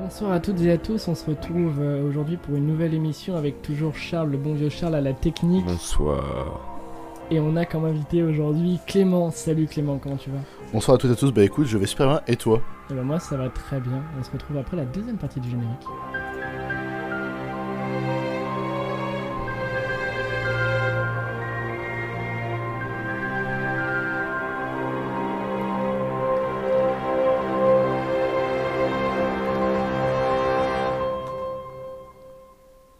Bonsoir à toutes et à tous, on se retrouve euh, aujourd'hui pour une nouvelle émission avec toujours Charles, le bon vieux Charles à la technique. Bonsoir. Et on a comme invité aujourd'hui Clément. Salut Clément, comment tu vas Bonsoir à toutes et à tous, bah écoute, je vais super bien, et toi Eh ben moi ça va très bien, on se retrouve après la deuxième partie du générique.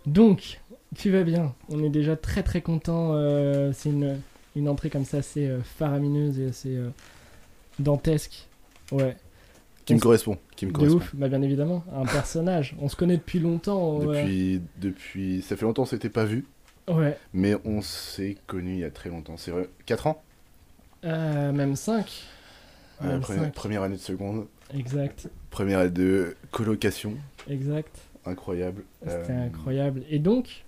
Donc, tu vas bien. On est déjà très très content. euh, c'est une, une entrée comme ça assez euh, faramineuse et assez euh, dantesque. Ouais, Qui me correspond Qui me de correspond ouf. Bah bien évidemment, un personnage. On se connaît depuis longtemps. ouais. Depuis, depuis, ça fait longtemps qu'on s'était pas vu, Ouais. mais on s'est connus il y a très longtemps. C'est vrai, 4 ans Euh, même 5. Ouais, Même première, cinq. première année de seconde, Exact, première année de colocation, exact. incroyable. C'était Euh, incroyable. Et donc,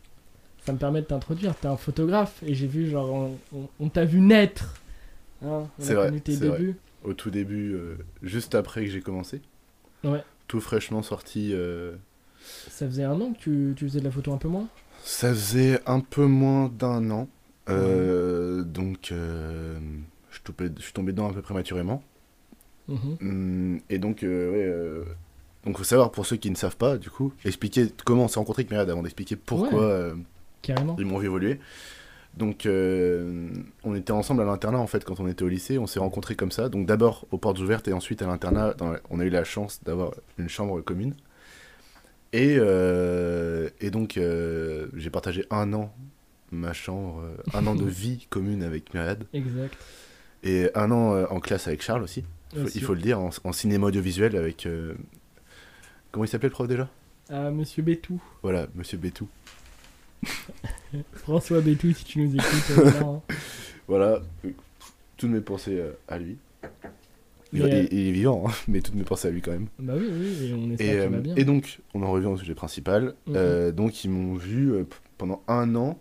ça me permet de t'introduire. T'es un photographe et j'ai vu, genre, on, on- on t'a vu naître. Hein, on C'est a vrai, connu tes c'est vrai. débuts. Au tout début, euh, juste après que j'ai commencé, Ouais. tout fraîchement sorti, euh, Ça faisait un an que tu, tu faisais de la photo un peu moins ça faisait un peu moins d'un an, euh, donc euh, je, suis tombé, je suis tombé dedans un peu prématurément. Mhm. Hum, Et donc, euh, ouais, euh, donc faut savoir pour ceux qui ne savent pas, du coup, expliquer comment on s'est rencontré avec Myriad avant d'expliquer pourquoi Ouais. euh, Carrément. ils m'ont vu évoluer. Donc, euh, on était ensemble à l'internat en fait quand on était au lycée, on s'est rencontrés comme ça. Donc d'abord aux portes ouvertes et ensuite à l'internat, dans la- on a eu la chance d'avoir une chambre commune. Et, euh, et donc euh, j'ai partagé un an ma chambre, euh, un an de vie commune avec Myriad Exact. et un an euh, en classe avec Charles aussi. Faut- Aussi. il faut le dire, en, en cinéma audiovisuel avec. euh, comment il s'appelait le prof déjà Ah, Monsieur Bétou. Voilà, Monsieur Bétou. François Bétou, si tu nous écoutes. euh, non, hein. Voilà, euh, toutes mes pensées euh, à lui. Il, Mais, il- il est vivant, hein, mais toutes mes pensées à lui quand même. Bah oui, oui, et on espère Et, qu'il va euh, bien. et donc, on en revient au sujet principal. Mhm. Euh, donc, ils m'ont vu euh, p- pendant un an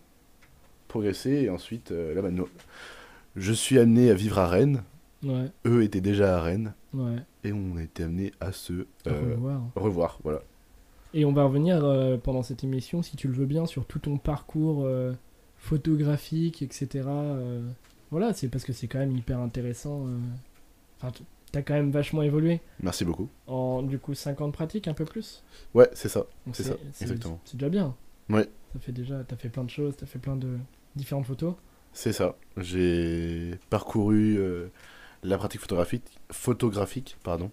progresser et ensuite, euh, là, bah, non. je suis amené à vivre à Rennes. Ouais, Eux étaient déjà à Rennes ouais. et on était amené à se Au euh, revoir. revoir. Voilà. Et on va revenir euh, pendant cette émission, si tu le veux bien, sur tout ton parcours euh, photographique, etc. euh, voilà, c'est parce que c'est quand même hyper intéressant. euh. Enfin, tu- t'as quand même vachement évolué. Merci beaucoup. En du coup, 50 pratiques, un peu plus. Ouais, c'est ça. Donc, C'est ça, exactement. C'est déjà bien. Ouais. Ça fait déjà, t'as fait plein de choses, t'as fait plein de différentes photos. C'est ça. J'ai parcouru euh, la pratique photographique, photographique pardon.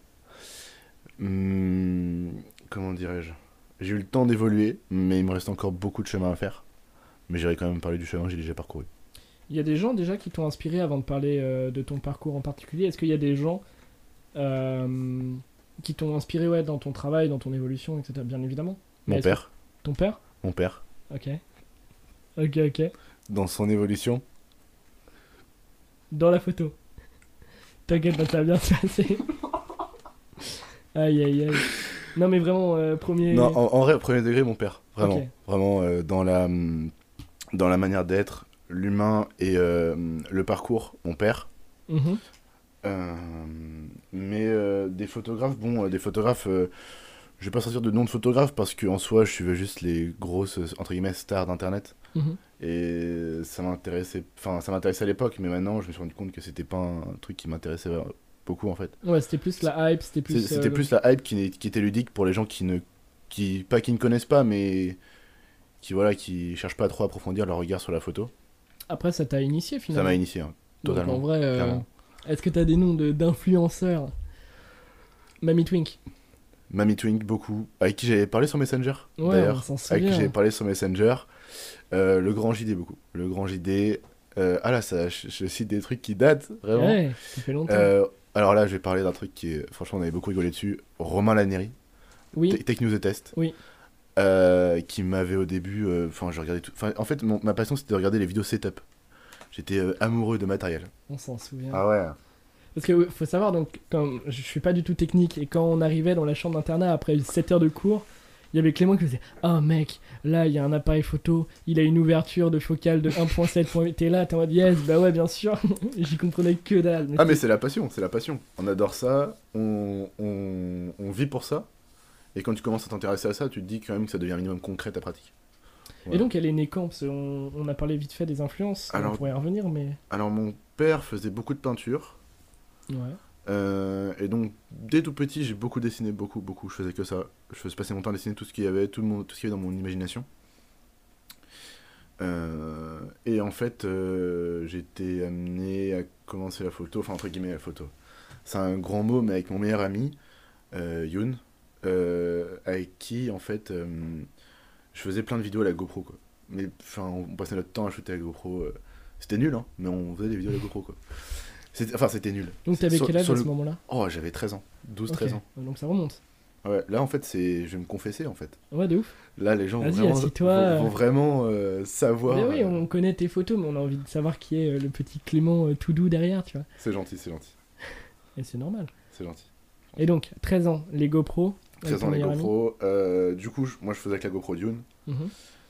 Hum, comment dirais-je J'ai eu le temps d'évoluer, mais il me reste encore beaucoup de chemin à faire. Mais j'irai quand même parler du chemin que j'ai déjà parcouru. Il y a des gens déjà qui t'ont inspiré avant de parler euh, de ton parcours en particulier. Est-ce qu'il y a des gens euh, qui t'ont inspiré ouais, dans ton travail, dans ton évolution, etc. Bien évidemment. Mais Mon est-ce que- père, Ton père mon père, Ok. Ok, ok. dans son évolution. Dans la photo. T'inquiète pas, ça va bien se passer. aïe, aïe, aïe. Non, mais vraiment, euh, premier. Non, en, en vrai, au premier degré, mon père. Vraiment, Ok. vraiment euh, dans la hum, dans la manière d'être, l'humain et euh, le parcours, mon père. Mhm. Euh, mais euh, des photographes, bon, euh, des photographes, euh, je vais pas sortir de nom de photographe parce qu'en soi, je suivais juste les grosses, euh, entre guillemets, stars d'internet. Mhm. Et ça m'intéressait, enfin, ça m'intéressait à l'époque, mais maintenant, je me suis rendu compte que c'était pas un truc qui m'intéressait euh, beaucoup en fait. Ouais, c'était plus la hype, c'était C'est- plus. C'était euh, plus la hype qui, n'est- qui était ludique pour les gens qui ne, qui, pas qui ne connaissent pas, mais qui, voilà, qui cherchent pas trop à approfondir leur regard sur la photo. Après, ça t'a initié Ça finalement. m'a initié, hein, Donc, totalement. en vrai, euh, clairement. est-ce que t'as des noms de- d'influenceurs Mamie Twink. Mami Twink, beaucoup, avec qui j'avais parlé sur Messenger, Ouais, on d'ailleurs. s'en avec qui souvient. j'avais parlé sur Messenger. Euh, le Grand JD, beaucoup. Le Grand JD. euh, ah là, ça, je, je cite des trucs qui datent, vraiment. Ouais, ça fait longtemps. Bah, Euh, alors là, je vais parler d'un truc qui est. Franchement, on avait beaucoup rigolé dessus. Romain Laneri, oui, Te- Tech News et Test. Oui. Euh, qui m'avait au début. euh, Enfin, je regardais tout. Enfin, en fait, mon- ma passion, c'était de regarder les vidéos setup. J'étais euh, amoureux de matériel. on s'en souvient. ouais Parce que oui, faut savoir, donc, comme je suis pas du tout technique, et quand on arrivait dans la chambre d'internat après 7 heures de cours, il y avait Clément qui faisait Ah mec, là il y a un appareil photo, il a une ouverture de focale de 1.7. T'es là, t'es en mode Yes, bah ouais, bien sûr. J'y comprenais que dalle. Ah, mais c'est la passion, c'est la passion. On adore ça, on, on, on vit pour ça. Et quand tu commences à t'intéresser à ça, tu te dis quand même que ça devient un minimum concret ta pratique. Et donc, elle est née quand Parce qu'on- on a parlé vite fait des influences, Alors- on pourrait y revenir, mais. Alors mon père faisait beaucoup de peinture. Ouais. Euh, et donc, dès tout petit, j'ai beaucoup dessiné, beaucoup, beaucoup. Je faisais que ça. Je faisais passer mon temps à dessiner tout ce qu'il y avait, tout, mon, tout ce qu'il y avait dans mon imagination. Euh, et en fait, euh, j'étais amené à commencer la photo, enfin, entre guillemets, la photo. C'est un grand mot, mais avec mon meilleur ami, euh, Yoon, euh, avec qui, en fait, euh, je faisais plein de vidéos à la GoPro, quoi. Mais, enfin, on passait notre temps à shooter à la GoPro. euh. C'était nul, hein, mais on faisait des vidéos à la GoPro, quoi. C'était- Enfin, c'était nul. Donc, t'avais Sur- quel âge sur à ce le- moment-là Oh, j'avais 13 ans. 12, 13 Ok. ans. Donc, ça remonte. Ouais, là, en fait, c'est... je vais me confesser, en fait. Ouais, de ouf. Là, les gens vont Vas-y, vraiment, assis-toi, vont- euh. vont vraiment euh, savoir. Mais oui, euh, on connaît tes photos, mais on a envie de savoir qui est euh, le petit Clément euh, tout doux derrière, tu vois. C'est gentil, c'est gentil. Et c'est normal. C'est gentil. Et donc, 13 ans, les GoPro. 13 ans, les GoPro. Euh, du coup, je- moi, je faisais avec la GoPro Dune. Mhm.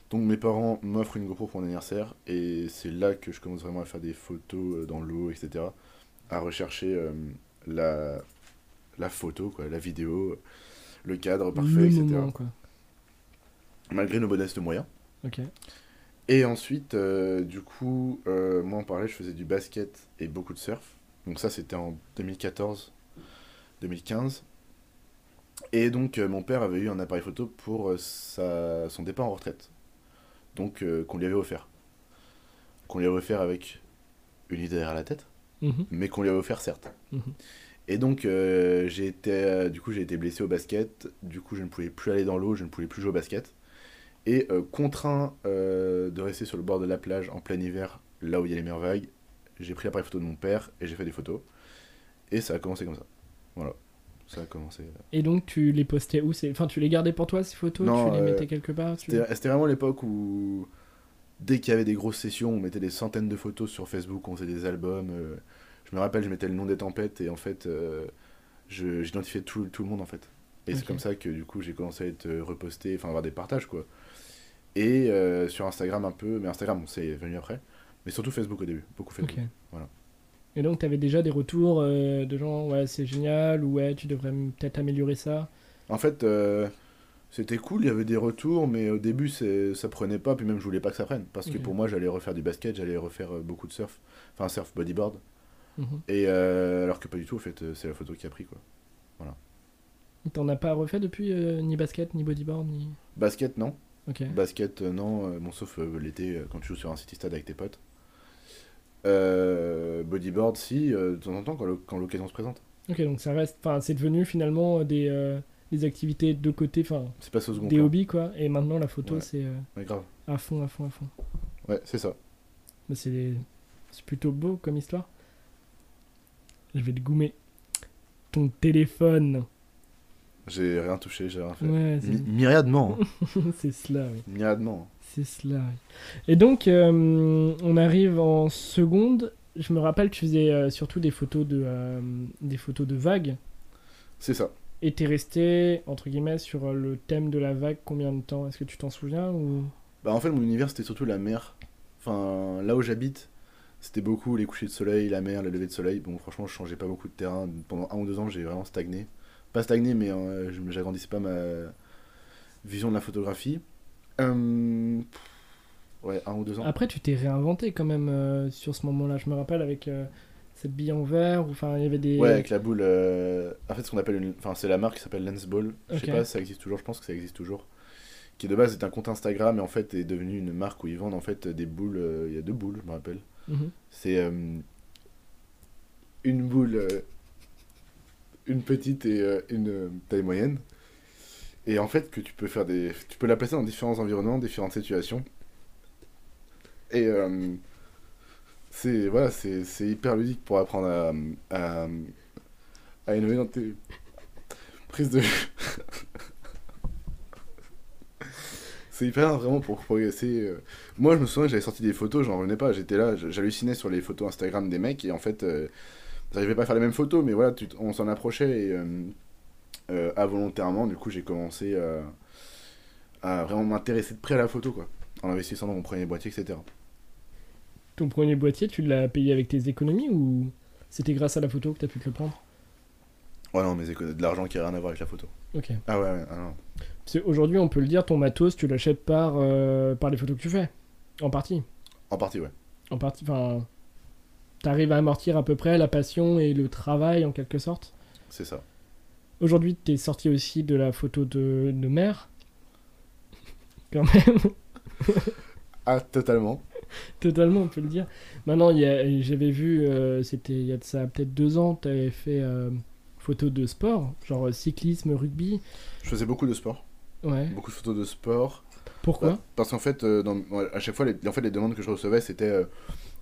Donc, mes parents m'offrent une GoPro pour mon anniversaire. Et c'est là que je commence vraiment à faire des photos euh, dans l'eau, etc. À rechercher euh, la... la photo, quoi, la vidéo, le cadre parfait, Parfait, etc. moment, quoi. Malgré nos modestes moyens. Ok. Et ensuite, euh, du coup, euh, moi on parlait, je faisais du basket et beaucoup de surf. Donc ça, c'était en 2014, 2015. Et donc, euh, mon père avait eu un appareil photo pour euh, sa- son départ en retraite. Donc, euh, qu'on lui avait offert. Qu'on lui avait offert avec une idée derrière la tête, Mhm, mais qu'on lui avait offert certes. mhm. Et donc, euh, j'ai été, euh, du coup, j'ai été blessé au basket. Du coup, je ne pouvais plus aller dans l'eau, je ne pouvais plus jouer au basket. Et euh, contraint euh, de rester sur le bord de la plage en plein hiver, là où il y a les meilleures vagues, j'ai pris l'appareil photo de mon père et j'ai fait des photos. Et ça a commencé comme ça. Voilà. Ça a commencé. euh, Et donc, tu les postais où c'est... Enfin, tu les gardais pour toi, ces photos Non, Tu les euh, mettais quelque part tu- C'était c'était vraiment l'époque où, dès qu'il y avait des grosses sessions, on mettait des centaines de photos sur Facebook, on faisait des albums. euh, je me rappelle, je mettais le nom des tempêtes et en fait, euh, je- j'identifiais tout, tout le monde en fait. Et Ok. c'est comme ça que du coup, j'ai commencé à être euh, reposté, enfin avoir des partages quoi. Et euh, sur Instagram un peu, mais Instagram, bon, c'est venu après. Mais surtout Facebook au début, beaucoup Ok. Facebook. voilà. Et donc, t'avais déjà des retours euh, de gens, ouais, c'est génial, ou ouais, tu devrais m- peut-être améliorer ça. En fait, euh, c'était cool, il y avait des retours, mais au début, c'est- ça prenait pas, puis même je voulais pas que ça prenne. Parce que Ok. pour moi, j'allais refaire du basket, j'allais refaire euh, beaucoup de surf, enfin surf bodyboard. Mhm. Et euh, alors que pas du tout, en fait, euh, c'est la photo qui a pris quoi. T'en as pas refait depuis euh, ni basket, ni bodyboard, ni. Basket, non. Ok. Basket, euh, non. euh, Bon, sauf euh, l'été, euh, quand tu joues sur un city stade avec tes potes. Euh, bodyboard, si, euh, de temps en temps, quand le- quand l'occasion se présente. Ok, donc ça reste. Enfin, c'est devenu finalement euh, des, euh, des activités de côté, enfin, C'est passé au second des plan. hobbies, quoi. Et maintenant, la photo, Ouais. c'est euh, Ouais, grave. à fond, à fond, à fond. Ouais, c'est ça. Bah, c'est des- c'est plutôt beau comme histoire. Je vais te goumer. Ton téléphone. J'ai rien touché, j'ai rien fait. Ouais, Mi- c'est- myriadement. hein. c'est cela, oui. myriadement. C'est cela. oui. Et donc, euh, on arrive en seconde. Je me rappelle, tu faisais euh, surtout des photos de, euh, des photos de vagues. C'est ça. Et t'es resté, entre guillemets, sur euh, le thème de la vague combien de temps Est-ce que tu t'en souviens ou... Bah, en fait, mon univers, c'était surtout la mer. Enfin, là où j'habite, c'était beaucoup les couchers de soleil, la mer, les levées de soleil. Bon, franchement, je changeais pas beaucoup de terrain. Pendant un ou deux ans, j'ai vraiment stagné. Pas stagné, mais euh, je- j'agrandissais pas ma vision de la photographie. Euh, pff, Ouais, un ou deux ans. Après, tu t'es réinventé quand même euh, sur ce moment-là. Je me rappelle avec euh, cette bille en verre, ou enfin, il y avait des. Ouais, avec la boule. euh, En fait, ce qu'on appelle une. Enfin, c'est la marque qui s'appelle Lensball. Je Ok. sais pas si ça existe toujours, je pense que ça existe toujours. Qui de base est un compte Instagram et en fait est devenu une marque où ils vendent en fait des boules. euh, Il y a deux boules, je me rappelle. Mhm. C'est euh, une boule, euh, une petite et euh, une euh, taille moyenne. Et en fait, que tu peux faire des, tu peux la placer dans différents environnements, différentes situations. Et euh, c'est voilà, c'est c'est hyper ludique pour apprendre à à, à innover dans tes prises de. c'est hyper vraiment pour progresser. euh, moi, je me souviens que j'avais sorti des photos, j'en revenais pas. J'étais là, j'hallucinais sur les photos Instagram des mecs et en fait, euh, j'arrivais pas à faire les mêmes photos, mais voilà, tu t- on s'en approchait et euh, euh, involontairement, du coup, j'ai commencé euh, à vraiment m'intéresser de près à la photo, quoi. En investissant dans mon premier boîtier, etc. Ton premier boîtier, tu l'as payé avec tes économies ou c'était grâce à la photo que t'as pu te le prendre Ouais, Oh non, mais c'est que de l'argent qui a rien à voir avec la photo. Ok. Ah ouais, ouais, ah non. Parce que aujourd'hui, on peut le dire, ton matos, tu l'achètes par, euh, par les photos que tu fais. En partie. En partie, ouais. En partie. Enfin. T'arrives à amortir à peu près la passion et le travail en quelque sorte. C'est ça. Aujourd'hui, t'es sorti aussi de la photo de, de mère. Quand même, Ah, totalement. totalement, on peut le dire. Maintenant, il y a- j'avais vu, euh, c'était il y a de ça peut-être deux ans, t'avais fait euh, photo de sport, genre euh, cyclisme, rugby. Je faisais beaucoup de sport. Ouais. Beaucoup de photos de sport. Pourquoi Bah, Parce qu'en fait, euh, dans- ouais, à chaque fois, les, en fait, les demandes que je recevais, c'était euh,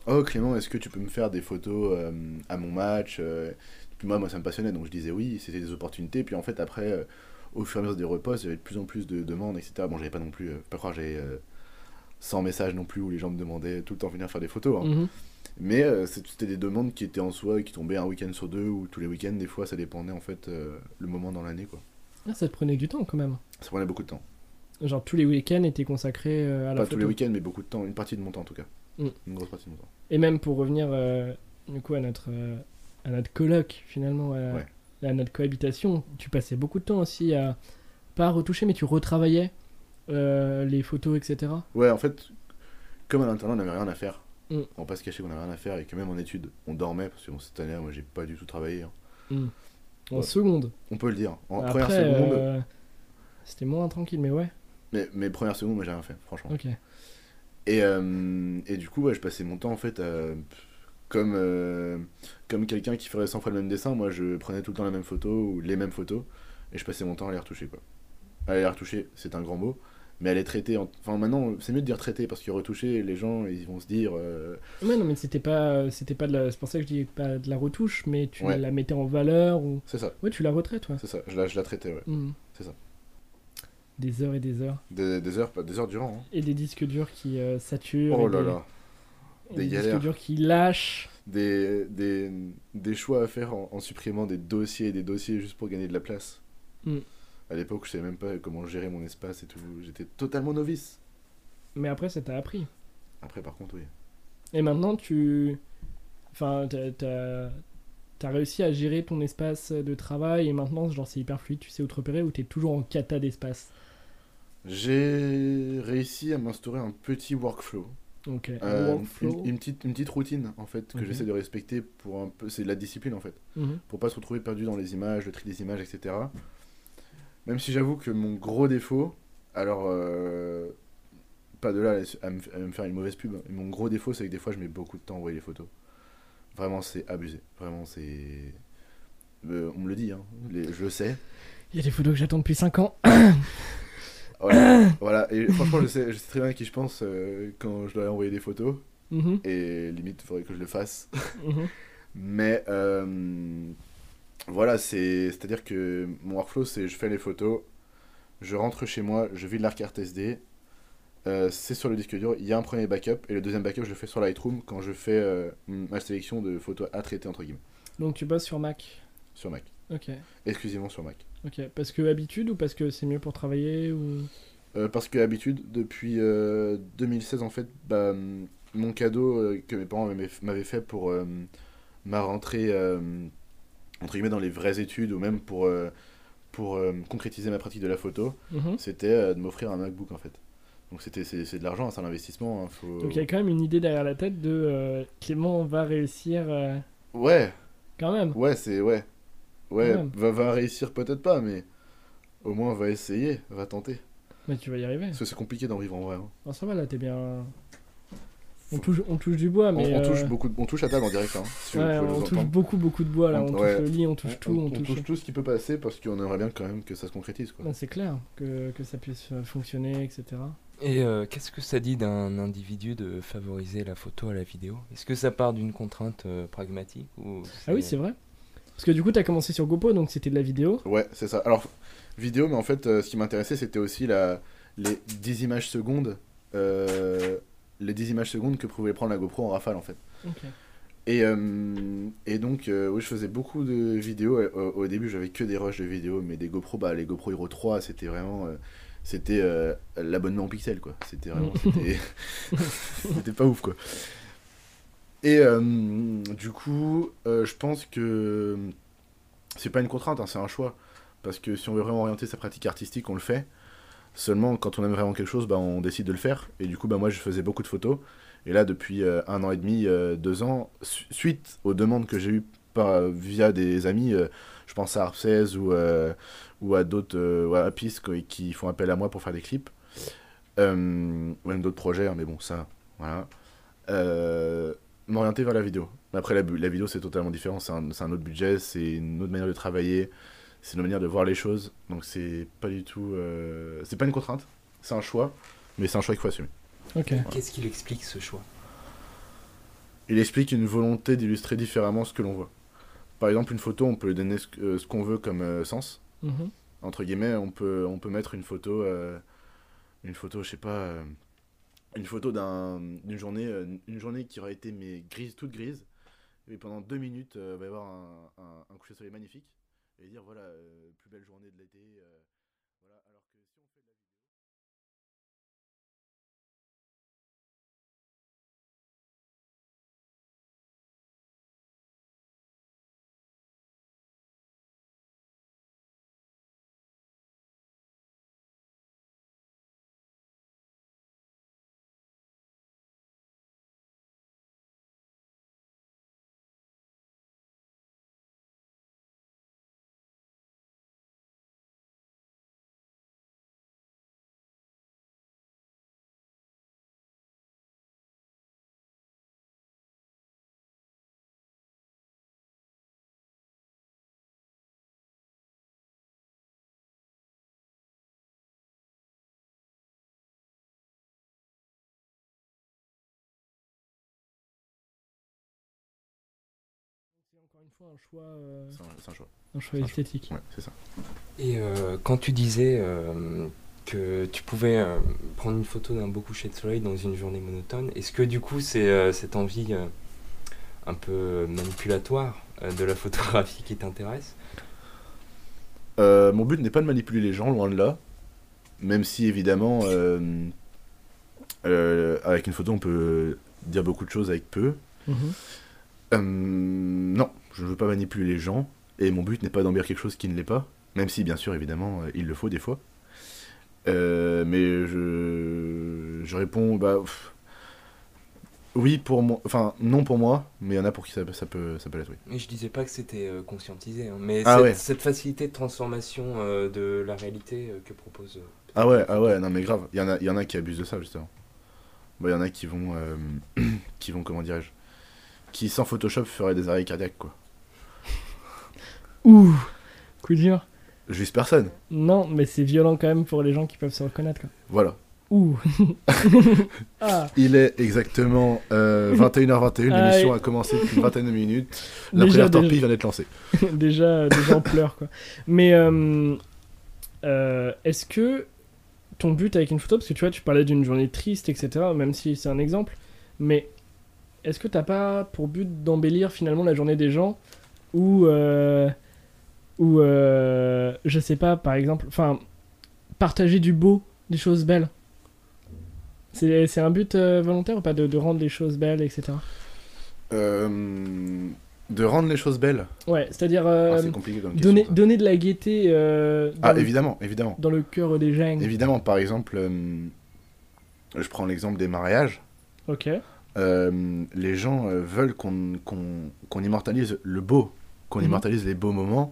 Oh Clément, est-ce que tu peux me faire des photos euh, à mon match Euh, Puis moi, moi, ça me passionnait, donc je disais oui, c'était des opportunités. Puis en fait, après, euh, au fur et à mesure des repostes, j'avais de plus en plus de demandes, etc. Bon, j'avais pas non plus, euh, faut pas croire, j'avais euh, 100 messages non plus où les gens me demandaient tout le temps de venir faire des photos. hein. Mhm. Mais euh, c'est- c'était des demandes qui étaient en soi, qui tombaient un week-end sur deux ou tous les week-ends, des fois, ça dépendait en fait euh, le moment dans l'année, quoi. Ah, Ça te prenait du temps quand même. Ça prenait beaucoup de temps. Genre tous les week-ends étaient consacrés euh, à la Pas photo. tous les week-ends, mais beaucoup de temps, une partie de mon temps en tout cas. Mm. Une grosse partie de mon temps. Et même pour revenir euh, du coup à notre euh, à notre colloque finalement à, Ouais. à notre cohabitation, tu passais beaucoup de temps aussi à pas retoucher mais tu retravaillais euh, les photos etc. Ouais, en fait, comme à l'internat, on n'avait rien à faire. Mm. On va pas se cacher qu'on n'avait rien à faire et que même en études, on dormait parce que bon, cette année, moi, j'ai pas du tout travaillé. hein. En Ouais. seconde. On peut le dire. hein. En Après, première seconde, euh, c'était moins tranquille mais ouais. mais, mais première seconde, moi, j'ai rien fait, franchement. Ok. Et, euh, et du coup, ouais, je passais mon temps en fait à- comme, euh, comme quelqu'un qui ferait 100 fois le même dessin. Moi, je prenais tout le temps la même photo ou les mêmes photos et je passais mon temps à les retoucher. Quoi. À les retoucher, c'est un grand mot, mais à les traiter. en- Enfin, maintenant, c'est mieux de dire traiter parce que retoucher, les gens ils vont se dire euh, Ouais non mais c'était pas c'était pas de la c'est pour ça que je dis pas de la retouche mais tu Ouais. la mettais en valeur ou c'est ça, ouais tu la retraites toi. c'est ça, je la, je la traitais, ouais. Mhm. C'est ça. Des heures et des heures. Des, des heures, pas- des heures durant. hein. Et des disques durs qui euh, saturent. Oh et là des- là, et Des des galères. disques durs qui lâchent. des, des, des choix à faire en, en supprimant des dossiers et des dossiers juste pour gagner de la place. Mm. À l'époque, je savais même pas comment gérer mon espace et tout. J'étais totalement novice. Mais après, ça t'a appris. Après, par contre, oui. Et maintenant, tu. Enfin, t'as- t'as t'as réussi à gérer ton espace de travail et maintenant, genre, c'est hyper fluide, tu sais où te repérer ou t'es toujours en cata d'espace. J'ai réussi à m'instaurer un petit workflow. Donc, un Euh, workflow. Une, une petite, une petite routine, en fait, que Ok. j'essaie de respecter pour un peu. C'est de la discipline, en fait. Mhm. pour pas se retrouver perdu dans les images, le tri des images, etc. Même si j'avoue que mon gros défaut, alors euh, pas de là à me, à me faire une mauvaise pub, hein, mais mon gros défaut c'est que des fois je mets beaucoup de temps à envoyer les photos. Vraiment c'est abusé, vraiment c'est... Euh, on me le dit, hein. les- je le sais. Il y a des photos que j'attends depuis 5 ans. Voilà, voilà. et franchement je sais, je sais très bien à qui je pense euh, quand je dois envoyer des photos, Mhm. et limite il faudrait que je le fasse. Mhm. Mais euh, voilà, c'est à dire que mon workflow, c'est je fais les photos, je rentre chez moi, je vide la carte SD, euh, c'est sur le disque dur, il y a un premier backup, et le deuxième backup, je le fais sur Lightroom quand je fais euh, ma sélection de photos à traiter, entre guillemets, Donc, tu bosses sur Mac. sur Mac, Ok. exclusivement sur Mac. Ok. Parce que habitude ou parce que c'est mieux pour travailler ou. Euh, parce que habitude, depuis euh, 2016 en fait, bah, hum, mon cadeau euh, que mes parents m'avaient- m'avaient fait pour euh, ma rentrée euh, entre guillemets dans les vraies études ou même pour euh, pour euh, concrétiser ma pratique de la photo, Mhm. c'était euh, de m'offrir un MacBook en fait. Donc c'était c'est c'est de l'argent, hein, c'est un investissement. hein, faut... Donc, il y a quand même une idée derrière la tête de euh, Clément va réussir euh, Ouais, quand même. ouais, c'est ouais, ouais, même. va va réussir peut-être pas, mais au moins va essayer, va tenter. Mais tu vas y arriver. Parce que c'est compliqué d'en vivre en vrai. hein. Bon, ça va là, t'es bien. On Faut- touche, on touche du bois, On, mais. on touche euh, beaucoup, on touche à table en direct. hein, si vous pouvez ouais, on nous touche entendre. beaucoup, beaucoup de bois là. On- On ouais. touche le lit, on touche tout, on, touche. tout ce qui peut passer parce qu'on aimerait bien quand même que ça se concrétise. Quoi. Non, c'est clair que, que ça puisse euh, fonctionner, Ah etc. Et euh, qu'est-ce que ça dit d'un individu de favoriser la photo à la vidéo Est-ce que ça part d'une contrainte euh, pragmatique ou Ah oui, c'est vrai. Parce que du coup, t'as commencé sur GoPro, donc c'était de la vidéo. Ouais, c'est ça. Alors, vidéo, mais en fait, euh, ce qui m'intéressait, c'était aussi la... les 10 images secondes. euh, Les 10 images secondes que pouvait prendre la GoPro en rafale en fait. Et, euh, et donc, euh, oui, je faisais beaucoup de vidéos. euh, au au début, j'avais que des rushs de vidéos, mais des GoPro, bah, les GoPro Hero 3, c'était vraiment. euh, c'était euh, l'abonnement en pixel, quoi. C'était vraiment. C'était c'était pas ouf, quoi. Et euh, du coup, euh, je pense que C'est pas une contrainte, hein, c'est un choix. Parce que si on veut vraiment orienter sa pratique artistique, on le fait. Seulement, quand on aime vraiment quelque chose, bah, on décide de le faire. Et du coup, bah, moi, je faisais beaucoup de photos. Et là, depuis euh, un an et demi, euh, deux ans, su- suite aux demandes que j'ai eues par, euh, via des amis, euh, je pense à Arp 16 ou, euh, ou à d'autres, euh, ou à Piste qui, qui font appel à moi pour faire des clips. Euh, même d'autres projets, hein, mais bon, ça, voilà. Euh, M'orienter vers la vidéo. Mais Après, la, bu- la vidéo, c'est totalement différent. C'est un, c'est un autre budget, c'est une autre manière de travailler, c'est une autre manière de voir les choses. Donc, c'est pas du tout. euh, c'est pas une contrainte, c'est un choix, mais c'est un choix qu'il faut assumer. Ok. Qu'est-ce qu'il explique ce choix Il explique une volonté d'illustrer différemment ce que l'on voit. Par exemple, une photo, on peut lui donner ce, que- ce qu'on veut comme euh, sens. Mhm. Entre guillemets, on peut, on peut mettre une photo, euh, une photo, je sais pas, euh, une photo d'un- d'une journée, euh, une journée qui aurait été mais grise, toute grise. Et pendant deux minutes, euh, va y avoir un, un- un coucher de soleil magnifique et dire voilà, euh, plus belle journée de l'été. euh, voilà. Alors que si on fait de la- C'est encore une fois un choix, euh, C'est un- c'est un choix. un choix un esthétique. Ouais, c'est ça. Et euh, quand tu disais euh, que tu pouvais euh, prendre une photo d'un beau coucher de soleil dans une journée monotone, est-ce que du coup c'est euh, cette envie euh, un peu euh, manipulatoire euh, de la photographie qui t'intéresse Euh, mon but n'est pas de manipuler les gens, loin de là. Même si, évidemment, euh, euh, avec une photo, on peut dire beaucoup de choses avec peu. Mhm. Euh, non, je ne veux pas manipuler les gens. Et mon but n'est pas d'embellir quelque chose qui ne l'est pas. Même si, bien sûr, évidemment, euh, il le faut des fois. Euh, mais je, je réponds, bah. pff, oui, pour moi. Enfin, non pour moi, mais il y en a pour qui ça, ça peut, ça peut l'être, oui. Mais je disais pas que c'était euh, conscientisé, hein, mais Ah cette, ouais. cette facilité de transformation euh, de la réalité euh, que propose. euh, Ah ouais, ah ouais, non mais grave, il y en a, il y en a qui abusent de ça justement. Bah, il y en a qui vont, euh, qui vont, comment dirais-je, qui sans Photoshop feraient des arrêts cardiaques quoi. Ouh Coup dur. Juste personne, Non, mais c'est violent quand même pour les gens qui peuvent se reconnaître. Quoi. voilà. Ouh Ah Il est exactement euh, 21h21, Ah, l'émission oui. a commené depuis une vingtaine de minutes, la déjà, première torpille déjà, vient d'être lancée. déjà, déjà en pleurs quoi. Mais euh, euh, est-ce que ton but avec une photo, parce que tu vois, tu parlais d'une journée triste, etc., même si c'est un exemple, mais est-ce que t'as pas pour but d'embellir finalement la journée des gens ou euh, ou euh, je sais pas, par exemple, enfin partager du beau, des choses belles. C'est c'est un but euh, volontaire ou pas de, de rendre les choses belles, etc. Euh, de rendre les choses belles, Ouais, c'est-à-dire Ah, euh, c'est compliqué comme question. donner, ça. donner de la gaieté euh, dans, Ah le, évidemment, évidemment. dans le cœur des gens. Évidemment, par exemple, euh, je prends l'exemple des mariages. Ok. Euh, les gens euh, veulent qu'on qu'on- qu'on immortalise le beau, qu'on Mhm. immortalise les beaux moments,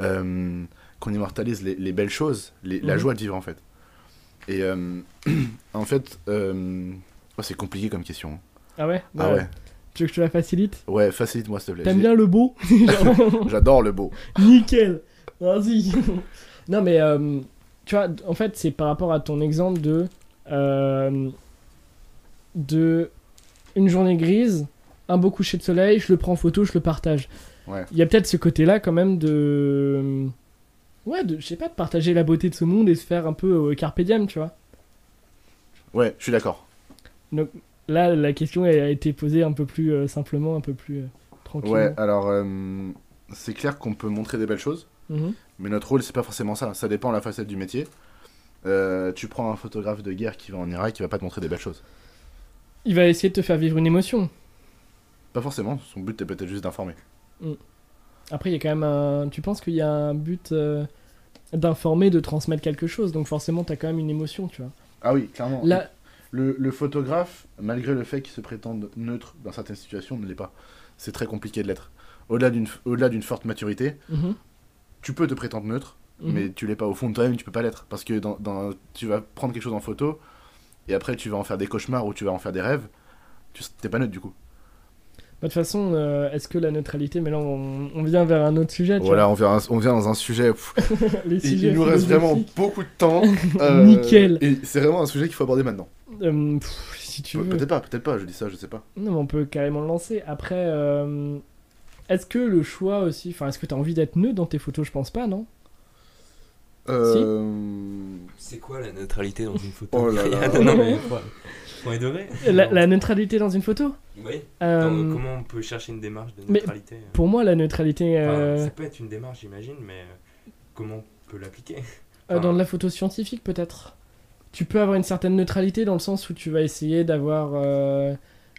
euh, qu'on immortalise les, les belles choses, les- la Mhm. joie de vivre en fait. Et euh, en fait, euh, oh, c'est compliqué comme question. hein. Ah ouais, Ah Bah, ouais, Tu veux que je te la facilite ouais, facilite-moi s'il te plaît. T'aimes J'ai- bien le beau Genre, J'adore le beau. Nickel Vas-y Non mais, euh, tu vois, en fait, c'est par rapport à ton exemple de... euh, de... Une journée grise, un beau coucher de soleil, je le prends en photo, je le partage. Ouais. Il y a peut-être ce côté-là quand même de... Ouais, de, je sais pas, de partager la beauté de ce monde et se faire un peu euh, carpe diem, tu vois. Ouais, je suis d'accord. Là, la question elle a été posée un peu plus euh, simplement, un peu plus euh, tranquille. Ouais, alors euh, c'est clair qu'on peut montrer des belles choses. Mhm. Mais notre rôle, c'est pas forcément ça. Ça dépend de la facette du métier. Euh, tu prends un photographe de guerre qui va en Irak, qui va pas te montrer des belles choses. Il va essayer de te faire vivre une émotion. Pas forcément. Son but est peut-être juste d'informer. Mm. Après, il y a quand même un. Tu penses qu'il y a un but euh, d'informer, de transmettre quelque chose, donc forcément, t'as quand même une émotion, tu vois. Ah oui, clairement. Là, Le, le photographe, malgré le fait qu'il se prétende neutre dans certaines situations, ne l'est pas. C'est très compliqué de l'être. Au-delà d'une au-delà d'une forte maturité, mhm, tu peux te prétendre neutre, mhm. mais tu l'es pas. Au fond de toi-même, tu peux pas l'être. Parce que dans, dans- tu vas prendre quelque chose en photo, et après tu vas en faire des cauchemars ou tu vas en faire des rêves. Tu t'es pas neutre du coup. Bah, de toute façon, euh, est-ce que la neutralité, mais là on, on vient vers un autre sujet, tu Voilà, on vient, on vient dans un sujet. pff, vois. Les il, sujets il nous reste vraiment philosophiques. beaucoup de temps. Euh, Nickel. Et c'est vraiment un sujet qu'il faut aborder maintenant. Euh, pff, si tu Pe- veux. Peut-être pas, peut-être pas, je dis ça, je sais pas. Non, mais on peut carrément le lancer. Après, euh, est-ce que le choix aussi. Enfin, est-ce que t'as envie d'être neutre dans tes photos Je pense pas, non Euh... C'est quoi la neutralité dans une photo Oh là là. non, non, mais faut- faut y demeurer. la, Non. la neutralité dans une photo Oui. Euh, Attends, euh, comment on peut chercher une démarche de mais- neutralité euh Pour moi, la neutralité Enfin, euh, Ça peut être une démarche, j'imagine, mais euh, comment on peut l'appliquer euh, dans de la photo scientifique, peut-être. Tu peux avoir une certaine neutralité dans le sens où tu vas essayer d'avoir euh,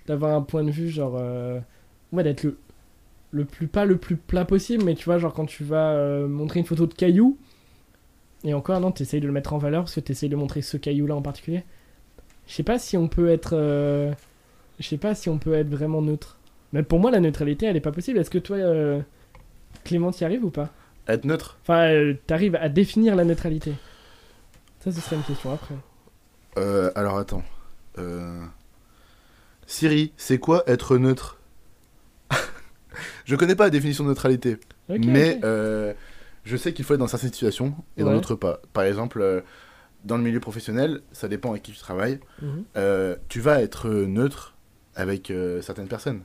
d'avoir un point de vue, genre. euh, ouais, d'être le, le plus. Pas le plus plat possible, mais tu vois, genre quand tu vas euh, montrer une photo de caillou. Et encore, non, t'essayes de le mettre en valeur parce que t'essayes de montrer ce caillou-là en particulier. Je sais pas si on peut être. euh, Je sais pas si on peut être vraiment neutre. Mais pour moi, la neutralité, elle est pas possible. Est-ce que toi, euh, Clément, t'y arrives ou pas Être neutre Enfin, euh, t'arrives à définir la neutralité Ça, ce serait une question après. Euh, Alors attends. Euh... Siri, c'est quoi être neutre Je connais pas la définition de neutralité, Ok, mais ok. euh, je sais qu'il faut être dans certaines situations et dans Ouais. d'autres pas. Par exemple, euh, dans le milieu professionnel, ça dépend avec qui tu travailles, Mhm. euh, tu vas être neutre avec euh, certaines personnes.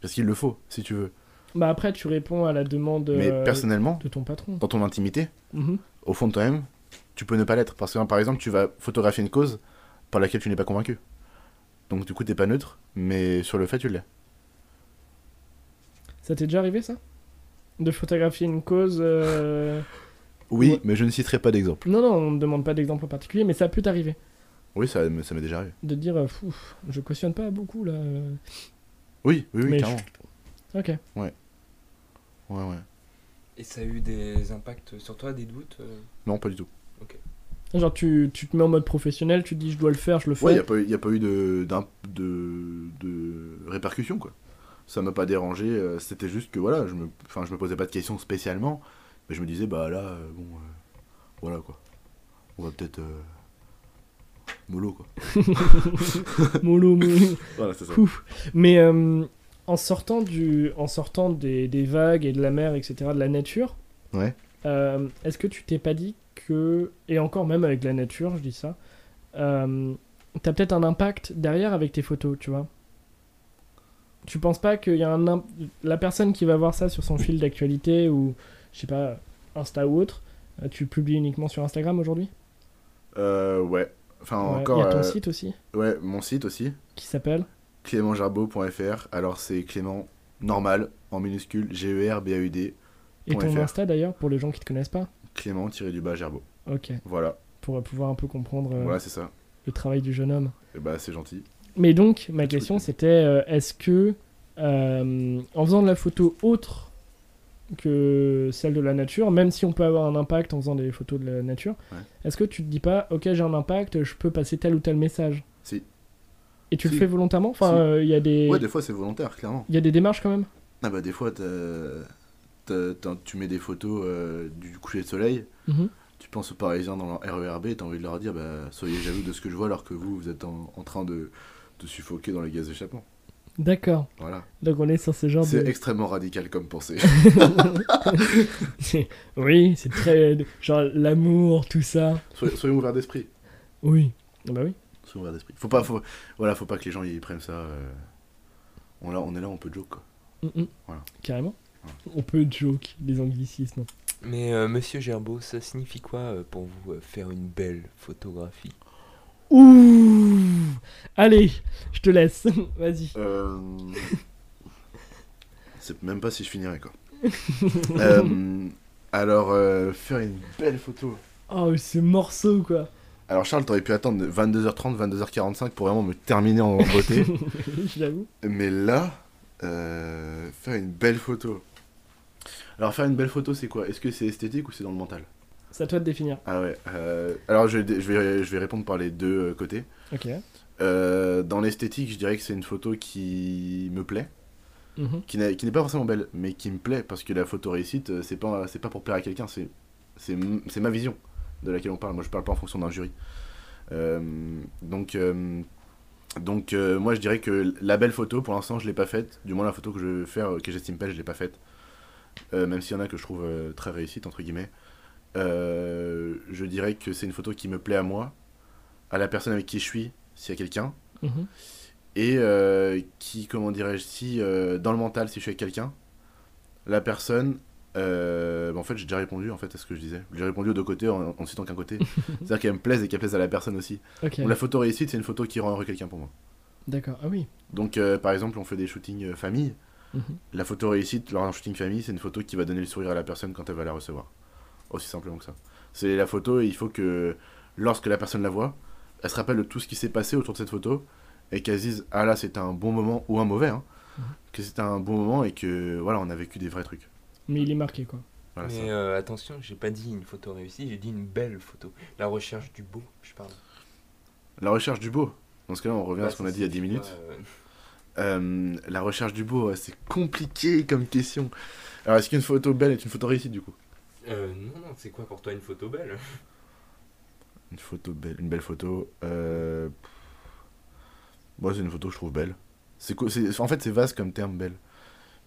Parce qu'il le faut, si tu veux. Bah après, tu réponds à la demande Mais euh, personnellement, de ton patron. dans ton intimité, Mhm. au fond de toi-même, tu peux ne pas l'être. Parce que, par exemple, tu vas photographier une cause par laquelle tu n'es pas convaincu. Donc, du coup, t'es pas neutre, mais sur le fait, tu l'es. Ça t'est déjà arrivé, ça De photographier une cause... euh, Oui, Ouais. mais je ne citerai pas d'exemple. Non, non, on ne demande pas d'exemple en particulier, mais ça peut t'arriver. Oui, ça, m- ça m'est déjà arrivé. De te dire, euh, Fou, je cautionne pas beaucoup, là. euh. Oui, oui, oui, Mais je- clairement. Ok. Ouais, ouais. Et ça a eu des impacts sur toi, des doutes euh Non, pas du tout. Genre, tu, tu te mets en mode professionnel, tu te dis, je dois le faire, je le fais. Ouais, il n'y a, pas eu de, d'im- de, de répercussions, quoi. Ça m'a pas dérangé, euh, c'était juste que, voilà, je me, enfin, je me posais pas de questions spécialement, mais je me disais, bah là, euh, bon, euh, voilà, quoi. On va peut-être... Euh, mollo, quoi. Mollo, mollo. Voilà, c'est ça. Ouf. Mais euh, en sortant, du, en sortant des, des vagues et de la mer, etc., de la nature, Ouais. euh, est-ce que tu t'es pas dit que, et encore même avec la nature, je dis ça, euh, t'as peut-être un impact derrière avec tes photos, tu vois Tu penses pas qu'il y a un imp- la personne qui va voir ça sur son fil d'actualité ou, je sais pas, Insta ou autre, euh, tu publies uniquement sur Instagram aujourd'hui Euh, ouais. Enfin, Ouais. encore... Il y a ton euh, site aussi Ouais, mon site aussi, qui s'appelle clémentgerbeau.fr. Alors, c'est Clément normal, en minuscule, E G-E-R-B-A-U-D, et ton .fr. Insta d'ailleurs pour les gens qui te connaissent pas. Clément-du-bas Gerbeau. Ok. Voilà, pour pouvoir un peu comprendre euh, voilà, c'est ça. le travail du jeune homme. Et bah, c'est gentil. Mais donc, ma Petit question truc. c'était euh, est-ce que, euh, en faisant de la photo autre que celle de la nature, même si on peut avoir un impact en faisant des photos de la nature, Ouais. est-ce que tu te dis pas, ok, j'ai un impact, je peux passer tel ou tel message Si. Et tu le Si. fais volontairement Enfin, Si. euh, il y, a des- Ouais, des fois, c'est volontaire, clairement. il y a des démarches quand même Ah bah des fois, t'as- t'as- t'as- tu mets des photos euh, du coucher de soleil, Mhm. tu penses aux Parisiens dans leur E RERB, t'as envie de leur dire, bah soyez jaloux de ce que je vois alors que vous, vous êtes en, en train de, de suffoquer dans les gaz d'échappement. D'accord. Voilà. Donc on est sur ce genre C'est de... extrêmement radical comme pensée. oui, c'est très... genre l'amour, tout ça. Soyez, soyons ouverts d'esprit. Oui. Ah Bah oui. Soyons ouverts d'esprit. Faut pas, faut, voilà, faut pas que les gens y prennent ça. euh, On, là, on est là, on peut joke, quoi. Mm, mm. Voilà. Carrément. On peut joke des anglicismes. Mais euh, monsieur Gerbeau, ça signifie quoi euh, pour vous euh, faire une belle photographie Ouh Allez, je te laisse. Vas-y. Euh... C'est même pas si je finirai, quoi. Euh, Alors, euh, faire une belle photo... Oh, ce morceau, quoi. Alors Charles, t'aurais pu attendre 22h30, 22h45 pour vraiment me terminer en beauté. J'avoue. Mais là, euh, faire une belle photo. Alors, faire une belle photo, c'est quoi Est-ce que c'est esthétique ou c'est dans le mental C'est à toi de définir. Ah ouais. euh, alors, je, je vais, je vais répondre par les deux euh, côtés. Ok. Euh, dans l'esthétique, je dirais que c'est une photo qui me plaît, Mhm. qui n'a- qui n'est pas forcément belle, mais qui me plaît parce que la photo réussite, euh, c'est pas, c'est pas pour plaire à quelqu'un, c'est, c'est, m- c'est ma vision de laquelle on parle. Moi, je parle pas en fonction d'un jury. Euh, donc, euh, donc euh, moi, je dirais que la belle photo, pour l'instant, je l'ai pas faite. Du moins, la photo que je veux faire, euh, que j'estime belle, je l'ai pas faite. Euh, même s'il y en a que je trouve euh, très réussite entre guillemets. Euh, je dirais que c'est une photo qui me plaît à moi, à la personne avec qui je suis, s'il y a quelqu'un Mhm. et euh, qui, comment dirais-je, si euh, dans le mental, si je suis avec quelqu'un, la personne. euh, bah, en fait, j'ai déjà répondu en fait, à ce que je disais. J'ai répondu aux deux côtés en, en citant qu'un côté. C'est-à-dire qu'elle me plaise et qu'elle plaise à la personne aussi. Ok. Donc, la photo réussite, c'est une photo qui rend heureux quelqu'un pour moi. D'accord. Ah oui. Donc, euh, par exemple, on fait des shootings euh, famille. Mhm. La photo réussite lors d'un shooting famille, c'est une photo qui va donner le sourire à la personne quand elle va la recevoir. Aussi simplement que ça. C'est la photo et il faut que lorsque la personne la voit, elle se rappelle de tout ce qui s'est passé autour de cette photo et qu'elle se dise ah là c'était un bon moment ou un mauvais, hein, Mhm. que c'était un bon moment et que voilà on a vécu des vrais trucs. Mais il est marqué quoi. Voilà, Mais ça. euh, attention, j'ai pas dit une photo réussie, j'ai dit une belle photo. La recherche du beau, je parle. La recherche du beau. Dans ce cas-là on revient à Bah, ce qu'on ça a dit il y a 10 signifie minutes. pas, euh, Euh, la recherche du beau, ouais, c'est compliqué comme question. Alors est-ce qu'une photo belle est une photo réussite du coup euh, non, non, c'est quoi pour toi une photo belle Une photo belle, une belle photo. euh, pff. Moi, c'est une photo que je trouve belle. C'est quoi- c'est- en fait, c'est vaste comme terme belle.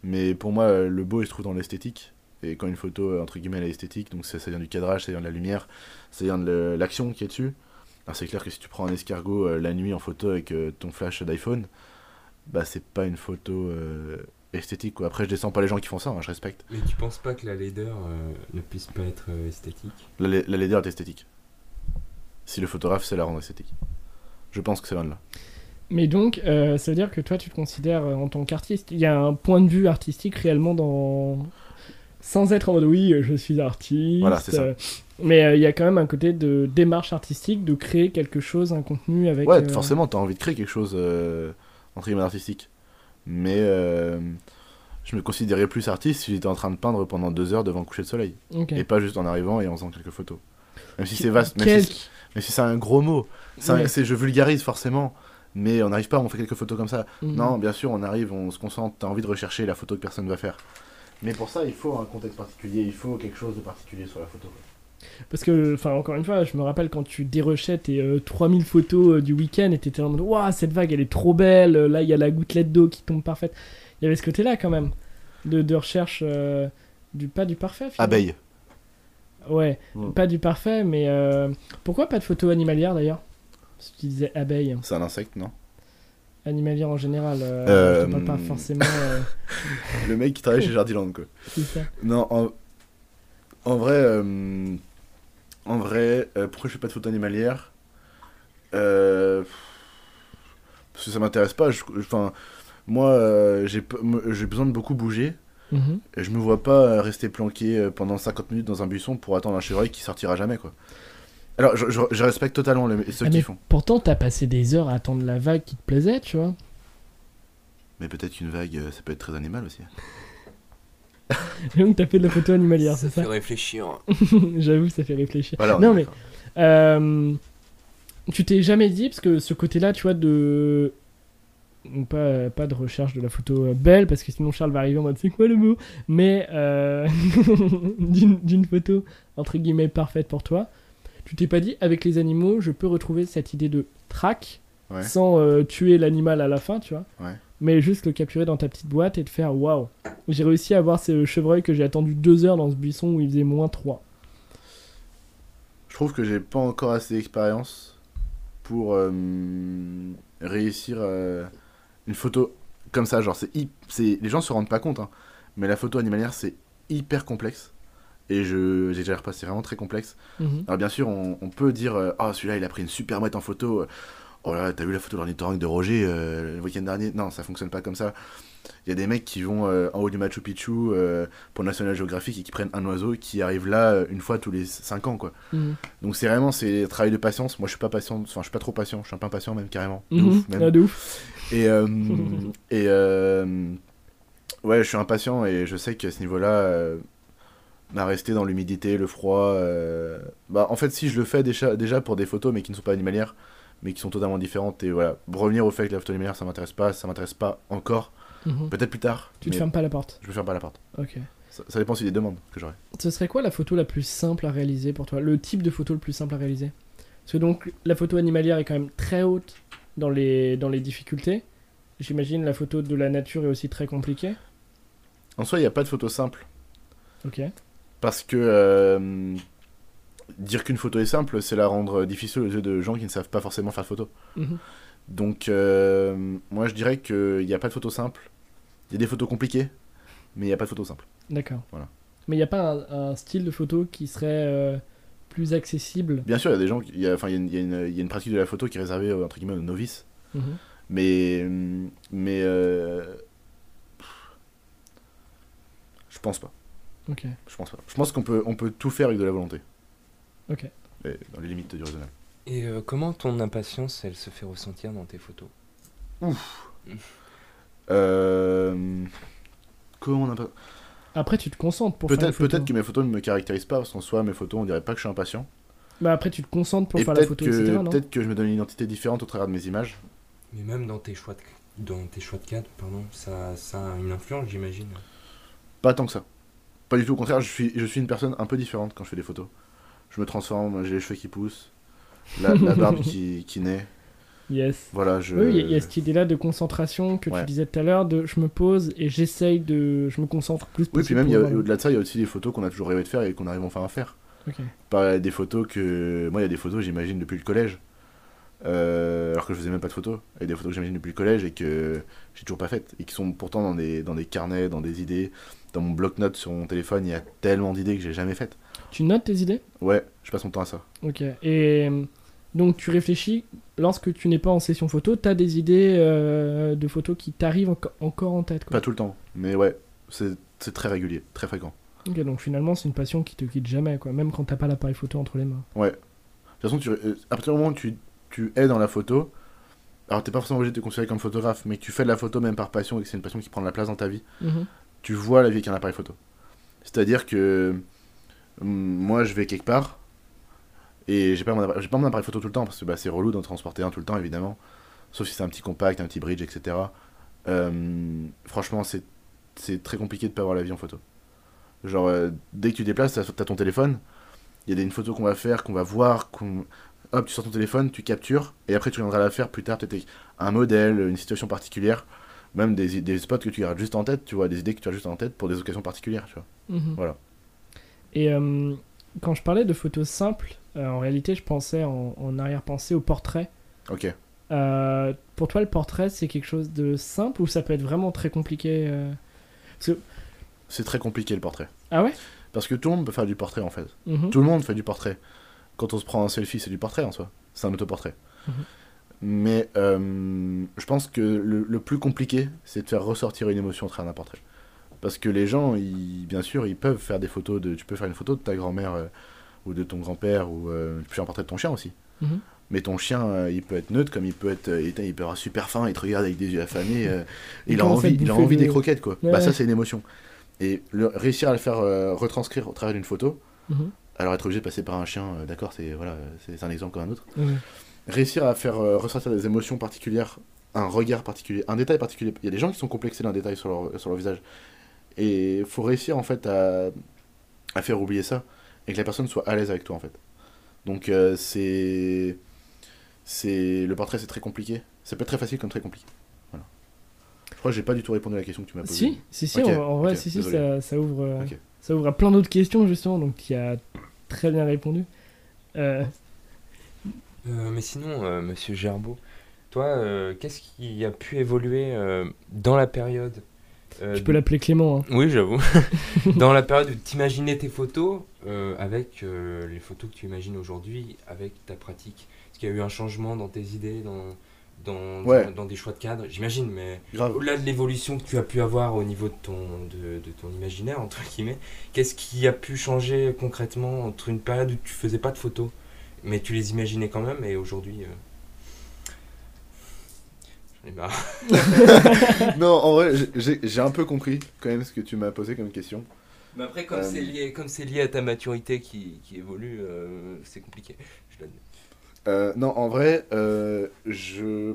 Mais pour moi, euh, le beau, il se trouve dans l'esthétique. Et quand une photo, euh, entre guillemets, elle est esthétique, donc ça, ça vient du cadrage, ça vient de la lumière, ça vient de le- l'action qui est dessus. Alors, c'est clair que si tu prends un escargot euh, la nuit en photo avec euh, ton flash d'iPhone, bah, c'est pas une photo euh, esthétique. Quoi. Après, je descends pas les gens qui font ça, hein, je respecte. Mais tu penses pas que la laideur euh, ne puisse pas être euh, esthétique La, la la laideur est esthétique. Si le photographe sait la rendre esthétique. Je pense que ça vient de là. Mais donc, euh, ça veut dire que toi, tu te considères euh, en tant qu'artiste. Il y a un point de vue artistique réellement dans. Sans être en mode oui, euh, je suis artiste. Voilà, c'est ça. euh, Mais euh, il y a quand même un côté de démarche artistique, de créer quelque chose, un contenu avec. Ouais, euh, forcément, t'as envie de créer quelque chose euh, entre guillemets artistique. Mais euh, je me considérais plus artiste si j'étais en train de peindre pendant deux heures devant le coucher de soleil. ok. Et pas juste en arrivant et en faisant quelques photos. Même si Qui- c'est vaste, même quel- si, même si c'est un gros mot. C'est un- Ouais. c'est- je vulgarise forcément. Mais on n'arrive pas, on fait quelques photos comme ça. Mhm. Non, bien sûr, on arrive, on se concentre, t'as envie de rechercher la photo que personne va faire. Mais pour ça, il faut un contexte particulier, il faut quelque chose de particulier sur la photo. Parce que, enfin, encore une fois, je me rappelle quand tu dérochais tes euh, 3000 photos euh, du week-end et t'étais en mode Waouh, cette vague elle est trop belle, euh, là il y a la gouttelette d'eau qui tombe parfaite. Il y avait ce côté-là quand même, de, de recherche euh, du pas du parfait. finalement. Abeille. Ouais, Mm. pas du parfait, mais euh, pourquoi pas de photo animalière d'ailleurs Parce que tu disais abeille, C'est un insecte, non animalière en général, euh, Euh, je te parle pas mm. forcément. euh, Le mec qui travaille chez Jardiland, quoi. c'est ça. Non, en, en vrai, euh, en vrai euh, pourquoi je fais pas de photo animalière Euh, Parce que ça m'intéresse pas. je- Enfin, moi, euh, j'ai pe- me- j'ai besoin de beaucoup bouger. Mhm. Et je me vois pas euh, rester planqué euh, pendant 50 minutes dans un buisson pour attendre un chevreuil qui sortira jamais, quoi. Alors, je, je- je respecte totalement les, ceux Ah, qui mais font. Pourtant, t'as passé des heures à attendre la vague qui te plaisait, tu vois. Mais peut-être qu'une vague, euh, ça peut être très animal aussi. Donc, t'as fait de la photo animalière, c'est ça fait réfléchir. J'avoue, ça fait réfléchir. Voilà, on non, est mais d'accord. Euh, tu t'es jamais dit, parce que ce côté-là, tu vois, de. Pas, euh, pas de recherche de la photo euh, belle, parce que sinon Charles va arriver en mode c'est quoi le mot Mais euh, d'une d'une photo entre guillemets parfaite pour toi, tu t'es pas dit avec les animaux, je peux retrouver cette idée de track Ouais. sans euh, tuer l'animal à la fin, tu vois Ouais. Mais juste le capturer dans ta petite boîte et te faire waouh, j'ai réussi à avoir ce chevreuil que j'ai attendu deux heures dans ce buisson où il faisait moins 3. Je trouve que j'ai pas encore assez d'expérience pour euh, réussir euh, une photo comme ça. Genre, c'est hy- c'est les gens se rendent pas compte, hein, mais la photo animalière c'est hyper complexe. Et je j'ai déjà repassé, c'est vraiment très complexe. Alors bien sûr, on, on peut dire euh, ah celui-là il a pris une super mouette en photo. Oh là, là, t'as vu la photo de l'ornithorynque de Roger euh, le week-end dernier Non, ça fonctionne pas comme ça. Il y a des mecs qui vont euh, en haut du Machu Picchu euh, pour National Geographic et qui prennent un oiseau qui arrive là euh, une fois tous les 5 ans, quoi. Mhm. Donc c'est vraiment c'est travail de patience. Moi je suis pas patient, enfin je suis pas trop patient, je suis un peu Ah, impatient même carrément. De Mhm. ouf, même. Ah, de ouf. Et euh, et euh, ouais, je suis impatient et je sais qu'à ce niveau-là, euh, bah, rester dans l'humidité, le froid. euh, Bah, en fait, si je le fais déjà, déjà pour des photos, mais qui ne sont pas animalières, mais qui sont totalement différentes, et voilà, revenir au fait que la photo animalière, ça m'intéresse pas, ça m'intéresse pas encore. Mhm. Peut-être plus tard. Tu te mais fermes pas la porte. Je me ferme pas la porte. Ok. Ça, ça dépend aussi des demandes que j'aurai. Ce serait quoi la photo la plus simple à réaliser pour toi Le type de photo le plus simple à réaliser Parce que donc la photo animalière est quand même très haute dans les, dans les difficultés. J'imagine la photo de la nature est aussi très compliquée. En soi, il n'y a pas de photo simple. Ok. Parce que euh, dire qu'une photo est simple, c'est la rendre euh, difficile aux yeux de gens qui ne savent pas forcément faire de photo. Mhm. Donc, euh, moi, je dirais qu'il n'y a pas de photo simple. Il y a des photos compliquées, mais il n'y a pas de photo simple. D'accord. Voilà. Mais il n'y a pas un, un style de photo qui serait euh, plus accessible Bien sûr, il y a des gens, qui- il y a, enfin, il y a une- il y, a une- il y a une pratique de la photo qui est réservée euh, entre guillemets aux novices, Mhm. mais hum, mais euh, pff, je pense pas. Ok. Je pense pas. Je pense qu'on peut on peut tout faire avec de la volonté. Ok. Mais dans les limites du raisonnable. Et euh, comment ton impatience, elle se fait ressentir dans tes photos Euh, comment on a pas- Après tu te concentres pour faire la Peut-être photo. peut-être que mes photos ne me caractérisent pas parce qu'en soi mes photos on dirait pas que je suis impatient. Bah après tu te concentres pour Et faire la peut-être photo, que etc. Non peut-être que je me donne une identité différente au travers de mes images. Mais même dans tes choix de, dans tes choix de cadre, pardon, ça, ça a une influence, j'imagine. Pas tant que ça. Pas du tout, au contraire, je suis, je suis une personne un peu différente quand je fais des photos. Je me transforme, j'ai les cheveux qui poussent, la, la barbe qui, qui naît. Yes. Voilà, je. Oui, il y a- il y, a cette idée-là de concentration que Ouais. tu disais tout à l'heure, de je me pose et j'essaye de... Je me concentre plus Oui, puis possible même, il y a- pour voir le- au-delà de ça, il y a aussi des photos qu'on a toujours rêvé de faire et qu'on arrive enfin à faire. Ok. Pas des photos que. Moi, il y a des photos, j'imagine, depuis le collège. Euh, alors que je faisais même pas de photos. Et des photos que j'imagine depuis le collège et que j'ai toujours pas faites. Et qui sont pourtant dans des, dans des carnets, dans des idées. Dans mon bloc-notes sur mon téléphone, il y a tellement d'idées que j'ai jamais faites. Tu notes tes idées Ouais, je passe mon temps à ça. Ok. Et euh, donc tu réfléchis, lorsque tu n'es pas en session photo, t'as des idées euh, de photos qui t'arrivent enco- encore en tête. Quoi. Pas tout le temps, mais ouais, c'est c'est très régulier, très fréquent. Ok, donc finalement c'est une passion qui te quitte jamais, quoi, même quand t'as pas l'appareil photo entre les mains. De toute façon, tu, euh, à partir du moment où tu, tu es dans la photo, alors t'es pas forcément obligé de te considérer comme photographe, mais que tu fais de la photo même par passion et que c'est une passion qui prend de la place dans ta vie, tu vois la vie avec un appareil photo. C'est-à-dire que hum, moi, je vais quelque part et j'ai pas, mon appareil- j'ai pas mon appareil photo tout le temps parce que bah, c'est relou d'en transporter un tout le temps, évidemment. Sauf si c'est un petit compact, un petit bridge, etc. Euh, franchement, c'est c'est très compliqué de pas avoir la vie en photo. Genre, euh, dès que tu déplaces, t'as t'as ton téléphone, il y a des- une photo qu'on va faire, qu'on va voir, qu'on- Hop, tu sors ton téléphone, tu captures, et après tu reviendras la faire plus tard, peut-être avec un modèle, une situation particulière, même des, i- des spots que tu gardes juste en tête, tu vois, des idées que tu as juste en tête pour des occasions particulières, tu vois. Mhm. Voilà. Et euh, quand je parlais de photos simples, euh, en réalité je pensais en, en arrière-pensée au portrait. Ok. Euh, pour toi, le portrait, c'est quelque chose de simple ou ça peut être vraiment très compliqué euh C'est très compliqué le portrait. Ah ouais Parce que tout le monde peut faire du portrait en fait. Mhm. Tout le monde fait du portrait. Quand on se prend un selfie, c'est du portrait en soi. C'est un autoportrait. Mhm. Mais euh, je pense que le, le plus compliqué, c'est de faire ressortir une émotion au travers d'un portrait. Parce que les gens, ils, bien sûr, ils peuvent faire des photos de. Tu peux faire une photo de ta grand-mère euh, ou de ton grand-père ou euh, tu peux faire un portrait de ton chien aussi. Mhm. Mais ton chien, euh, il peut être neutre comme il peut être. euh, il, il peut avoir super faim, il te regarde avec des yeux affamés. euh, Il il, a commence à envie, te il a bouffer envie des le- croquettes quoi. Ouais, Bah, ça, ouais. c'est une émotion. Et le, réussir à le faire euh, retranscrire au travers d'une photo, Mhm. alors être obligé de passer par un chien, euh, d'accord, c'est voilà, euh, c'est c'est un exemple comme un autre. Ouais. Réussir à faire euh, ressortir des émotions particulières, un regard particulier, un détail particulier. Il y a des gens qui sont complexés d'un détail sur leur, euh, sur leur visage. Et faut réussir en fait à, à faire oublier ça et que la personne soit à l'aise avec toi en fait. Donc euh, c'est c'est le portrait c'est très compliqué. Ça peut être très facile comme très compliqué. Voilà. Je crois que j'ai pas du tout répondu à la question que tu m'as posée. Si, si, si, Ok, en, en vrai, ok, si, si, désolé. ça, ça ouvre, euh, Ok. ça ouvre à plein d'autres questions, justement, donc qui a très bien répondu. Euh, Euh, mais sinon, euh, monsieur Gerbeau, toi, euh, qu'est-ce qui a pu évoluer euh, dans la période euh, tu peux l'appeler Clément. hein. Oui, j'avoue. dans la période où t'imaginais tes photos euh, avec euh, les photos que tu imagines aujourd'hui, avec ta pratique Est-ce qu'il y a eu un changement dans tes idées, dans, dans, Ouais. dans, dans des choix de cadre J'imagine, mais Grave. au-delà de l'évolution que tu as pu avoir au niveau de ton, de, de ton imaginaire, entre guillemets, qu'est-ce qui a pu changer concrètement entre une période où tu faisais pas de photos, mais tu les imaginais quand même, et aujourd'hui euh, J'en ai marre. non, en vrai, j'ai- j'ai j'ai un peu compris quand même ce que tu m'as posé comme question. Mais après, comme Euh, c'est lié, comme c'est lié à ta maturité qui, qui évolue, euh, c'est compliqué. Je l'admets. Euh, non, en vrai, euh, je.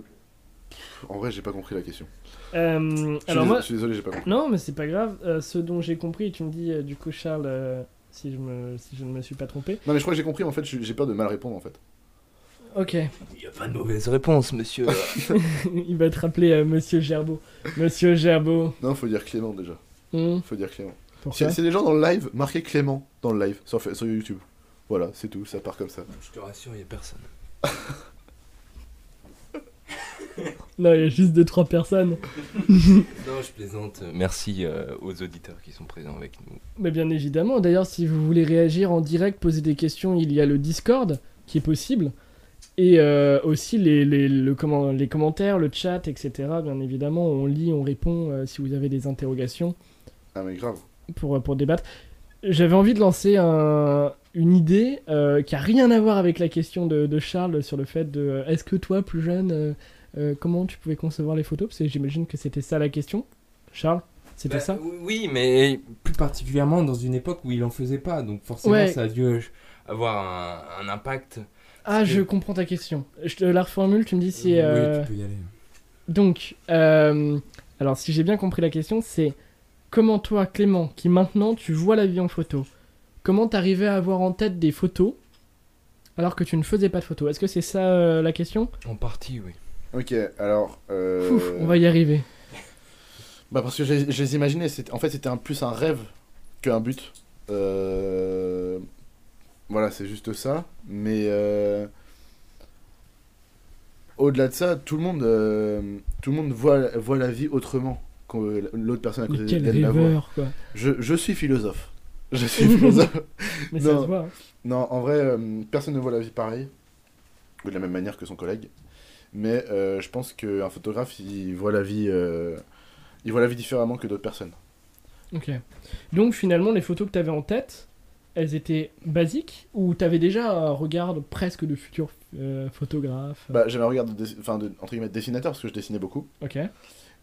Pff, En vrai, j'ai pas compris la question. Euh, Je suis, alors dés- moi, je suis désolé, j'ai pas compris. non, mais c'est pas grave. Euh, ce dont j'ai compris, tu me dis euh, du coup, Charles, euh, si, je me, si je ne me suis pas trompé. Non, mais je crois que j'ai compris, en fait, je- j'ai peur de mal répondre en fait. Ok, Il n'y a pas de mauvaise réponse, monsieur. il va te rappeler euh, Monsieur Gerbeau. Monsieur Gerbeau. Non, faut dire Clément déjà. Hmm, Faut dire Clément. pourquoi C'est c'est les gens dans le live, marquez Clément dans le live sur, fa- sur YouTube. Voilà, c'est tout, ça part comme ça. je te rassure, il n'y a personne. Non, il y a juste deux trois personnes. Non, je plaisante. Merci euh, aux auditeurs qui sont présents avec nous. Mais bien évidemment, d'ailleurs, si vous voulez réagir en direct, poser des questions, il y a le Discord qui est possible. Et euh, aussi les, les, le comment- les commentaires, le chat, etc. Bien évidemment, on lit, on répond euh, si vous avez des interrogations Ah, mais grave. pour, euh, pour débattre. J'avais envie de lancer un- une idée euh, qui a rien à voir avec la question de, de Charles sur le fait de euh, est-ce que toi, plus jeune, euh, euh, comment tu pouvais concevoir les photos Parce que j'imagine que c'était ça la question. Charles, c'était Bah, ça oui, Oui, mais plus particulièrement dans une époque où il en faisait pas. Donc forcément, Ouais. ça a dû euh, avoir un, un impact. Ah, que- je comprends ta question. Je te la reformule, tu me dis si. euh, Oui, tu peux y aller. Donc, euh, alors si j'ai bien compris la question, c'est comment toi, Clément, qui maintenant tu vois la vie en photo, comment t'arrivais à avoir en tête des photos alors que tu ne faisais pas de photos Est-ce que c'est ça euh, la question En partie, oui. Ok, alors. euh, Ouf, on va y arriver. Bah parce que je les- je les imaginais, c'était- en fait c'était un, plus un rêve qu'un but. Euh, Voilà, c'est juste ça. Mais euh, au-delà de ça, tout le monde, euh, tout le monde voit, voit la vie autrement que l'autre personne à Mais côté quel d'elle la voit. rêveur, quoi. Je, je suis philosophe. Je suis philosophe. Mais ça Non. se voit. hein. non, en vrai, euh, personne ne voit la vie pareil, ou de la même manière que son collègue. Mais euh, je pense qu'un photographe, il voit la vie, euh, il voit la vie différemment que d'autres personnes. Ok. Donc finalement, les photos que t'avais en tête, elles étaient basiques ou t'avais déjà un regard de- presque de futur euh, photographe Bah, j'avais un regard de, dessi- enfin, de, entre guillemets, dessinateur parce que je dessinais beaucoup. Ok.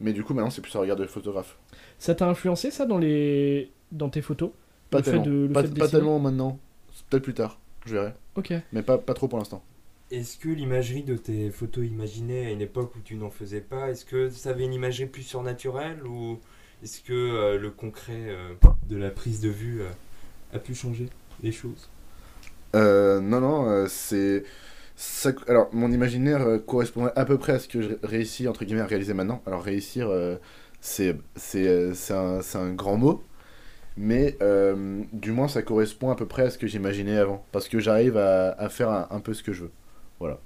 Mais du coup, maintenant, c'est plus un regard de photographe. Ça t'a influencé ça dans les dans tes photos Pas Le fait tellement. de- le pas, fait de pas dessiner tellement maintenant. C'est Peut-être plus tard, je verrai. Ok. Mais pas, pas trop pour l'instant. Est-ce que l'imagerie de tes photos imaginées à une époque où tu n'en faisais pas, est-ce que ça avait une imagerie plus surnaturelle ou est-ce que euh, le concret euh, de la prise de vue euh, a pu changer les choses Euh, non, non, euh, c'est. ça- alors, mon imaginaire euh, correspondait à peu près à ce que je ré- réussis, entre guillemets, à réaliser maintenant. Alors, réussir, euh, c'est c'est euh, c'est un, c'est un grand mot. Mais euh, du moins, ça correspond à peu près à ce que j'imaginais avant. Parce que j'arrive à, à faire un, un peu ce que je veux. Voilà.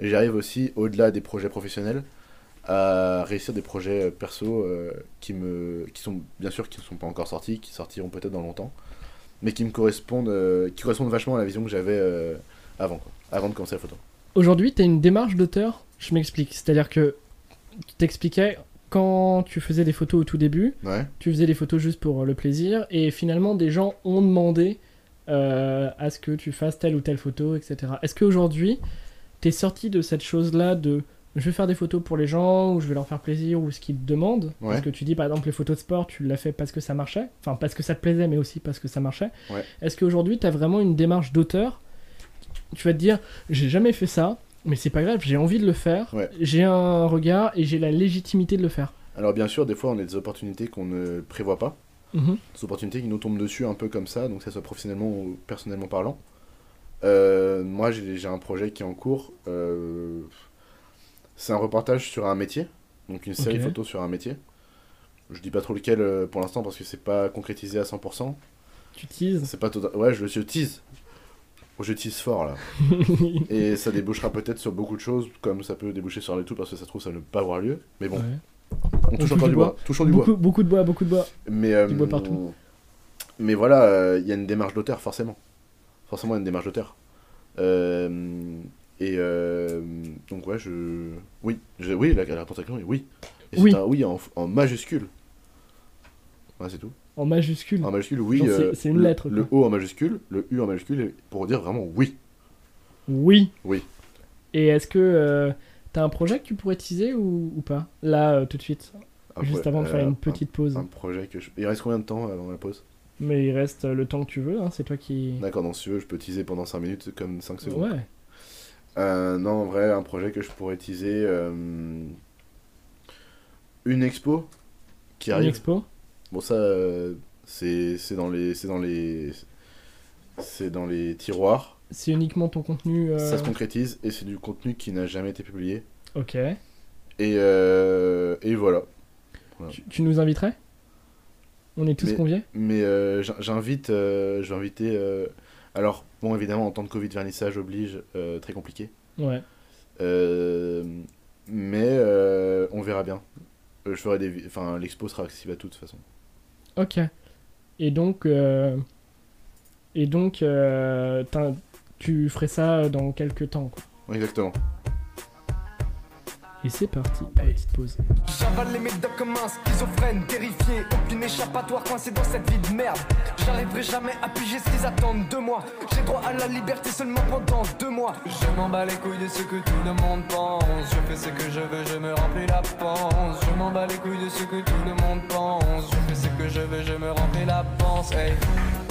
Et j'arrive aussi, au-delà des projets professionnels, à réussir des projets euh, perso euh, qui, me, qui sont, bien sûr, qui ne sont pas encore sortis, qui sortiront peut-être dans longtemps mais qui me correspondent, euh, qui correspondent vachement à la vision que j'avais euh, avant, quoi, avant de commencer la photo. Aujourd'hui, t'as une démarche d'auteur Je m'explique. C'est-à-dire que tu t'expliquais quand tu faisais des photos au tout début, Ouais. tu faisais des photos juste pour euh, le plaisir, et finalement, des gens ont demandé euh, à ce que tu fasses telle ou telle photo, etc. Est-ce qu'aujourd'hui, t'es sorti de cette chose-là de je vais faire des photos pour les gens, ou je vais leur faire plaisir, ou ce qu'ils te demandent Ouais. Parce que tu dis, par exemple, les photos de sport, tu l'as fait parce que ça marchait, enfin parce que ça te plaisait, mais aussi parce que ça marchait. Ouais. Est-ce qu'aujourd'hui, t'as vraiment une démarche d'auteur Tu vas te dire, j'ai jamais fait ça, mais c'est pas grave, j'ai envie de le faire, Ouais. j'ai un regard et j'ai la légitimité de le faire. Alors bien sûr, des fois, on a des opportunités qu'on ne prévoit pas, Mhm. des opportunités qui nous tombent dessus un peu comme ça, donc que ça soit professionnellement ou personnellement parlant. Euh, moi, j'ai j'ai un projet qui est en cours. euh, C'est un reportage sur un métier, donc une série Ok. photo sur un métier. Je dis pas trop lequel euh, pour l'instant parce que c'est pas concrétisé à 100%. Tu teases C'est pas tota- Ouais, je, je tease. Oh, Je tease fort là. Et ça débouchera peut-être sur beaucoup de choses, comme ça peut déboucher sur les tout, parce que ça se trouve, ça ne peut pas avoir lieu. Mais bon, Ouais. on touche encore du bois. Touchons du bois. Beaucoup, beaucoup de bois, beaucoup de bois. Mais, euh, Du bois partout. Mais voilà, euh, il y a une démarche d'auteur, forcément. Forcément, il y a une démarche d'auteur. Euh, et euh, donc, ouais, je. Oui, je- oui la, la réponse à la question est oui. Et Oui. c'est un oui en, en majuscule. Ouais, c'est tout. En majuscule. En majuscule, oui. Genre, c'est- euh, c'est une le- lettre, Le O en majuscule, le U en majuscule, et pour dire vraiment oui. Oui. Oui. Et est-ce que euh, T'as un projet que tu pourrais teaser ou, ou pas Là, euh, tout de suite, Ah, juste ouais, avant de faire euh, une petite pause. un, un projet que je... Il reste combien de temps avant la pause Mais il reste euh, le temps que tu veux, hein, c'est toi qui. D'accord, donc si tu veux, je peux teaser pendant 5 minutes, comme 5 secondes. Ouais. Euh, non, en vrai, un projet que je pourrais teaser. euh, Une expo qui Une arrive. expo Bon, ça, euh, c'est c'est dans les. C'est dans les. C'est dans les tiroirs. C'est uniquement ton contenu. euh, Ça se concrétise et c'est du contenu qui n'a jamais été publié. Ok. Et, euh, et voilà. Tu, tu nous inviterais On est tous Mais- conviés Mais euh, j'in- j'invite. euh, je vais inviter. euh, Alors, bon, évidemment, en temps de Covid, vernissage oblige, euh, très compliqué. Ouais. Euh, mais euh, on verra bien. Euh, je ferai des, vi- enfin, l'expo sera accessible à tout de toute façon. Ok. Et donc. euh, Et donc, euh, t'as- tu ferais ça euh, dans quelques temps. quoi. Exactement. Et c'est parti, pour la petite pause. J'avale les médocs comme un schizophrène, terrifié, aucune échappatoire coincée dans cette vie de merde. J'arriverai jamais à piger ce qu'ils attendent de moi. J'ai droit à la liberté seulement pendant deux mois. Je m'en bats les couilles de ce que tout le monde pense. Je fais ce que je veux, je me remplis la panse. Je m'en bats les couilles de ce que tout le monde pense. Je fais ce que je veux, je me remplis la panse. Hey.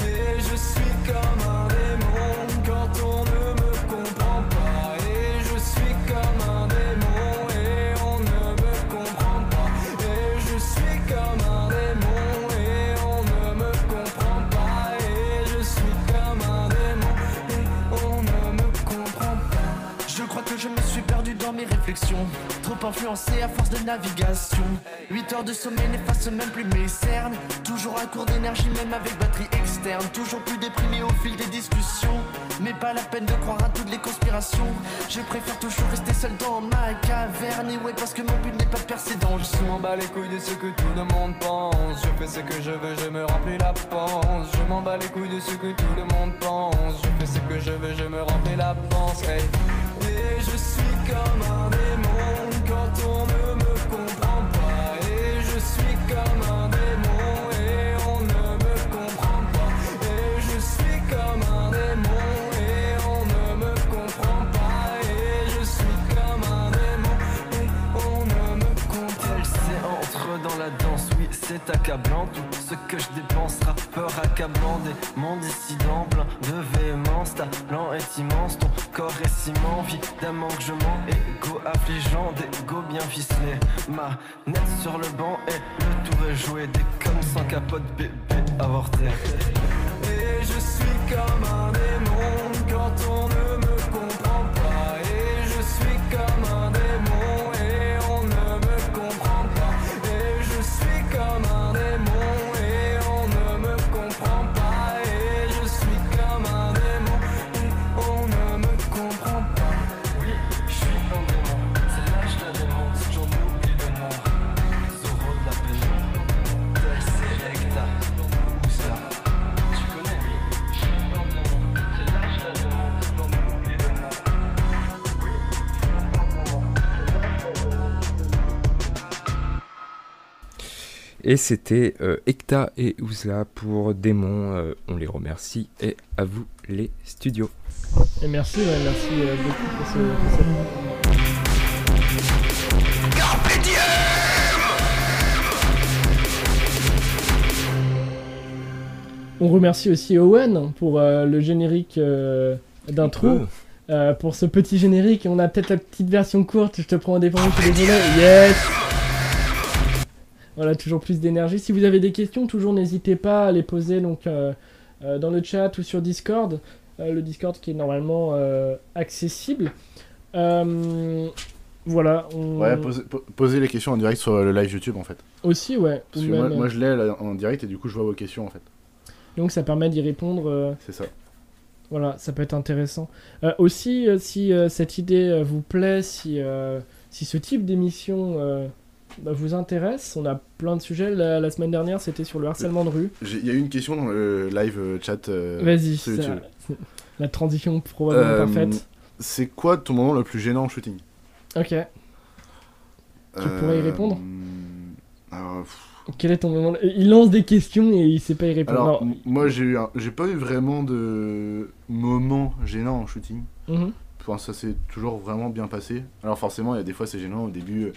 Et je suis comme un démon quand on ne me comprend pas. Et je suis comme un démon et on ne me comprend pas. Et je suis comme un démon et on ne me comprend pas. Et je suis comme un démon et on ne me comprend pas. Je crois que je me suis perdu dans mes réflexions. Trop influencé à force de navigation. 8 heures de sommeil n'effacent même plus mes cernes. Toujours à court d'énergie, même avec batterie externe. Toujours plus déprimé au fil des discussions. Mais pas la peine de croire à toutes les conspirations. Je préfère toujours rester seul dans ma caverne. Et ouais, parce que mon but n'est pas de percer dans le son. Je m'en bats les couilles de ce que tout le monde pense. Je fais ce que je veux, je me remplis la panse. Je m'en bats les couilles de ce que tout le monde pense. Je fais ce que je veux, je me remplis la panse. Hey. Et je suis comme un démon quand on ne me comprend pas. Et je suis comme un démon et on ne me comprend pas. Et je suis comme un démon et on ne me comprend pas. Et je suis comme un démon et on ne me comprend pas. Elle s'entre dans la danse, oui, c'est accablant. Tout ce que je dépense, rappeur accablant. Des mondes dissidents, plein de véhémence. Ta talent est immense, ton corps est ciment. Évidemment que je mens, égo affligeant, d'égo bien ficelé. Ma nette sur le banc et le tour est joué. Des comme sans capote, bébé avorté. Et je suis comme un démon quand on ne me comprend pas. Et je suis comme un démon et on ne me comprend pas. Et je suis comme un démon et on ne me comprend pas. Et je suis comme un démon et on ne me comprend pas. Oui, je suis un démon, c'est l'âge d'un démon, si j'en oublie le nom. Zoro de la pénombre, tel Selecta, où ça Tu connais lui, je suis un démon, c'est l'âge d'un démon, si j'en oublie le nom. Et c'était euh, Ekta et Ouzla pour Démon. euh, on les remercie et à vous les studios. Et merci, ouais, merci euh, beaucoup pour ce. pour cette- On remercie aussi Owen pour euh, le générique euh, d'intro, euh, pour ce petit générique. On a peut-être la petite version courte, je te prends en défense, je suis désolé. Yes Voilà, toujours plus d'énergie. Si vous avez des questions, toujours n'hésitez pas à les poser donc, euh, euh, dans le chat ou sur Discord. Euh, le Discord qui est normalement euh, accessible. Euh, voilà. On... Ouais, posez, po- posez les questions en direct sur le live YouTube en fait. Aussi, ouais. Parce ou que moi, même, euh, moi, je l'ai là, en direct et du coup je vois vos questions en fait. Donc ça permet d'y répondre. euh, C'est ça. Voilà, ça peut être intéressant. Euh, aussi, euh, si euh, cette idée euh, vous plaît, si, euh, si ce type d'émission euh, bah, vous intéresse, on a plein de sujets. La, la semaine dernière, c'était sur le harcèlement de rue. J'ai- Il y a eu une question dans le live euh, chat. euh, Vas-y, sur ça- YouTube. la transition probablement Euh, parfaite. C'est quoi ton moment le plus gênant en shooting Ok. Tu pourrais y répondre Euh, alors, pff, Quel est ton moment Il lance des questions et il sait pas y répondre. alors, Non. m- moi j'ai eu un- j'ai pas eu vraiment de moment gênant en shooting. Mhm. enfin, ça s'est toujours vraiment bien passé. Alors forcément, il y a des fois c'est gênant au début, euh,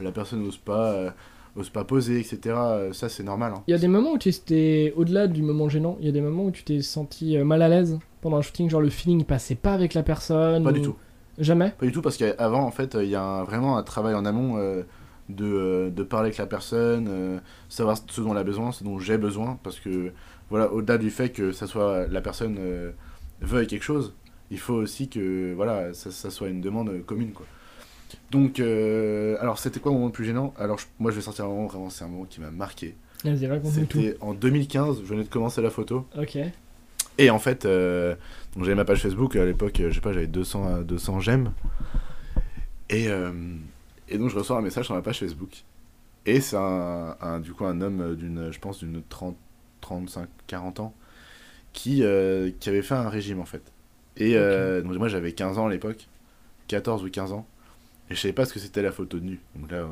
la personne n'ose pas, euh, ose pas poser, etc. Euh, ça c'est normal. hein. Il y a des moments où tu étais au-delà du moment gênant, il y a des moments où tu t'es senti euh, mal à l'aise pendant un shooting, genre le feeling passait pas avec la personne. Pas du ou- tout. Jamais Pas du tout parce qu'avant en fait, il y a un- vraiment un travail en amont euh, de, euh, de parler avec la personne, euh, savoir ce dont elle a besoin, ce dont j'ai besoin, parce que voilà, au-delà du fait que ça soit la personne euh, veuille quelque chose, il faut aussi que voilà, ça, ça soit une demande euh, commune quoi. Donc, euh, alors c'était quoi mon moment le plus gênant Alors je- moi je vais sortir un moment vraiment, c'est un moment qui m'a marqué. Vas-y, raconte-nous tout. C'était en 2015, je venais de commencer la photo. Ok. Et en fait, euh, donc j'avais ma page Facebook à l'époque, euh, je sais pas, j'avais 200, euh, 200 j'aime. Et, euh, et donc je reçois un message sur ma page Facebook. Et c'est un, un- du coup un homme euh, d'une, je pense, d'une 30, 35, 40 ans qui, euh, qui avait fait un régime en fait. Et euh, donc moi j'avais 15 ans à l'époque, 14 ou 15 ans. Et je savais pas ce que c'était la photo de nu. Donc là, euh,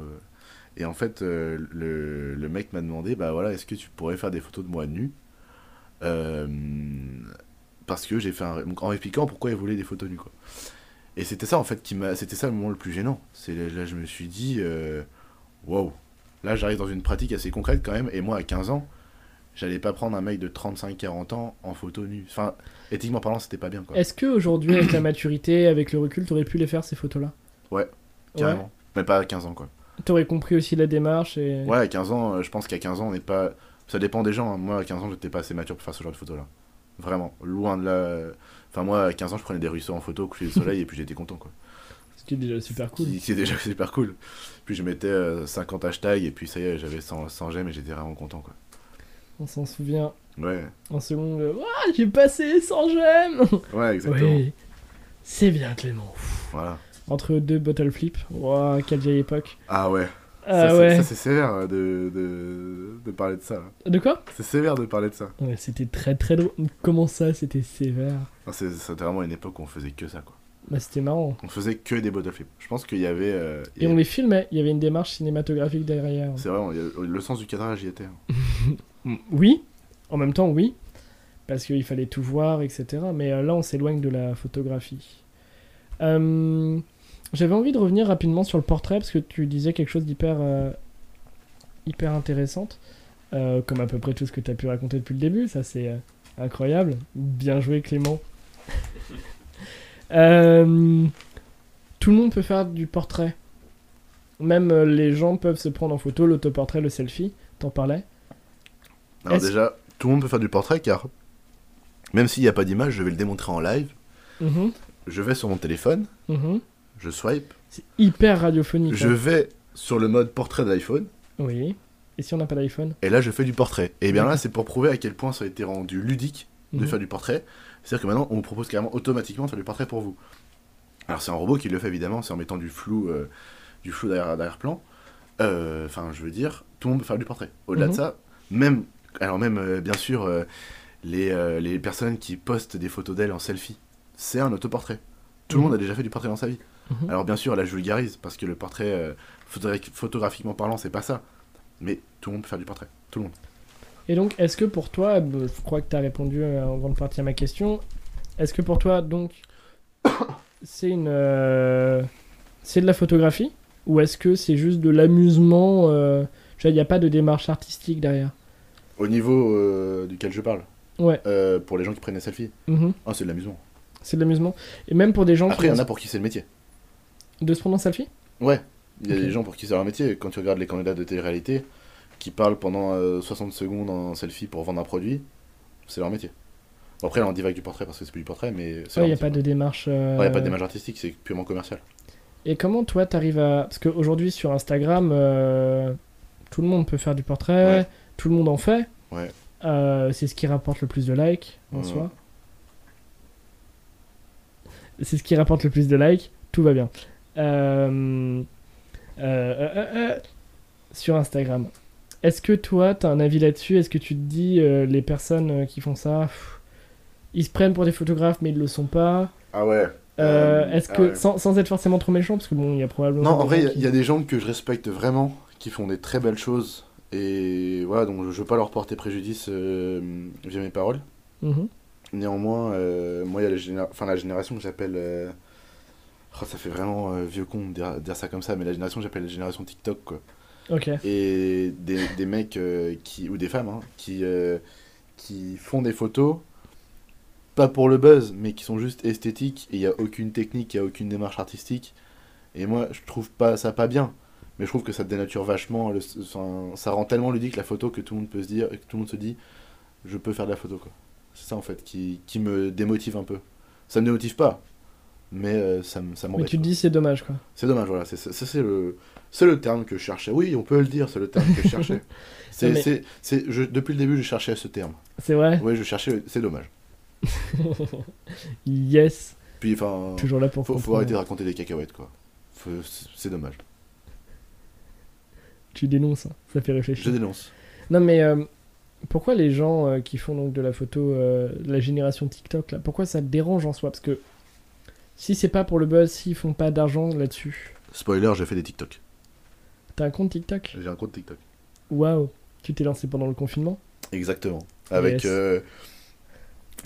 et en fait, euh, le, le mec m'a demandé, bah voilà, est-ce que tu pourrais faire des photos de moi nu euh, parce que j'ai fait un... donc, en expliquant pourquoi il voulait des photos nues quoi. Et c'était ça en fait qui m'a c'était ça le moment le plus gênant. C'est là, là, je me suis dit euh, waouh. Là j'arrive dans une pratique assez concrète quand même et moi à 15 ans, j'allais pas prendre un mec de 35 40 ans en photo nue. Enfin éthiquement parlant, c'était pas bien quoi. Est-ce que aujourd'hui, avec la maturité, avec le recul, t'aurais pu les faire ces photos-là Ouais, Carrément. Mais pas à 15 ans quoi. T'aurais compris aussi la démarche et. Ouais, à 15 ans, euh, je pense qu'à 15 ans, on n'est pas. Ça dépend des gens. hein. Moi, à 15 ans, j'étais pas assez mature pour faire ce genre de photos là. Vraiment, loin de la. Enfin, moi, à 15 ans, je prenais des ruisseaux en photo, coucher le soleil, et puis j'étais content, quoi. C'était déjà super cool. Qui, qui est déjà super cool. Puis je mettais euh, 50 hashtags, et puis ça y est, j'avais 100, 100 j'aime, et j'étais vraiment content, quoi. On s'en souvient Ouais, en seconde. euh, Ouah, j'ai passé sans j'aime ouais, exactement. Oui. C'est bien, Clément. Voilà. Entre deux bottle flip. Ouah, quelle vieille époque. Ah ouais, ça, Ah c'est- ouais. ça, c'est sévère euh, de, de, de parler de ça. là. De quoi C'est sévère de parler de ça. Ouais, C'était très très drôle. Comment ça, c'était sévère Enfin, c'est- C'était vraiment une époque où on faisait que ça, quoi. Bah, c'était marrant. On faisait que des bottle flips. Je pense qu'il y avait. euh, il y Et on avait- les filmait, il y avait une démarche cinématographique derrière. C'est vrai, on- il y a- le sens du cadrage y était. hein. Mm, Oui, en même temps, oui, parce qu'il fallait tout voir, etc. Mais euh, là, on s'éloigne de la photographie. Euh, J'avais envie de revenir rapidement sur le portrait, parce que tu disais quelque chose d'hyper euh, hyper intéressante, euh, comme à peu près tout ce que tu as pu raconter depuis le début, ça c'est euh, incroyable. Bien joué Clément. Euh, tout le monde peut faire du portrait. Même euh, les gens peuvent se prendre en photo, l'autoportrait, le selfie, t'en parlais. Alors Est-ce- déjà, tout le monde peut faire du portrait car même s'il n'y a pas d'image, je vais le démontrer en live. Mhm, Je vais sur mon téléphone, mhm. je swipe, C'est hyper radiophonique. je hein. vais sur le mode portrait d'iPhone Oui. Et si on n'a pas d'iPhone et là je fais du portrait. Et bien là, c'est pour prouver à quel point ça a été rendu ludique de Mhm. faire du portrait. C'est-à-dire que maintenant, on vous propose carrément automatiquement de faire du portrait pour vous. Alors c'est un robot qui le fait évidemment, c'est en mettant du flou, euh, du flou derrière plan Euh, Enfin, je veux dire, tout le monde peut faire du portrait. Au-delà Mhm. de ça, même, alors même euh, bien sûr, euh, les, euh, les personnes qui postent des photos d'elles en selfie, c'est un autoportrait. Tout Mhm. le monde a déjà fait du portrait dans sa vie. Mhm. Alors bien sûr, là je vulgarise parce que le portrait, euh, photogra- photographiquement parlant, c'est pas ça. Mais tout le monde peut faire du portrait. Tout le monde. Et donc, est-ce que pour toi, bah, je crois que tu as répondu euh, en grande partie à ma question, est-ce que pour toi, donc, c'est une. euh, c'est de la photographie Ou est-ce que c'est juste de l'amusement euh, je veux dire, Il n'y a pas de démarche artistique derrière Au niveau euh, duquel je parle, Ouais. euh, pour les gens qui prennent des selfies, Mhm, ah, c'est de l'amusement. C'est de l'amusement. Et même pour des gens Après, il y qui. en a pour qui c'est le métier. De se prendre en selfie Ouais, il y a Ok. des gens pour qui c'est leur métier. Quand tu regardes les candidats de télé-réalité qui parlent pendant euh, 60 secondes en selfie pour vendre un produit, c'est leur métier. Bon, après, là, on divague du portrait parce que c'est plus du portrait, mais c'est leur Ouais, il n'y a métier, pas de quoi. démarche. euh, Ouais, y a pas de démarche artistique, c'est purement commercial. Et comment toi t'arrives à parce qu'aujourd'hui sur Instagram euh, tout le monde peut faire du portrait, Ouais. tout le monde en fait. Ouais. Euh, c'est ce qui rapporte le plus de likes en Ouais. soi. C'est ce qui rapporte le plus de likes. Tout va bien. Euh, euh, euh, euh, euh, sur Instagram. Est-ce que toi t'as un avis là-dessus Est-ce que tu te dis euh, les personnes euh, qui font ça, pff, ils se prennent pour des photographes mais ils le sont pas Ah ouais. euh, Euh, Est-ce ah que, ouais. sans, sans être forcément trop méchant, parce que bon, il y a probablement. Non, en des vrai, gens il y, a des gens que je respecte vraiment, qui font des très belles choses, et voilà, donc je veux pas leur porter préjudice euh, via mes paroles. qui- Mhm. Néanmoins, euh, moi, il y a la, généra- enfin, la génération que j'appelle euh, Oh, ça fait vraiment euh, vieux con de dire, dire ça comme ça, mais la génération que j'appelle la génération TikTok, quoi. Ok. Et des, des mecs euh, qui, ou des femmes hein, qui, euh, qui font des photos, pas pour le buzz, mais qui sont juste esthétiques, et il n'y a aucune technique, il n'y a aucune démarche artistique. Et moi, je trouve pas ça pas bien, mais je trouve que ça dénature vachement, le, enfin, ça rend tellement ludique la photo que tout le monde peut se dire, que tout le monde se dit, je peux faire de la photo, quoi. C'est ça, en fait, qui, qui me démotive un peu. Ça me démotive pas, mais euh, ça, me- ça Mais m'embête. tu te quoi. dis c'est dommage quoi. C'est dommage, voilà. C'est, c'est, c'est le, c'est le terme que je cherchais. Oui, on peut le dire, c'est le terme que je cherchais. C'est, Non, mais- c'est, c'est- je- depuis le début, je cherchais ce terme. C'est vrai Oui, je cherchais, le- c'est dommage. Yes. Puis, enfin, Toujours là pour faut, faut comprendre. arrêter de raconter des cacahuètes, quoi. Faut- c'est, c'est dommage. Tu dénonces, hein. ça fait Je réfléchir. dénonce. Non mais euh, pourquoi les gens euh, qui font donc de la photo, euh, la génération TikTok là, pourquoi ça te dérange en soi Parce que si c'est pas pour le buzz, s'ils font pas d'argent là-dessus, Spoiler, j'ai fait des TikTok. t'as un compte TikTok J'ai un compte TikTok. Waouh Tu t'es lancé pendant le confinement Exactement. Avec. Yes. euh,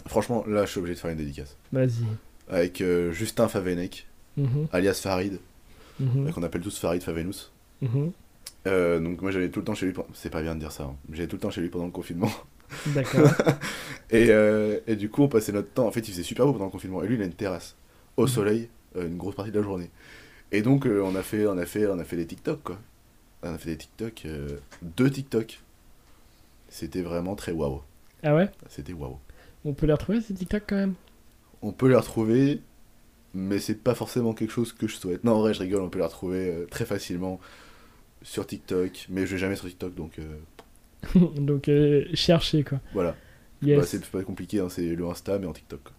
franchement, là, je suis obligé de faire une dédicace. Vas-y. Avec euh, Justin Favenec, Mhm, alias Farid, mhm, qu'on appelle tous Farid Favenous. mhm. Euh, donc, moi, j'allais tout le temps chez lui. pendant- C'est pas bien de dire ça. hein. J'allais tout le temps chez lui pendant le confinement. D'accord. Et, euh, et du coup, on passait notre temps. En fait, il faisait super beau pendant le confinement. Et lui, il a une terrasse au Mhm. soleil euh, une grosse partie de la journée. Et donc, euh, on a fait, on a fait, on a fait des TikTok quoi. On a fait des TikTok, euh, deux TikTok. C'était vraiment très waouh. ah ouais C'était waouh. On peut les retrouver ces TikTok quand même On peut les retrouver, mais c'est pas forcément quelque chose que je souhaite. Non, en vrai, je rigole. On peut les retrouver euh, très facilement sur TikTok, mais je vais jamais sur TikTok, donc euh, Donc euh, cherchez quoi. voilà. Yes. Bah, c'est pas compliqué, hein, c'est le Insta mais en TikTok. quoi.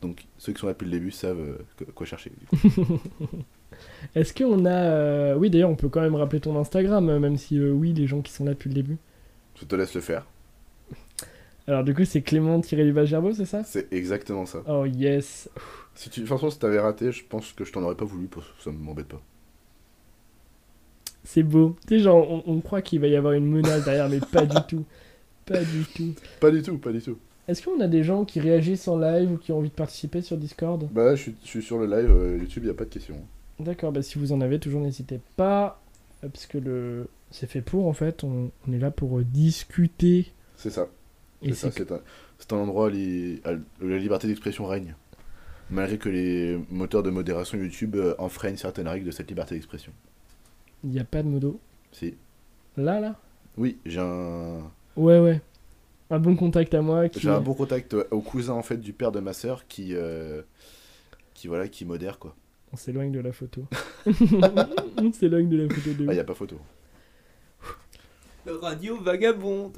Donc ceux qui sont là depuis le début savent euh, que- quoi chercher. du coup. Est-ce qu'on a... euh, Oui d'ailleurs on peut quand même rappeler ton Instagram, euh, même si euh, oui les gens qui sont là depuis le début. Je te laisse le faire. Alors du coup c'est Clément tiré du bas Gerbeau, c'est ça C'est exactement ça. Oh yes. Si tu... Franchement, si t'avais raté, je pense que je t'en aurais pas voulu, parce que ça m'embête pas. C'est beau. Tu sais, genre, on, on croit qu'il va y avoir une menace derrière, mais pas du tout. Pas du tout. Pas du tout, pas du tout. Est-ce qu'on a des gens qui réagissent en live ou qui ont envie de participer sur Discord Bah là, je suis, je suis sur le live euh, YouTube, y a pas de question. D'accord, bah si vous en avez, toujours n'hésitez pas. euh, Parce que le... c'est fait pour, en fait. On, on est là pour euh, discuter. C'est ça. Et C'est ça. c'est que- C'est un, c'est un endroit li- à- où la liberté d'expression règne. Malgré que les moteurs de modération YouTube euh, enfreignent certaines règles de cette liberté d'expression. il n'y a pas de modo. Si. Là, là Oui, j'ai un. Ouais, ouais. Un bon contact à moi qui... J'ai un bon contact ouais, au cousin en fait du père de ma sœur qui euh, qui voilà qui modère quoi. On s'éloigne de la photo. on s'éloigne de la photo de... Là il Ah, y a pas photo. Le radio vagabonde.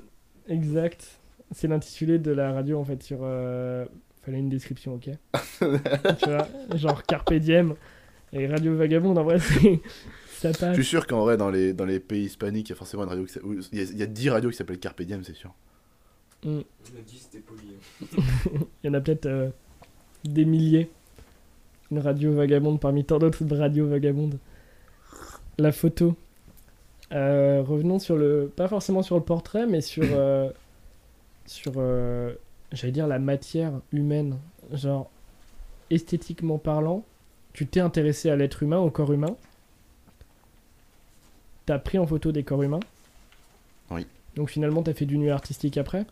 Exact. C'est l'intitulé de la radio en fait sur. euh, Fallait une description, ok. tu vois, genre Carpe Diem et Radio Vagabonde en vrai, c'est- ça Je passe. suis sûr qu'en vrai dans les dans les pays hispaniques il y a forcément une radio qui s'a- ou- il y a- il y a 10 radios qui s'appellent Carpe Diem c'est sûr. On a dit c'était poli. hein. Il y en a peut-être euh, des milliers. Une radio vagabonde parmi tant d'autres radios vagabondes. La photo. Euh, revenons sur le. Pas forcément sur le portrait, mais sur. euh, sur. euh, J'allais dire la matière humaine. Genre, esthétiquement parlant, tu t'es intéressé à l'être humain, au corps humain. T'as pris en photo des corps humains. Oui. Donc finalement, t'as fait du nu artistique après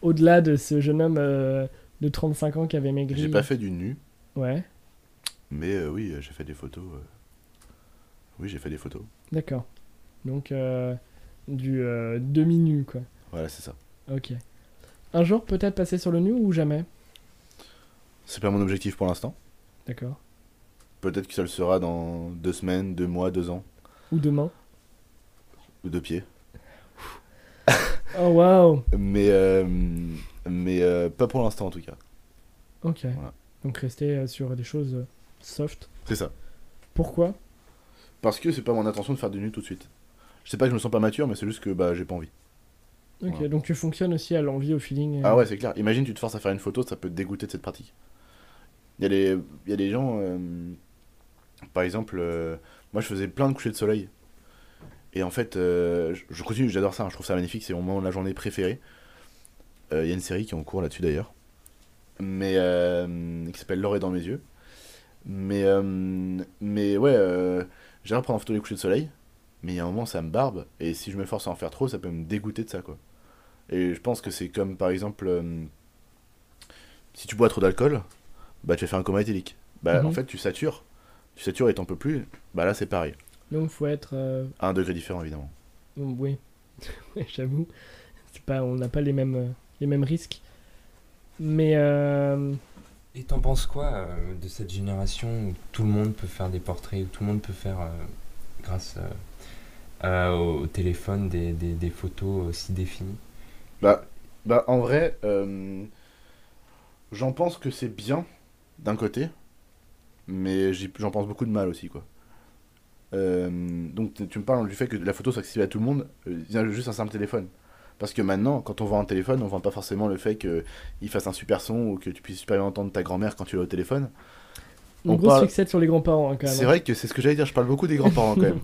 au-delà de ce jeune homme euh, de 35 ans qui avait maigri. J'ai pas fait du nu Ouais, mais euh, oui euh, j'ai fait des photos. euh. Oui j'ai fait des photos. d'accord. Donc, euh, du euh, demi-nu, quoi. Voilà c'est ça. Ok. Un jour, peut-être passer sur le nu ou jamais C'est pas mon objectif pour l'instant. D'accord. Peut-être que ça le sera dans deux semaines, deux mois, deux ans Ou demain ou deux pieds. Oh, waouh Mais euh, mais euh, pas pour l'instant en tout cas. Ok. Voilà. Donc, rester euh, sur des choses euh, soft. C'est ça. Pourquoi Parce que c'est pas mon intention de faire du nu tout de suite. Je sais pas que je me sens pas mature mais c'est juste que bah j'ai pas envie. Ok, Voilà. donc tu fonctionnes aussi à l'envie, au feeling. euh, Ah ouais, c'est clair. Imagine, tu te forces à faire une photo, ça peut te dégoûter de cette pratique. Il y a des, il y a des gens, euh, par exemple, euh, moi je faisais plein de couchers de soleil. Et en fait, euh, je- je continue, j'adore ça, hein, je trouve ça magnifique, c'est mon moment de la journée préférée. Euh, Il y a une série qui est en cours là-dessus d'ailleurs, mais euh, qui s'appelle L'or est dans mes yeux. Mais, euh, mais ouais, euh, j'arrive à prendre en photo les couchers de soleil, mais il y a un moment, ça me barbe, et si je me force à en faire trop, ça peut me dégoûter de ça, quoi. Et je pense que c'est comme, par exemple, euh, si tu bois trop d'alcool, bah tu vas faire un coma éthylique. Bah Mhm. en fait, tu satures, tu satures et t'en peux plus, bah là, c'est pareil. Donc faut être. euh, À un degré différent, évidemment. bon, oui, Ouais, j'avoue. C'est pas, on n'a pas les mêmes, euh, les mêmes risques. Mais euh, Et t'en penses quoi euh, de cette génération où tout le monde peut faire des portraits, où tout le monde peut faire, euh, grâce euh, à- au téléphone, des, des- des photos aussi définies Bah, bah en vrai, euh, j'en pense que c'est bien d'un côté, mais j'y- j'en pense beaucoup de mal aussi, quoi. Euh, donc tu- tu me parles du fait que la photo s'accessible à tout le monde, euh, il y a juste un simple téléphone. Parce que maintenant, quand on vend un téléphone, on vend pas forcément le fait qu'il fasse un super son ou que tu puisses super bien entendre ta grand-mère quand tu l'as au téléphone. une On grosse parle- succès sur les grands-parents hein, quand même. C'est vrai que c'est ce que j'allais dire, je parle beaucoup des grands-parents quand même.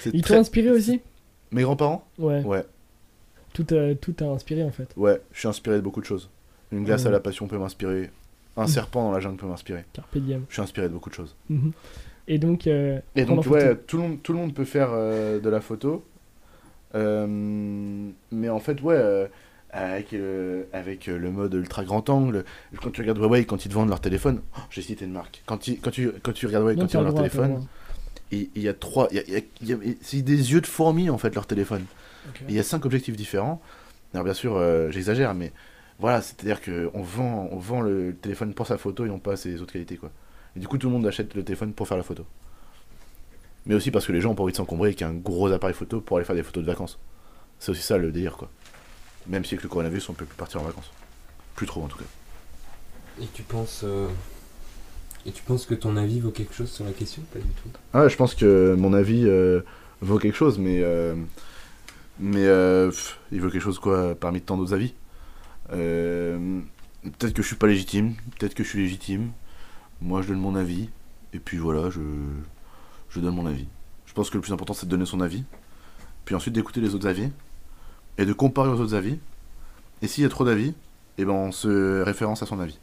C'est Ils très- t'ont inspiré aussi Mes grands-parents ouais. Ouais. Tout, euh, tout t'a inspiré en fait. Ouais, je suis inspiré de beaucoup de choses. Une glace Mhm. à la passion peut m'inspirer. Un Mhm. serpent dans la jungle peut m'inspirer. Carpe diem. Je suis inspiré de beaucoup de choses. Mhm. Et donc. euh, Et prendre donc, en photo. ouais, tout le, monde, tout le monde peut faire euh, de la photo. Euh, mais en fait, ouais, euh, avec, euh, avec euh, le mode ultra grand angle, quand tu regardes Huawei, quand ils te vendent leur téléphone, oh, j'ai cité une marque. Quand, ils- quand, tu, quand tu regardes Huawei, non, quand ils t'as le vendent leur droit, t'as le téléphone, il il y a trois. il y a- il y a- il y a- C'est des yeux de fourmis, en fait, leur téléphone. droit. Et Il y a cinq objectifs différents. Alors bien sûr, euh, j'exagère, mais voilà, c'est-à-dire qu'on vend, on vend le téléphone pour sa photo et non pas ses autres qualités, quoi. Et du coup, tout le monde achète le téléphone pour faire la photo. Mais aussi parce que les gens ont pas envie de s'encombrer avec un gros appareil photo pour aller faire des photos de vacances. C'est aussi ça le délire, quoi. Même si avec le coronavirus, on peut plus partir en vacances. Plus trop, en tout cas. Et tu penses. euh, Et tu penses que ton avis vaut quelque chose sur la question Pas du tout. Ah ouais, je pense que mon avis euh, vaut quelque chose, mais. euh, mais euh, pff, il vaut quelque chose, quoi, parmi tant d'autres avis. Euh, peut-être que je suis pas légitime, peut-être que je suis légitime. Moi, je donne mon avis, et puis voilà, je, je donne mon avis. Je pense que le plus important, c'est de donner son avis, puis ensuite d'écouter les autres avis, et de comparer aux autres avis. Et s'il y a trop d'avis, eh ben on se référence à son avis.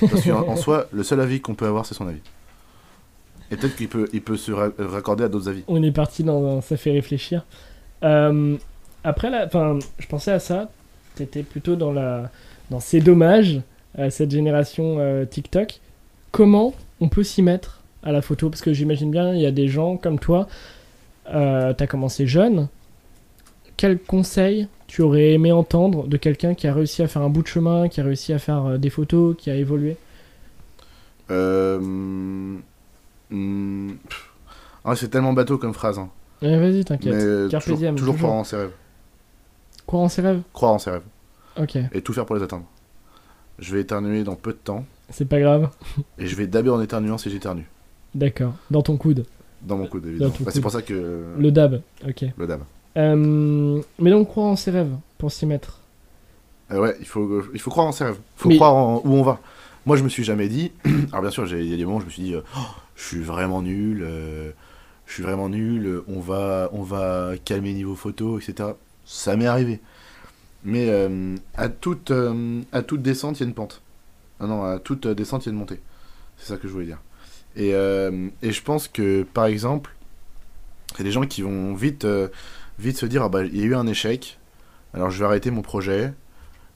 Parce qu'en en soi, le seul avis qu'on peut avoir, c'est son avis. Et peut-être qu'il peut, il peut se ra- raccorder à d'autres avis. On est parti dans un ça fait réfléchir. Euh, après, la, enfin, je pensais à ça. T'étais plutôt dans la dans ces dommages à cette génération euh, TikTok. Comment on peut s'y mettre à la photo Parce que j'imagine bien, il y a des gens comme toi. Euh, T'as commencé jeune. Quel conseil tu aurais aimé entendre de quelqu'un qui a réussi à faire un bout de chemin, qui a réussi à faire euh, des photos, qui a évolué Euh, hmm, pff. Ah, c'est tellement bateau comme phrase. hein. Eh, Vas-y, Mais t'inquiète. euh, Carpe toujours, diem, toujours hein. toujours. croire en ses rêves. Crois en ses rêves Croire en ses rêves. Ok, Et tout faire pour les atteindre. Je vais éternuer dans peu de temps. c'est pas grave. Et je vais daber en éternuant si j'éternue. D'accord, dans ton coude. Dans mon coude, évidemment. ton Bah, c'est pour coude. ça que euh, le, Le dab, ok. dab. Euh, mais donc, croire en ses rêves pour s'y mettre. Euh, ouais, il faut, il faut croire en ses rêves. Il faut Mais- croire en où on va. Moi, je me suis jamais dit. Alors, bien sûr, j'ai- il y a des moments où je me suis dit euh, Oh, je suis vraiment nul. euh, je suis vraiment nul. euh, On va, on va calmer niveau photo, etc. Ça m'est arrivé. Mais euh, à, toute, euh, à toute descente, il y a une pente. Ah non, à toute euh, descente, il y a une montée. C'est ça que je voulais dire. Et, euh, et je pense que, par exemple, il y a des gens qui vont vite, euh, vite se dire Ah bah, il y a eu un échec. Alors, je vais arrêter mon projet.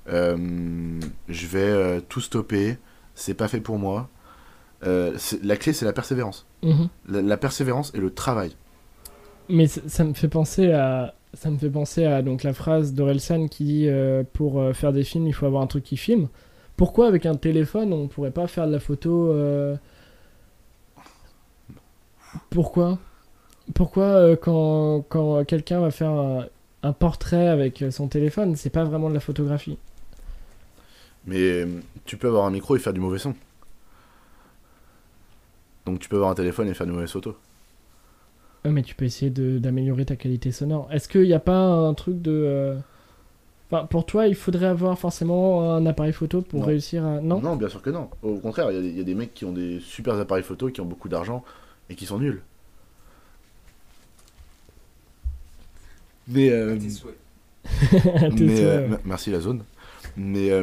Euh, je vais euh, tout stopper, c'est pas fait pour moi. Euh, c'est- la clé, c'est la persévérance. Mhm. La, la persévérance et le travail. Mais c- ça me fait penser à, ça me fait penser à donc la phrase d'Orelsan qui dit euh, pour euh, faire des films, il faut avoir un truc qui filme. Pourquoi avec un téléphone, on pourrait pas faire de la photo euh, Pourquoi Pourquoi euh, quand, quand quelqu'un va faire un, un portrait avec euh, son téléphone, c'est pas vraiment de la photographie Mais euh, tu peux avoir un micro et faire du mauvais son. Donc tu peux avoir un téléphone et faire de mauvaises photos. Ouais, Euh, mais tu peux essayer de- d'améliorer ta qualité sonore. Est-ce qu'il n'y a pas un truc de. euh, Enfin, pour toi, il faudrait avoir forcément un appareil photo pour Non. réussir à. Non, bien sûr que non. Au contraire, il y a des- il y, a des mecs qui ont des super appareils photo, qui ont beaucoup d'argent et qui sont nuls. Mais, euh, Tes souhaits. Tes mais, souhaits, euh, ouais. m- euh, merci la zone. Mais, euh,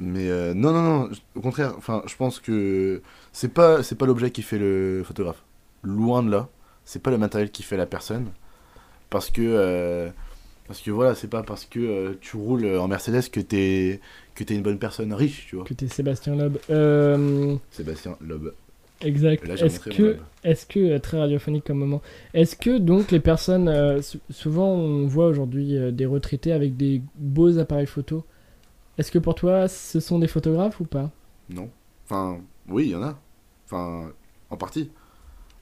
mais euh, non, non, non, j- au contraire, enfin, je pense que c'est pas, c'est pas l'objet qui fait le photographe. Loin de là, c'est pas le matériel qui fait la personne. Parce que, euh, parce que voilà, c'est pas parce que euh, tu roules en Mercedes que t'es, que t'es une bonne personne riche, tu vois. Que t'es Sébastien Loeb. Euh, Sébastien Loeb. exact. Là, j'ai Est-ce montré mon que, Loeb. est-ce que euh, très radiophonique comme moment, est-ce que donc les personnes, euh, sou- souvent on voit aujourd'hui euh, des retraités avec des beaux appareils photo. Est-ce que pour toi, ce sont des photographes ou pas Non. Enfin, oui, il y en a. Enfin, en partie.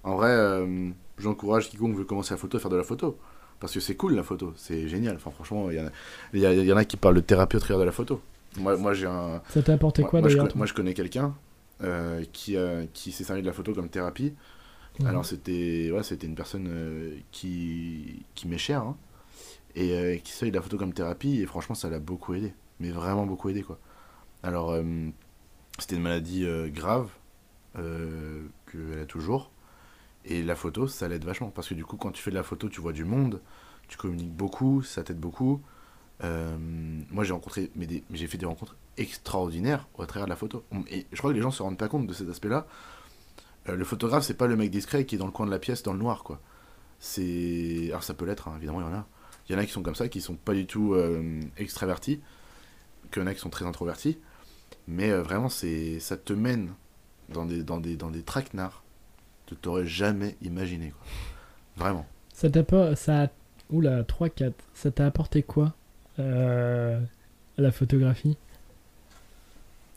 En vrai, euh, j'encourage quiconque veut commencer la photo à faire de la photo. Parce que c'est cool la photo, c'est génial. Enfin, franchement, il y en a- il y, a- il y en a qui parlent de thérapie au travers de la photo. Moi, moi j'ai un. Ça t'a apporté moi- quoi moi, je, d'ailleurs connais- moi, je connais quelqu'un euh, qui, euh, qui s'est servi de la photo comme thérapie. Mhm. Alors, c'était ouais, c'était une personne euh, qui, qui m'est chère. hein, et euh, qui s'est servi de la photo comme thérapie. Et franchement, ça l'a beaucoup aidé. Mais vraiment beaucoup aidé, quoi. Alors, euh, c'était une maladie euh, grave euh, qu'elle a toujours. Et la photo, ça l'aide vachement. Parce que du coup, quand tu fais de la photo, tu vois du monde, tu communiques beaucoup, ça t'aide beaucoup. Euh, moi, j'ai rencontré, mais des- mais j'ai fait des rencontres extraordinaires au travers de la photo. On- Et je crois que les gens se rendent pas compte de cet aspect-là. Euh, le photographe, c'est pas le mec discret qui est dans le coin de la pièce, dans le noir, quoi. C'est. Alors, ça peut l'être, hein, évidemment, il y en a. Il y en a qui sont comme ça, qui sont pas du tout euh, extravertis, qu'il y en a qui sont très introvertis. Mais euh, vraiment, c'est ça te mène dans des, dans des, dans des traquenards que t'aurais jamais imaginé, quoi. Vraiment. Ça t'a pas. Ça a... Oula, 3-4. Ça t'a apporté quoi euh, La photographie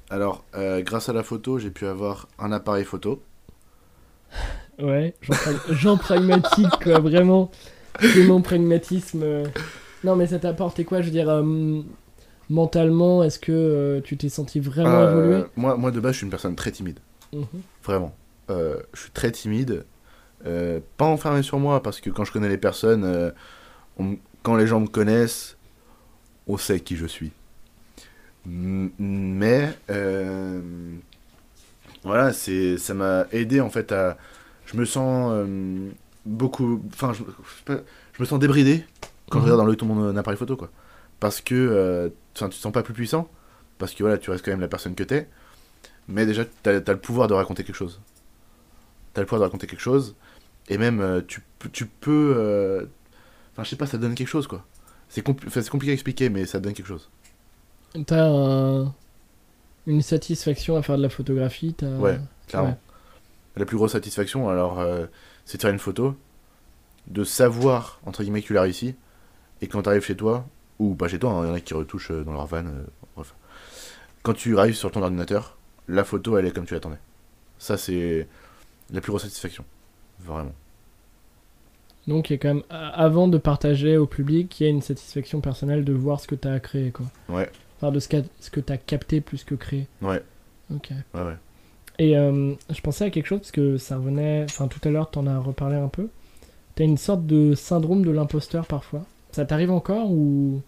Alors, euh, grâce à la photo, j'ai pu avoir un appareil photo. Ouais, Jean, Prag- Jean pragmatique, quoi, vraiment. C'est mon pragmatisme. euh. Non, mais ça t'a apporté quoi Je veux dire, euh, mentalement, est-ce que euh, tu t'es senti vraiment Euh, évolué moi, moi, de base, je suis une personne très timide. Mhm. Vraiment. Euh, je suis très timide. Euh, pas enfermé sur moi, parce que quand je connais les personnes, euh, on- quand les gens me connaissent, on sait qui je suis. M- Mais, euh, voilà, c'est, ça m'a aidé en fait à. Je me sens euh, beaucoup. Enfin, je, je sais pas, je me sens débridé quand Mhm. je regarde dans l'œil ton mon appareil euh, photo, quoi. Parce que euh, enfin, tu te sens pas plus puissant, parce que voilà, tu restes quand même la personne que t'es. Mais déjà, t'as as le pouvoir de raconter quelque chose. T'as le pouvoir de raconter quelque chose. Et même, euh, tu, peux- tu peux. euh, Enfin, je sais pas, ça donne quelque chose, quoi. C'est compli- enfin, c'est compliqué à expliquer, mais ça donne quelque chose. T'as un- une satisfaction à faire de la photographie t'as- Ouais, clairement. Ouais. La plus grosse satisfaction, alors, euh, c'est de faire une photo, de savoir, entre guillemets, que tu l'as réussi, et quand t'arrives chez toi, ou pas chez toi, hein, il y en a qui retouchent euh, dans leur van, euh, bref. Quand tu arrives sur ton ordinateur, la photo, elle est comme tu l'attendais. Ça, c'est la plus grosse satisfaction. Vraiment. Donc, il y a quand même, a- avant de partager au public, il y a une satisfaction personnelle de voir ce que t'as créé, quoi. Ouais. Enfin, de ce, qu'a- ce que t'as capté plus que créé. Ouais. Ok. Ouais, ouais. Et euh, je pensais à quelque chose parce que ça revenait. Enfin, tout à l'heure, t'en as reparlé un peu. T'as une sorte de syndrome de l'imposteur parfois. Ça t'arrive encore ou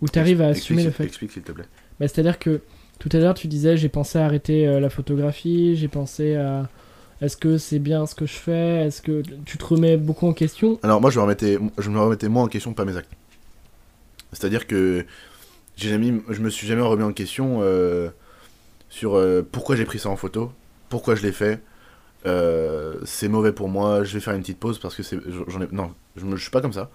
ou t'arrives à Explique, assumer le s'il- fait Explique, s'il te plaît. bah, C'est-à-dire que tout à l'heure, tu disais j'ai pensé à arrêter euh, la photographie, j'ai pensé à est-ce que c'est bien ce que je fais, est-ce que tu te remets beaucoup en question Alors moi je me remettais, je me remettais moi en question, pas mes actes. C'est-à-dire que j'ai jamais, je me suis jamais remis en question euh, sur euh, pourquoi j'ai pris ça en photo, pourquoi je l'ai fait. euh, c'est mauvais pour moi, je vais faire une petite pause parce que c'est, j'en ai, non, je, me, je suis pas comme ça.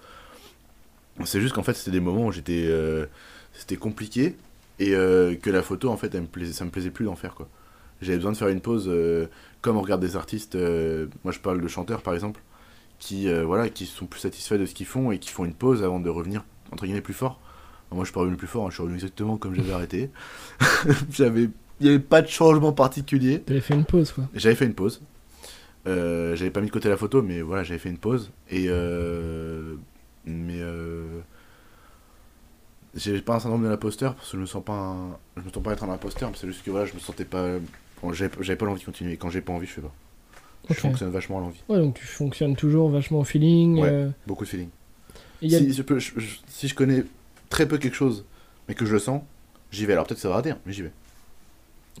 C'est juste qu'en fait c'était des moments où j'étais, euh, c'était compliqué et euh, que la photo en fait elle me plaisait, ça me plaisait plus d'en faire quoi. J'avais besoin de faire une pause, euh, comme on regarde des artistes, euh, moi je parle de chanteurs par exemple qui euh, voilà qui sont plus satisfaits de ce qu'ils font et qui font une pause avant de revenir entre guillemets plus fort. Alors moi je suis pas revenu plus fort, hein, je suis revenu exactement comme j'avais arrêté. j'avais il n'y avait pas de changement particulier. T'avais fait une pause quoi. J'avais fait une pause. Euh, j'avais pas mis de côté la photo, mais voilà, j'avais fait une pause. Et euh, mais euh, j'ai pas un syndrome de l'imposteur parce que je me sens pas, un- je me sens pas être un imposteur. mais C'est juste que voilà, je me sentais pas, bon, j'avais j'avais pas l'envie de continuer. Quand j'ai pas envie, je fais pas. Je Ok. fonctionne vachement à l'envie, Ouais, donc tu fonctionnes toujours vachement au feeling. Ouais. euh, beaucoup de feeling. et il y a- Si, je peux- je- je- si je connais très peu quelque chose, mais que je le sens, j'y vais. Alors peut-être ça va rater, hein, mais j'y vais.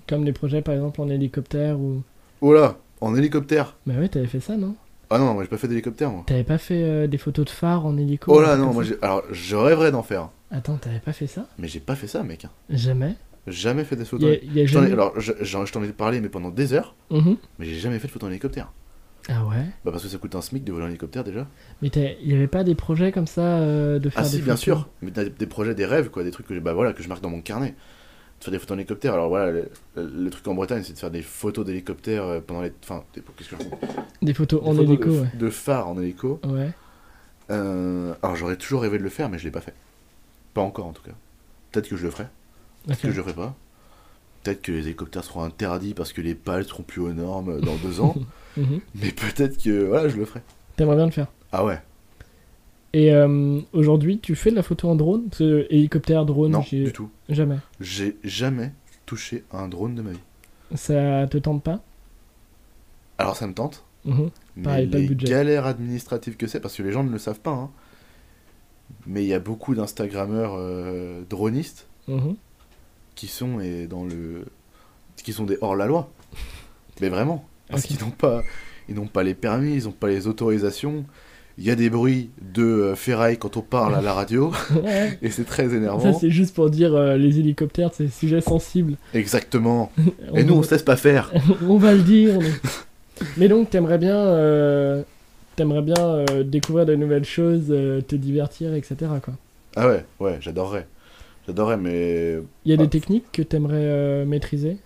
Comme des projets par exemple en hélicoptère ou. Oh là, en hélicoptère. Bah ouais, t'avais fait ça non Ah non, moi j'ai pas fait d'hélicoptère moi. T'avais pas fait euh, des photos de phare en hélico Oh un là truc non, comme moi ça j'ai- alors je rêverais d'en faire. Attends, t'avais pas fait ça Mais j'ai pas fait ça, mec. hein. Jamais Jamais fait des sauts Il y en a- il y a Je t'en ai- jamais- Alors, je, j'en- je t'en ai parlé, mais pendant des heures, Mhm. mais j'ai jamais fait de photo en hélicoptère. Ah ouais Bah, parce que ça coûte un SMIC de voler en hélicoptère déjà. Mais t'as- il y avait pas des projets comme ça euh, de faire Ah, des si, bien photos sûr. Mais t'as des, des projets, des rêves, quoi, des trucs que, bah, voilà, que je marque dans mon carnet. De faire des photos en hélicoptère. Alors, voilà, le, le truc en Bretagne, c'est de faire des photos d'hélicoptère euh, pendant les. Enfin, des- qu'est-ce que je raconte Des photos Des en photos hélico, de, ouais. de phares en hélico. Ouais. Euh, alors, j'aurais toujours rêvé de le faire, mais je l'ai pas fait. Pas encore, en tout cas. Peut-être que je le ferai. Ok. que je ferai pas. Peut-être que les hélicoptères seront interdits parce que les pales seront plus aux normes dans deux ans. Mhm. mais peut-être que voilà, je le ferai. T'aimerais bien le faire. Ah ouais. Et euh, aujourd'hui, tu fais de la photo en drone Parce que hélicoptère, drone, non, Oh, j'ai- du tout. jamais. J'ai jamais touché à un drone de ma vie. Ça te tente pas Alors ça me tente, Mhm. mais Pareil, pas le les budget. galères administratives que c'est, parce que les gens ne le savent pas. hein. Mais il y a beaucoup d'Instagrammeurs euh, dronistes Mhm. qui sont et dans le, qui sont des hors la loi. Mais vraiment, parce Ok. qu'ils n'ont pas, ils n'ont pas les permis, ils n'ont pas les autorisations. Il y a des bruits de euh, ferraille quand on parle à la radio Ouais. et c'est très Ça, énervant. c'est juste pour dire euh, les hélicoptères, c'est sujet sensible. Exactement. Et nous, on se laisse pas faire. on va le dire. mais- Mais donc, t'aimerais bien, euh, t'aimerais bien euh, découvrir de nouvelles choses, euh, te divertir, etc. Quoi. Ah ouais, ouais, j'adorerais. J'adorerais, mais Il y a Ah. des techniques que t'aimerais euh, maîtriser.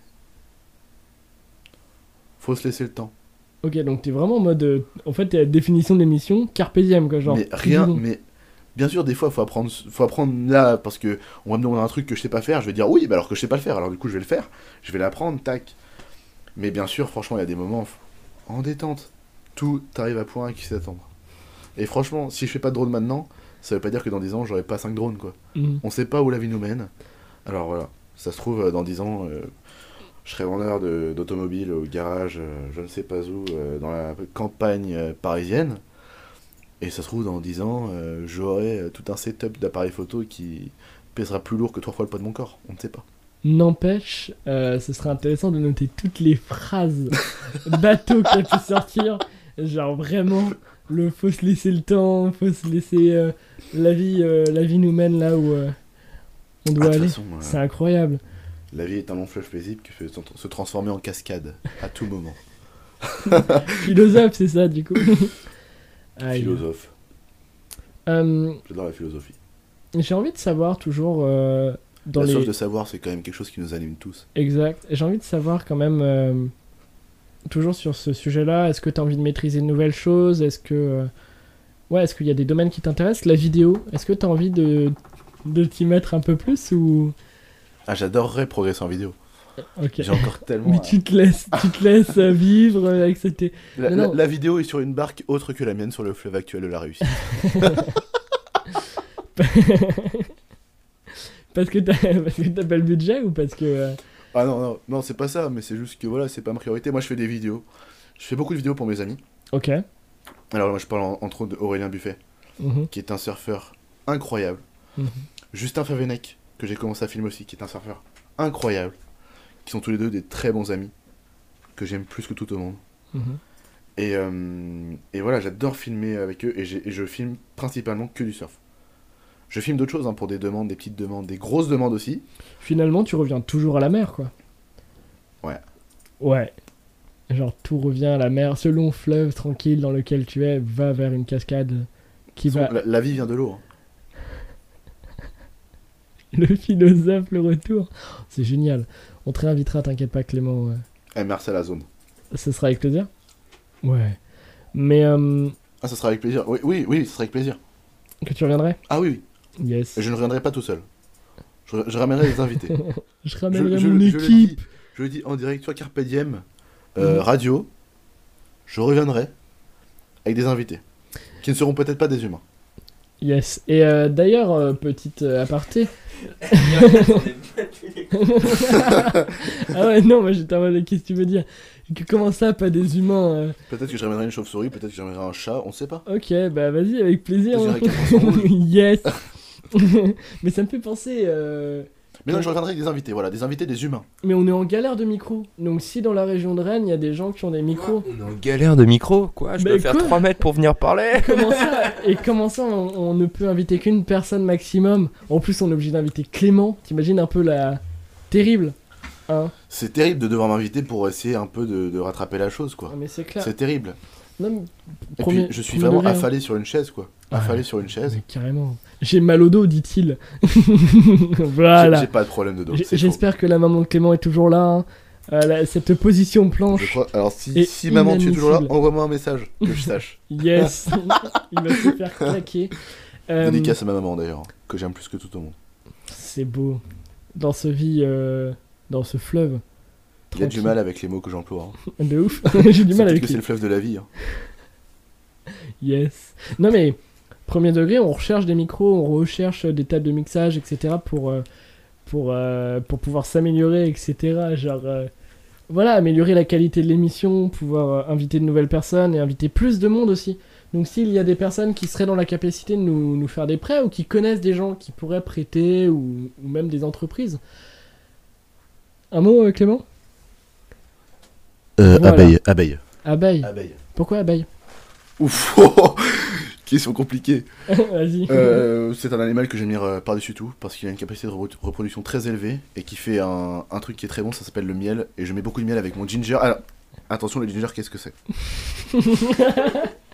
faut se laisser le temps. Ok, donc t'es vraiment en mode, euh, en fait, t'es à la définition de l'émission carpe diem, quoi, genre. mais rien, dis donc. mais bien sûr, des fois, faut apprendre, faut apprendre là parce que on va me demander un truc que je sais pas faire. Je vais dire oui, bah alors que je sais pas le faire, alors du coup, je vais le faire. Je vais l'apprendre, tac. Mais bien sûr, franchement, il y a des moments en détente. Tout arrive à point à qui s'attendre. Et franchement, si je fais pas de drone maintenant, ça veut pas dire que dans 10 ans, j'aurai pas 5 drones, quoi. Mhm. On sait pas où la vie nous mène. Alors voilà, ça se trouve, euh, dans 10 ans, euh, je serai vendeur de- d'automobile au garage, euh, je ne sais pas où, euh, dans la campagne euh, parisienne. Et ça se trouve, dans 10 ans, euh, j'aurai euh, tout un setup d'appareil photo qui pèsera plus lourd que trois fois le poids de mon corps. On ne sait pas. N'empêche, euh, ce serait intéressant de noter toutes les phrases bateau qui a pu sortir. Genre vraiment, le faut se laisser le temps, faut se laisser euh, la vie, euh, la vie nous mène là où euh, on Ah, doit de toute aller. façon, euh, C'est incroyable. la vie est un long fleuve paisible qui peut se se transformer en cascade à tout moment. Philosophe, c'est ça du coup. Aïe. Philosophe. Euh, J'adore la philosophie. J'ai envie de savoir toujours euh, dans la les soif de savoir, c'est quand même quelque chose qui nous anime tous. Exact. Et J'ai envie de savoir quand même, euh, toujours sur ce sujet-là, est-ce que tu as envie de maîtriser de nouvelles choses Est-ce que. euh, ouais, est-ce qu'il y a des domaines qui t'intéressent La vidéo, est-ce que tu as envie de, de t'y mettre un peu plus ou. Ah, j'adorerais progresser en vidéo. Ok. J'ai encore tellement. Mais à- tu te laisses, tu te laisses euh, vivre euh, avec cette. La, Mais la- non. la vidéo est sur une barque autre que la mienne sur le fleuve actuel de la Russie. parce que t'as parce que t'as pas le budget ou parce que. euh, ah non, non, non, c'est pas ça, mais c'est juste que voilà, c'est pas ma priorité. Moi, je fais des vidéos. Je fais beaucoup de vidéos pour mes amis. Ok. Alors, moi, je parle en- entre autres d'Aurélien Buffet, Mhm. qui est un surfeur incroyable. Mhm. Justin Favenec, que j'ai commencé à filmer aussi, qui est un surfeur incroyable. Qui sont tous les deux des très bons amis, que j'aime plus que tout au monde. Mhm. Et, euh, et voilà, j'adore filmer avec eux et, j'ai- et je filme principalement que du surf. Je filme d'autres choses hein, pour des demandes, des petites demandes, des grosses demandes aussi. Finalement, tu reviens toujours à la mer, quoi. Ouais. Ouais. Genre, tout revient à la mer. Ce long fleuve tranquille dans lequel tu es va vers une cascade qui De toute va. façon, La, la vie vient de l'eau. hein. Le philosophe, le retour. Oh, C'est génial. On te réinvitera, t'inquiète pas, Clément. ouais. Eh, merci à la zone. Ce sera avec plaisir. Ouais. Mais euh, Ah, ça sera avec plaisir. Oui, oui, oui, ça sera avec plaisir. que tu reviendrais Ah oui, Yes. oui. Je ne reviendrai pas tout seul. Je, je ramènerai des invités. Je je, ramènerai je- mon je le dis, équipe. je le dis en direct sur Carpe Diem, euh, Mhm. radio. Je reviendrai avec des invités qui ne seront peut-être pas des humains. Yes. Et euh, d'ailleurs, euh, petite euh, aparté. ah ouais, non, moi j'étais en mode, qu'est-ce que tu veux dire Que- Comment ça, pas des humains euh, Peut-être que je ramènerai une chauve-souris, peut-être que je ramènerai un chat, on ne sait pas. Ok, bah vas-y, avec plaisir. Vas-y, hein. avec un poisson rouge. yes. Mais ça me fait penser. euh, Mais non, je reviendrai avec des invités, voilà, des invités, des humains. Mais on est en galère de micros. Donc si dans la région de Rennes, il y a des gens qui ont des micros, On est en galère de micro, quoi. Je Mais dois faire quoi 3 mètres pour venir parler. comment ça Et comment ça, on, on ne peut inviter qu'une personne maximum En plus, on est obligé d'inviter Clément. T'imagines un peu la terrible Hein C'est terrible de devoir m'inviter pour essayer un peu de, de rattraper la chose, quoi. Ah, mais c'est clair. C'est terrible. Non, mais Et premier- puis, je suis premier vraiment degré, hein. affalé sur une chaise, quoi. Ouais. Affalé sur une chaise. Mais carrément. J'ai mal au dos, dit-il. J'ai- voilà. J'ai pas de problème de dos. J- c'est faux. J'espère que la maman de Clément est toujours là. hein. Euh, la- cette position Je planche. crois- Alors si, Et si maman tu es toujours là, inadmissible. envoie-moi un message que je sache. Yes. Il va se faire claquer. Euh, Dédicace à ma maman d'ailleurs, que j'aime plus que tout au monde. c'est beau. Dans ce vie, euh, dans ce fleuve. Il y a du Tranquille. mal avec les mots que j'emploie. hein. De ouf. J'ai du C'est mal peut-être avec que c'est lui. le fleuve de la vie. hein. Yes. Non mais premier degré, on recherche des micros, on recherche des tables de mixage, etc. pour euh, pour euh, pour pouvoir s'améliorer, etc. Genre euh, voilà, améliorer la qualité de l'émission, pouvoir euh, inviter de nouvelles personnes et inviter plus de monde aussi. Donc s'il y a des personnes qui seraient dans la capacité de nous, nous faire des prêts ou qui connaissent des gens qui pourraient prêter ou, ou même des entreprises. Un mot euh, Clément Euh, Voilà. Abeille, abeille. Abeille. Abeille. Pourquoi abeille Ouf oh, Question compliquée. Vas-y. Euh, c'est un animal que j'admire euh, par-dessus tout parce qu'il a une capacité de repro- reproduction très élevée et qui fait un, un truc qui est très bon, ça s'appelle le miel. Et je mets beaucoup de miel avec mon ginger. Alors, attention, le ginger, qu'est-ce que c'est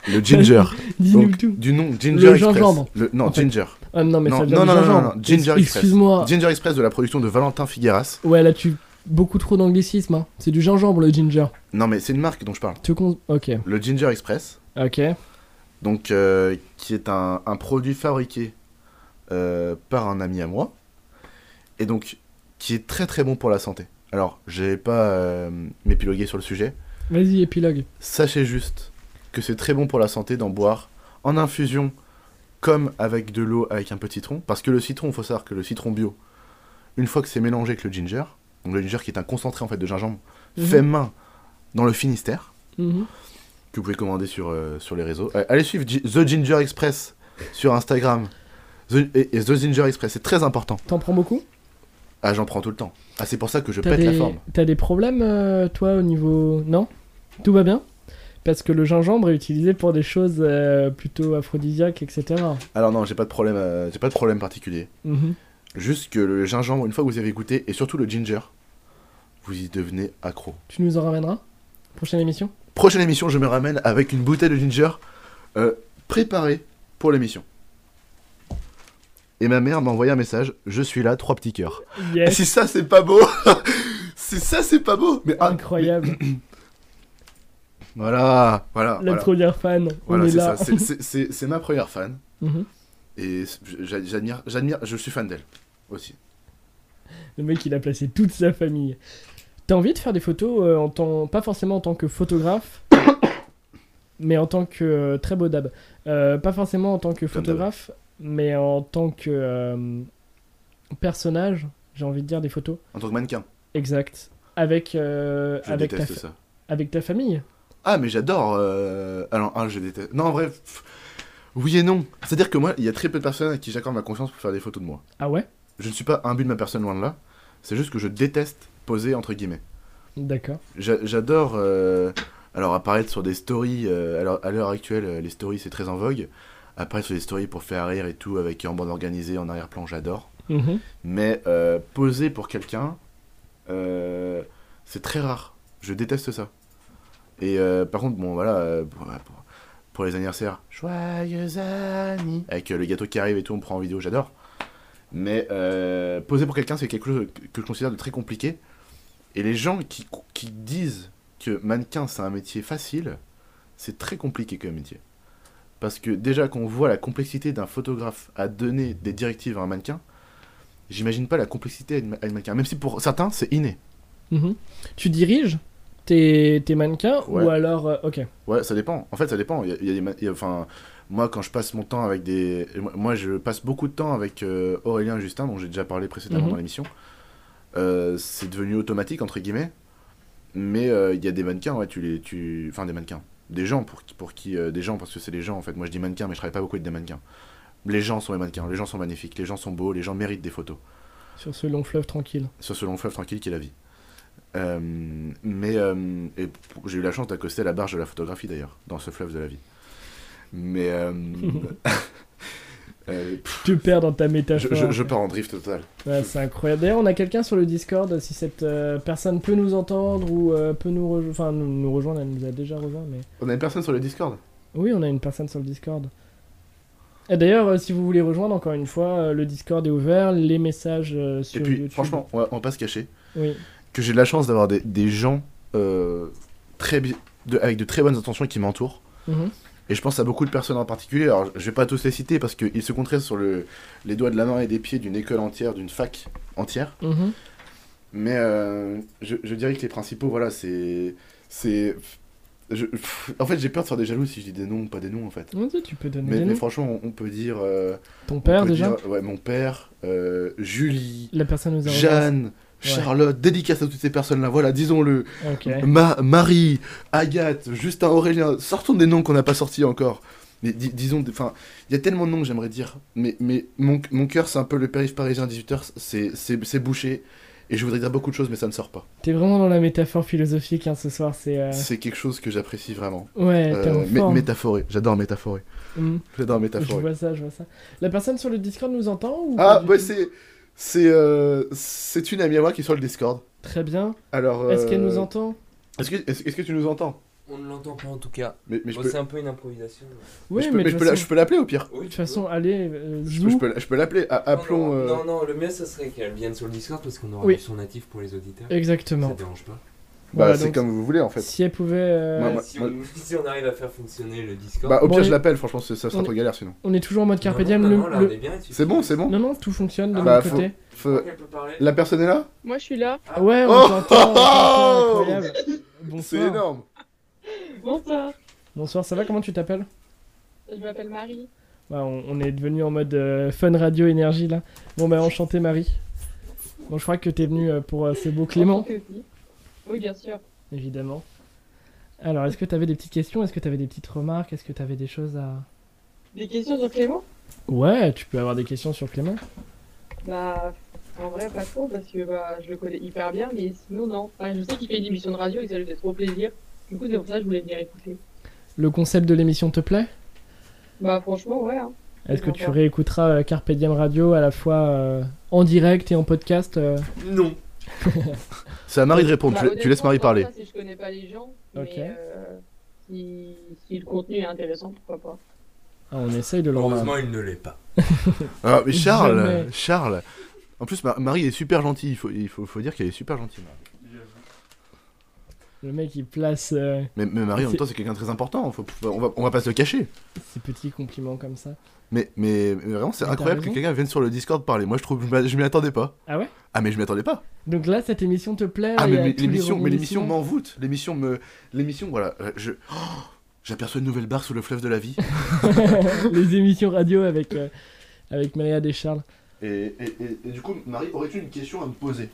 Le ginger. Dis-nous Donc, tout. du nom Ginger Express. gingembre. Le- non, En fait. Ginger. Ah non, mais Non, ça non, vient non, du non, gingembre. non, non, Ginger Ex- Express. Excuse-moi. Ginger Express de la production de Valentin Figueras. Ouais, là, tu. Beaucoup trop d'anglicisme, hein. C'est du gingembre, le ginger. Non, mais c'est une marque dont je parle. Tu con... Ok, Le Ginger Express, ok. donc euh, qui est un, un produit fabriqué euh, par un ami à moi, et donc qui est très très bon pour la santé. Alors, je vais pas euh, m'épiloguer sur le sujet. Vas-y, épilogue. Sachez juste que c'est très bon pour la santé d'en boire en infusion, comme avec de l'eau avec un peu de citron, parce que le citron, il faut savoir que le citron bio, une fois que c'est mélangé avec le ginger, donc le ginger qui est un concentré en fait de gingembre, Mhm. fait main dans le Finistère. Mhm. que vous pouvez commander sur, euh, sur les réseaux. Euh, allez suivre Gi- The Ginger Express sur Instagram. The- et, et The Ginger Express, c'est très important. T'en prends beaucoup Ah, j'en prends tout le temps. Ah, c'est pour ça que je T'as pète la des... forme. t'as des problèmes, euh, toi, au niveau. Non Tout va bien Parce que le gingembre est utilisé pour des choses euh, plutôt aphrodisiaques, etc. Alors non, j'ai pas de problème, euh, j'ai pas de problème particulier. Mhm. Juste que le gingembre, une fois que vous avez goûté, et surtout le ginger, vous y devenez accro. Tu nous en ramèneras Prochaine émission Prochaine émission, je me ramène avec une bouteille de ginger euh, préparée pour l'émission. Et ma mère m'a envoyé un message. Je suis là, trois petits cœurs. Et Yes si ça, c'est pas beau. si ça, c'est pas beau. Mais ah, Incroyable, Voilà, voilà. la voilà. première fan, Voilà, on est, c'est là. ça. C'est- c'est- C'est c'est ma première fan. Mhm. Et j'a- j'admire, j'admire, je suis fan d'elle aussi. Le mec, il a placé toute sa famille. T'as envie de faire des photos, euh, en tant... pas forcément en tant que photographe, mais en tant que. euh, très beau dab. Euh, pas forcément en tant que Comme d'hab. photographe, mais en tant que. euh, personnage, j'ai envie de dire des photos. En tant que mannequin, Exact. Avec, euh, je avec, ta, déteste ça. avec ta famille. Ah, mais j'adore. euh, Alors, ah, je déteste. Non, en vrai, pff, oui et non. C'est-à-dire que moi, il y a très peu de personnes à qui j'accorde ma confiance pour faire des photos de moi. Ah ouais Je ne suis pas imbu de ma personne loin de là. C'est juste que je déteste poser entre guillemets. D'accord. J'a- J'adore. euh, Alors apparaître sur des stories. euh, alors à l'heure actuelle, euh, les stories c'est très en vogue. Apparaître sur des stories pour faire rire et tout avec en bande organisée en arrière-plan, j'adore. Mhm. Mais euh, poser pour quelqu'un, euh, c'est très rare. Je déteste ça. Et euh, par contre, bon, voilà, euh, pour, pour- pour les anniversaires, joyeux amis, avec euh, le gâteau qui arrive et tout, on prend en vidéo, j'adore. Mais euh, poser pour quelqu'un, c'est quelque chose que- que je considère de très compliqué. Et les gens qui, qui disent que mannequin, c'est un métier facile, c'est très compliqué comme métier. Parce que déjà, quand on voit la complexité d'un photographe à donner des directives à un mannequin, J'imagine pas la complexité à une, à une mannequin. Même si pour certains, c'est inné. Mhm. Tu diriges tes, tes mannequins ou Ouais. alors. euh, ok. Ouais, ça dépend. En fait, ça dépend. Il y a- il y a des ma- il y a- enfin, moi, quand je passe mon temps avec des. moi- Moi, je passe beaucoup de temps avec euh, Aurélien et Justin, dont j'ai déjà parlé précédemment Mhm. dans l'émission. Euh, c'est devenu automatique, entre guillemets. Mais euh, il y a des mannequins, ouais, tu les. Tu... Enfin, des mannequins. Des gens, pour qui. Pour qui euh, des gens, parce que c'est des gens, en fait. Moi, je dis mannequins, mais je travaille pas beaucoup avec des mannequins. Les gens sont les mannequins. Les gens sont magnifiques. Les gens sont beaux. Les gens méritent des photos. sur ce long fleuve tranquille. sur ce long fleuve tranquille qui est la vie. Euh, mais euh, et pour- j'ai eu la chance d'accoster à la barge de la photographie d'ailleurs, dans ce fleuve de la vie. Mais euh, euh, pff, Tu perds dans ta je, métaphore. je- je pars en drift total. Ouais, c'est incroyable. D'ailleurs, on a quelqu'un sur le Discord. Si cette euh, personne peut nous entendre ou euh, peut nous, rejo- enfin, nous, nous rejoindre, elle nous a déjà rejoint. Mais On a une personne sur le Discord oui, on a une personne sur le Discord. Et d'ailleurs, euh, si vous voulez rejoindre, encore une fois, euh, le Discord est ouvert. Les messages euh, sur Et puis YouTube. franchement, on va, on va pas se cacher, Oui. que j'ai de la chance d'avoir des, des gens euh, très bi- de- avec de très bonnes intentions qui m'entourent. Mhm. Et je pense à beaucoup de personnes en particulier. Alors, je vais pas tous les citer parce qu'ils se compteraient sur le, les doigts de la main et des pieds d'une école entière, d'une fac entière. Mhm. Mais euh, je, je dirais que les principaux, voilà, c'est. C'est. je- pff, en fait, j'ai peur de faire des jaloux si je dis des noms, pas des noms en fait. Vas-y, tu peux donner Mais, des mais noms. franchement, on, on peut dire. euh, Ton on père peut déjà. dire, Ouais, mon père, euh, Julie, La personne nous a rejoint. Jeanne, Charlotte, dédicace à toutes ces personnes-là, voilà, disons-le. Ok. Ma- Marie, Agathe, Justin, Aurélien, sortons des noms qu'on n'a pas sortis encore. Mais di- disons, des- enfin, il y a tellement de noms que j'aimerais dire. Mais, mais mon, mon cœur, c'est un peu le périph' parisien 18h, c'est- c'est c'est bouché. Et je voudrais dire beaucoup de choses, mais ça ne sort pas. T'es vraiment dans la métaphore philosophique hein, ce soir. C'est. euh, C'est quelque chose que j'apprécie vraiment. Ouais, t'es en Euh, mé- forme. métaphoré, j'adore métaphorer. Mhm. J'adore Je métaphorer. vois ça, je vois ça. La personne sur le Discord nous entend ou Ah, pas du ouais, tout c'est. C'est euh, c'est une amie à moi qui est sur le Discord. Très bien. Alors. euh, Est-ce qu'elle nous entend Est-ce que, est-ce- est-ce que tu nous entends On ne l'entend pas en tout cas. Mais, mais je Bon, peux, C'est un peu une improvisation. mais Oui, je peux- mais, mais de je toute peux la- façon- je peux l'appeler au pire. Oui, de toute façon, allez, euh, Je, zou. je peux, la- je peux l'appeler. Ah, Appelons. Non, euh, non, non, le mieux, ce serait qu'elle vienne sur le Discord parce qu'on aura Oui. du son natif pour les auditeurs. Ça Exactement. dérange pas. Bah, Voilà, c'est donc, comme vous voulez en fait. Si elle pouvait. euh, Moi, moi- si, on, si on arrive à faire fonctionner le Discord. Bah, au Bon, pire, allez. je l'appelle, franchement, c'est- ça sera On- trop galère sinon. On est toujours en mode Carpe Non, Diem. non, le- non, là, on le- est bien, tu- C'est bon, c'est bon Non, non, tout fonctionne de Ah, mon bah, faut- côté. Faut- Elle peut parler. La personne est là Moi, je suis là. Ah. Ouais, on Oh t'entend. on t'entend, incroyable. Bonsoir. C'est énorme Bonsoir. Bonsoir, ça va Comment tu t'appelles Je m'appelle Marie. Bah, on, on est devenu en mode euh, fun radio énergie là. Bon, bah, enchanté Marie. Bon, je crois que t'es venu pour euh, ce beau Clément, Enchantée aussi. Oui, bien sûr. évidemment. Alors, est-ce que t'avais des petites questions Est-ce que t'avais des petites remarques Est-ce que t'avais des choses à. Des questions sur Clément Ouais, tu peux avoir des questions sur Clément. Bah, en vrai, pas trop, parce que bah, je le connais hyper bien, mais sinon, non. Enfin, je sais qu'il fait une émission de radio et que ça lui fait trop plaisir. Du coup, c'est pour ça que je voulais venir écouter. Le concept de l'émission te plaît Bah, franchement, ouais. hein. Est-ce que tu D'accord. réécouteras euh, Carpe Diem Radio à la fois euh, en direct et en podcast euh Non. C'est à Marie de répondre, Bah, tu, la- tu laisses Marie honnêtement, parler. ça, Si je connais pas les gens, Ok. mais euh, si, si le contenu est intéressant, pourquoi pas. Ah, On essaye de le rendre. Heureusement, il ne l'est pas. Ah, mais Charles Jamais. Charles En plus, Ma- Marie est super gentille, il faut, il faut, faut dire qu'elle est super gentille. Le mec il place euh, Mais, mais Marie, en C'est- même temps, c'est quelqu'un de très important, faut- faut- on, va, on va pas se le cacher. ses petits compliments comme ça. Mais, mais, mais vraiment, c'est Mais t'as incroyable que raison. quelqu'un vienne sur le Discord parler. Moi, je trouve, je m'a- je m'y attendais pas. Ah ouais Ah, mais je m'y attendais pas Donc là, cette émission te plaît Ah, il y mais, a mais tous les l'émission mais l'émission rebondissements. m'envoûte L'émission me... L'émission, voilà, euh, je... Oh, J'aperçois une nouvelle barre sous le fleuve de la vie. Les émissions radio avec, euh, avec Myriad et Charles. et, et- et- et du coup, Marie, aurais-tu une question à me poser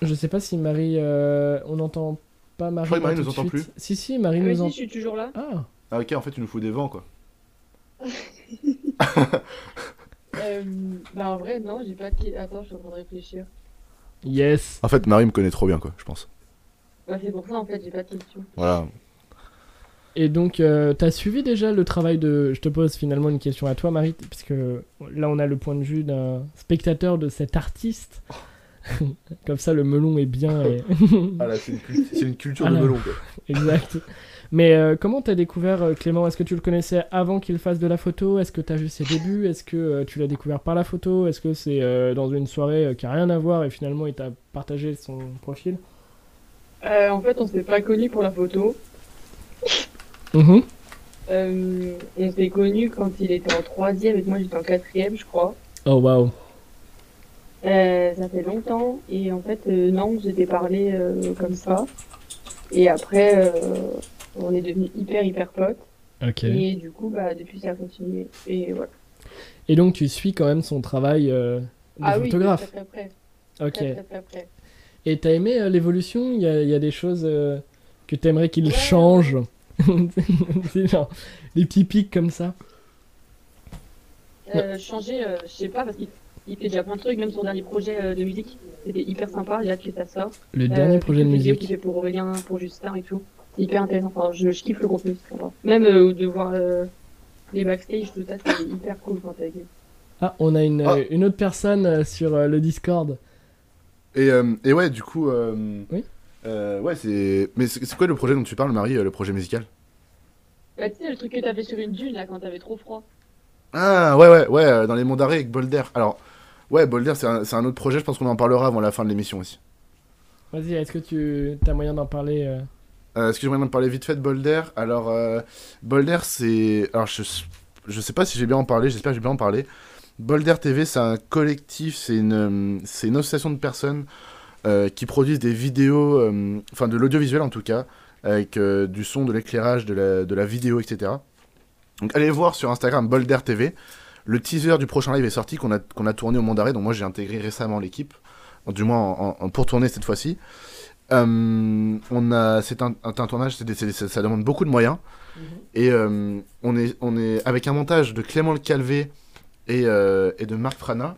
Je sais pas si Marie. euh, on n'entend pas Marie. Je crois que là Marie tout nous de entend suite. Si, si, Marie nous mais si, je entend. suis toujours là. Ah Ah ok, en fait, tu nous fous des vents, quoi. Euh, bah, en vrai, non, j'ai pas de. Attends, je suis en train de réfléchir. Yes En fait, Marie me connaît trop bien, quoi, je pense. Bah, c'est pour ça, en fait, j'ai pas de questions. Voilà. Et donc, euh, t'as suivi déjà le travail de. Je te pose finalement une question à toi, Marie, t- parce que là, on a le point de vue d'un spectateur de cet artiste. Comme ça, le melon est bien. euh, et- Ah là, c'est une, cul- c'est une culture Ah de là. melon, quoi. exact. Mais euh, comment t'as découvert euh, Clément Est-ce que tu le connaissais avant qu'il fasse de la photo Est-ce que t'as vu ses débuts Est-ce que euh, tu l'as découvert par la photo Est-ce que c'est euh, dans une soirée euh, qui a rien à voir et finalement il t'a partagé son profil Euh, en fait, on s'est pas connus pour la photo. Mhm. Euh, on s'est connus quand il était en troisième et que moi j'étais en quatrième, je crois. Oh waouh Euh, ça fait longtemps et en fait, euh, non, j'étais parlé euh, comme ça. Et après, euh, on est devenus hyper hyper potes. Ok. Et du coup, bah depuis, ça a continué. Et voilà. Et donc, tu suis quand même son travail euh, de ah oui, photographe très très près. Ok. Très, très, très près. Et t'as aimé euh, l'évolution Il y a, il y a des choses euh, que t'aimerais qu'il Ouais. change C'est genre des petits pics comme ça. Euh, changer, euh, je sais pas, parce qu'il il fait déjà plein de trucs, même son dernier projet euh, de musique, c'était hyper sympa, j'ai hâte que ça sorte. Le Euh, dernier avec projet de toutes les vidéos qu'il musique. fait pour Aurélien, pour Justin et tout. C'est hyper intéressant. Enfin, je, je kiffe le contenu. c'est sympa. Même euh, de voir euh, les backstage, tout ça, c'est hyper cool quand t'es avec eux. Ah, on a une, Ah. euh, une autre personne euh, sur euh, le Discord. Et, euh, et ouais, du coup. euh, Oui. euh, ouais, c'est. Mais c'est c'est quoi le projet dont tu parles, Marie, euh, le projet musical Bah, tu sais, le truc que t'avais sur une dune là quand t'avais trop froid. Ah, ouais, ouais, ouais, euh, dans les monts d'arrêt avec Bolder. Alors, ouais, Bolder, c'est un, c'est un autre projet, je pense qu'on en parlera avant la fin de l'émission aussi. Vas-y, est-ce que tu as moyen d'en parler euh Euh, Est-ce que j'aimerais bien parler vite fait de Boulder Alors, euh, Boulder, c'est. Alors, je, je sais pas si j'ai bien en parlé, j'espère que j'ai bien en parlé. Boulder TV, c'est un collectif, c'est une, euh, c'est une association de personnes euh, qui produisent des vidéos, euh, enfin de l'audiovisuel en tout cas, avec euh, du son, de l'éclairage, de la, de la vidéo, etc. Donc, allez voir sur Instagram Boulder TV. Le teaser du prochain live est sorti, qu'on a, qu'on a tourné au Monde d'Arrêt, donc moi j'ai intégré récemment l'équipe, du moins en- en- en- pour tourner cette fois-ci. Euh, on a, c'est un, un- un tournage, c'est des- c'est des- ça, ça demande beaucoup de moyens. Et euh, on est, on est avec un montage de Clément Le Calvé et, euh, et de Marc Frana.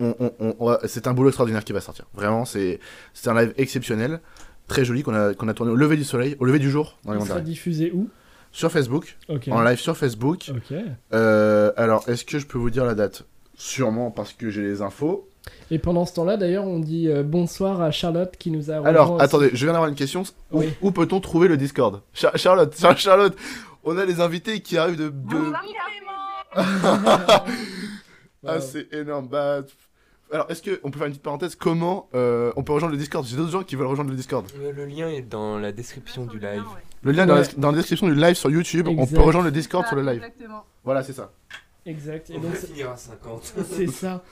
On, on- on- on va- c'est un boulot extraordinaire qui va sortir. Vraiment, c'est, c'est un live exceptionnel, très joli qu'on a, qu'on a tourné au lever du soleil, au lever du jour, dans les Il Mondes sera d'Arrêt. diffusé où sur Facebook, Ok. en live sur Facebook. Ok. Euh, alors, est-ce que je peux vous dire la date Sûrement parce que j'ai les infos. Et pendant ce temps-là, d'ailleurs, on dit euh, bonsoir à Charlotte qui nous a. rejoint Alors, aussi. attendez, je viens d'avoir une question. Où, Oui. où peut-on trouver le Discord Char- Charlotte, Char- Charlotte, on a les invités qui arrivent de... de- Wow. Ah, c'est énorme. Bah, alors, est-ce que on peut faire une petite parenthèse Comment euh, on peut rejoindre le Discord J'ai d'autres gens qui veulent rejoindre le Discord. Euh, Le, le lien est dans la description du live. Le lien est dans, la, Ouais. dans la description du live sur YouTube. On Exact. peut rejoindre le Discord sur le live. Exactement. Voilà, c'est ça. Exact. Et donc, c'est- finir à 50. c'est ça.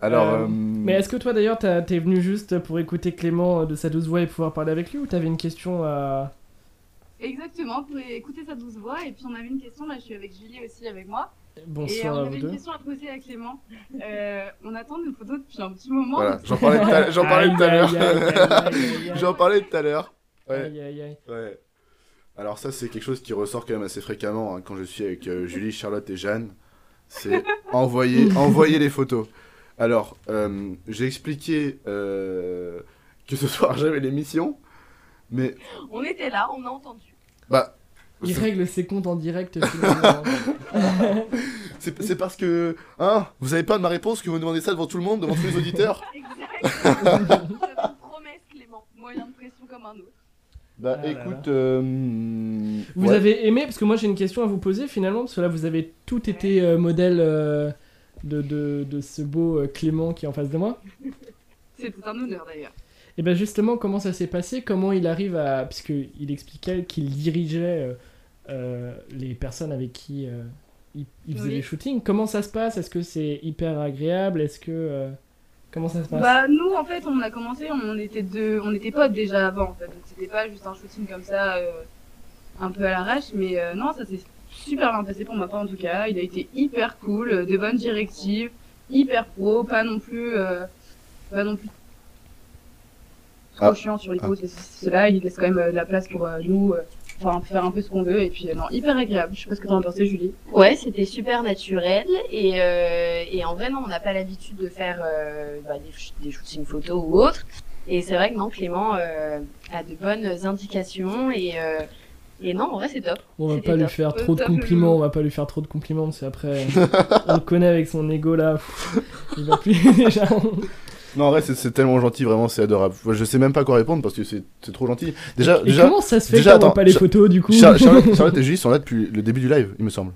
Alors, Euh, euh, Mais est-ce que toi, d'ailleurs, t'as- t'es venu juste pour écouter Clément euh, de sa douce voix et pouvoir parler avec lui ou t'avais une question à. Exactement, vous pouvez écouter sa douce voix. Et puis on avait une question, là je suis avec Julie aussi avec moi. et euh, Bonsoir on à vous avait une deux. question à poser à Clément. Euh, on attend nos photos depuis un petit moment. voilà, j'en parlais tout à- j'en parlais tout à l'heure. Aïe, aïe, aïe, aïe, aïe, J'en parlais tout à l'heure. aïe, Ouais. aïe, aïe, aïe. Ouais. Alors ça, c'est quelque chose qui ressort quand même assez fréquemment hein, quand je suis avec euh, Julie, Charlotte et Jeanne. C'est envoyer, envoyer les photos. Alors, euh, j'ai expliqué euh, que ce soir j'avais l'émission, mais On était là, on a entendu. bah, Il c'est- règle ses comptes en direct finalement. c'est c'est parce que, hein, vous avez pas de ma réponse que vous me demandez ça devant tout le monde, devant tous les auditeurs. Exactement. Vous avez une promesse, Clément. Moyen de pression comme un autre. Bah, Ah là là. écoute, euh, Vous ouais. avez aimé Parce que moi j'ai une question à vous poser finalement, parce que là vous avez tout été euh, modèle euh, de, de, de ce beau euh, Clément qui est en face de moi. C'était un honneur d'ailleurs. Et bien justement, comment ça s'est passé Comment il arrive à. Parce que il expliquait qu'il dirigeait euh, euh, les personnes avec qui euh, il, il faisait Oui. les shootings. Comment ça se passe Est-ce que c'est hyper agréable Est-ce que. euh, Comment ça se passe Bah nous en fait on a commencé, on était deux, on était potes déjà avant en fait, donc c'était pas juste un shooting comme ça euh, un peu à l'arrache, mais euh, non ça s'est super bien passé pour ma part en tout cas, il a été hyper cool, euh, de bonnes directives, hyper pro, pas non plus euh, pas non plus trop Ah. chiant sur les Ah. pauses, ceci, cela, il laisse quand même euh, de la place pour euh, nous, euh, enfin faire un peu ce qu'on veut et puis euh, non hyper agréable, je sais pas ce que t'en penses Julie. Ouais, c'était super naturel et, euh, et en vrai non, on n'a pas l'habitude de faire euh, bah, des, sh- des shootings photos ou autres. Et c'est vrai que non, Clément euh, a de bonnes indications et euh, et non, en vrai c'est top. On va c'était pas lui top. faire Euh, trop de top, le compliments, loup. on va pas lui faire trop de compliments parce qu'après on le connaît avec son ego là, pff, il va plus déjà. Non, en vrai, c'est- c'est tellement gentil, vraiment, c'est adorable. Je sais même pas quoi répondre parce que c'est c'est trop gentil. Déjà, Et déjà, comment ça se fait déjà, qu'on voit attends, pas les Char- photos du coup Char- Charlotte, Charlotte et Julie sont là depuis le début du live, il me semble.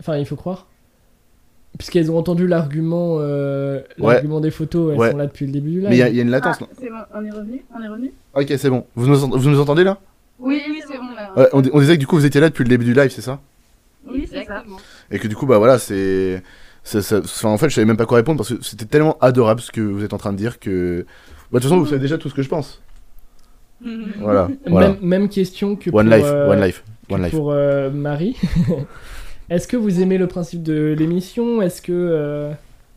Enfin, il faut croire. Puisqu'elles ont entendu l'argument euh, Ouais. l'argument des photos, elles Ouais. sont là depuis le début du live. Mais il y, a- il y a une latence, non Ah, c'est bon, on est revenu, on est revenu. Ok, c'est bon. Vous nous, ent- vous nous entendez là Oui oui c'est bon là. Ouais, on, di- on disait que du coup vous étiez là depuis le début du live, c'est ça Oui c'est ça. Et que du coup, bah voilà, c'est. c'est- ça- enfin, en fait, je savais même pas quoi répondre parce que c'était tellement adorable ce que vous êtes en train de dire que. Bah, de toute façon, vous savez déjà tout ce que je pense. Voilà. Même, voilà. même question que One pour, life, euh, one life, one que life. pour euh, Marie. Est-ce que vous aimez le principe de l'émission Est-ce que euh,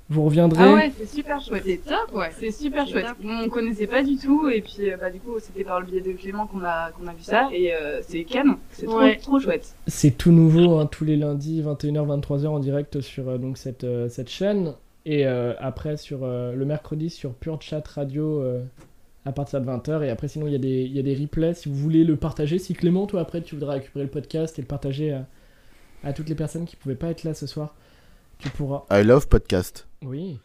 vous reviendrez Ah ouais, c'est super chouette. C'est top, ouais. C'est super chouette. On connaissait pas du tout et puis euh, bah, du coup c'était par le biais de Clément qu'on a qu'on a vu ça et euh, c'est canon. C'est trop Ouais. trop chouette. C'est tout nouveau, hein, tous les lundis, 21h, 23h en direct sur euh, donc cette, euh, cette chaîne. Et euh, après, sur, euh, le mercredi, sur Pure Chat Radio, euh, à partir de 20h. Et après, sinon, il y, a des- il y a des replays si vous voulez le partager. Si Clément, toi, après, tu voudras récupérer le podcast et le partager à, à toutes les personnes qui pouvaient pas être là ce soir, tu pourras. I love podcast. Oui.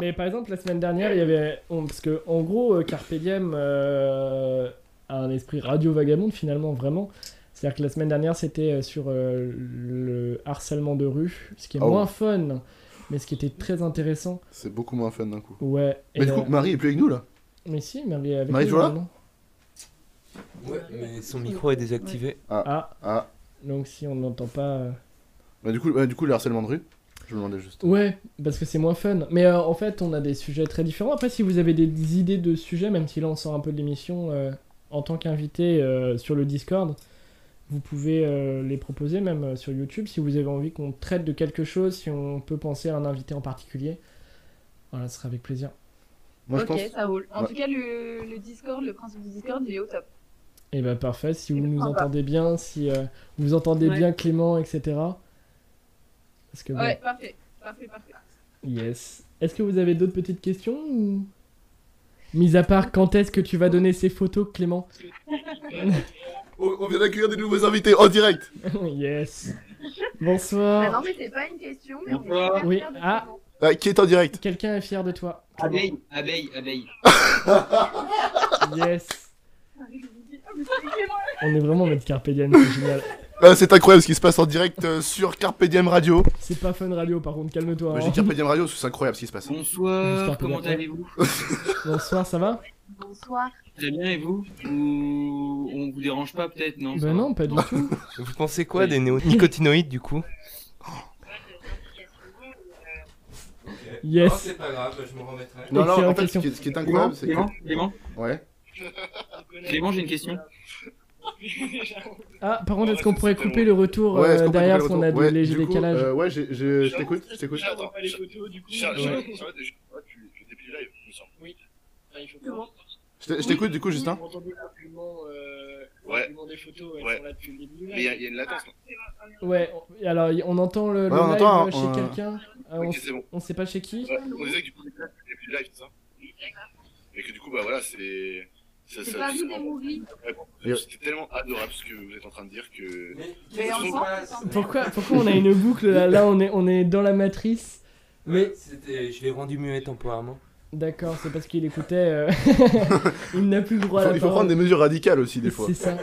Mais par exemple, la semaine dernière, il y avait. on- parce que, en gros, euh, Carpe Diem euh, a un esprit radio-vagabond, finalement, vraiment. C'est-à-dire que la semaine dernière, c'était euh, sur euh, le harcèlement de rue, ce qui est Oh. moins fun, mais ce qui était très intéressant. C'est beaucoup moins fun d'un coup. Ouais. et euh, Mais du la- coup, Marie est plus avec nous là. mais si, Marie est avec Marie nous, Joie maintenant. Ouais, mais son micro est désactivé. Ah, Ah, donc si on n'entend pas. euh, bah du coup, ouais, du coup, le harcèlement de rue. Je me demandais juste. Ouais, parce que c'est moins fun. Mais euh, en fait, on a des sujets très différents. Après, si vous avez des, des idées de sujets, même si là on sort un peu de l'émission euh, en tant qu'invité euh, sur le Discord, vous pouvez euh, les proposer même euh, sur YouTube si vous avez envie qu'on traite de quelque chose, si on peut penser à un invité en particulier. Voilà, ce sera avec plaisir. Moi, ok, je pense. ça roule. En Ouais. tout cas, le, le Discord, le principe du Discord, il est au top. Et bah parfait, si vous Et nous au revoir. entendez bien, si euh, vous entendez Ouais. bien Clément, etc. Parce que bon, Ouais, parfait. Parfait, parfait. Ah. Yes. Est-ce que vous avez d'autres petites questions ou... Mis à part quand est-ce que tu vas donner ces photos, Clément On, on vient d'accueillir des nouveaux invités en direct. Yes. Bah Ah non, Bonsoir. mais c'est pas une question, mais on est Bonsoir. super Oui, fiers de ah. Clément. Ah, qui est en direct Quelqu'un est fier de toi. Clément. Abeille, abeille, abeille. Yes. Je vous dis, ah, mais c'est Clément. On est vraiment maître Carpe Diem, c'est génial. Ah, C'est incroyable ce qui se passe en direct euh, sur Carpe Diem Radio. C'est pas fun radio, par contre, calme-toi. Bah, hein. J'ai dit Carpe Diem Radio, parce que c'est incroyable ce qui se passe. J'espère Bonsoir, que comment d'accord. allez-vous Bonsoir, ça va Bonsoir. Très bien, et vous Ou on vous dérange pas peut-être, non ça Ben va non, pas du tout. Vous pensez quoi des néonicotinoïdes du coup Yes. Oh, pas grave, je me remettrai. Non, non, en Excellente fait, ce question. qui est, ce qui est Clément, incroyable, c'est Clément, que. Clément, Ouais. Clément, j'ai une question. Ah, par contre, est-ce qu'on pourrait couper le retour Ouais, est-ce euh, qu'on peut derrière couper parce le qu'on a retour des Ouais, légers du coup, décalages euh, ouais, j'ai- j'ai- je t'écoute, je t'écoute. J'attends pas les photos du coup. euh, J'arrête Ouais. déjà. Tu t'es plus live, il me semble. Oui. Il faut Comment Je t'ai- je t'écoute du coup, hein. Justin. Pour entendre l'argument euh, Ouais. l'argument des photos, elles Ouais. sont là depuis le début. Mais il y, a- il y a une latence. Ouais, on- alors y- on entend le, le Ouais, on live entend, euh, on- chez quelqu'un. Euh, non on, ok, s- c'est bon. on sait pas chez qui. Ouais, On disait que du coup, les plus live, c'est ça Et que du coup, bah voilà, c'est. ça- C'est ça- pas ça- vu des movies. C'était tellement adorable ce que vous êtes en train de dire que. Mais on sent que Pourquoi, pourquoi on a une boucle là, là on, est, on est dans la matrice. Mais Je l'ai rendu muet temporairement. d'accord, c'est parce qu'il écoutait. euh, il n'a plus le droit Il à faut, la il faut prendre parole. des mesures radicales aussi, des fois. C'est ça.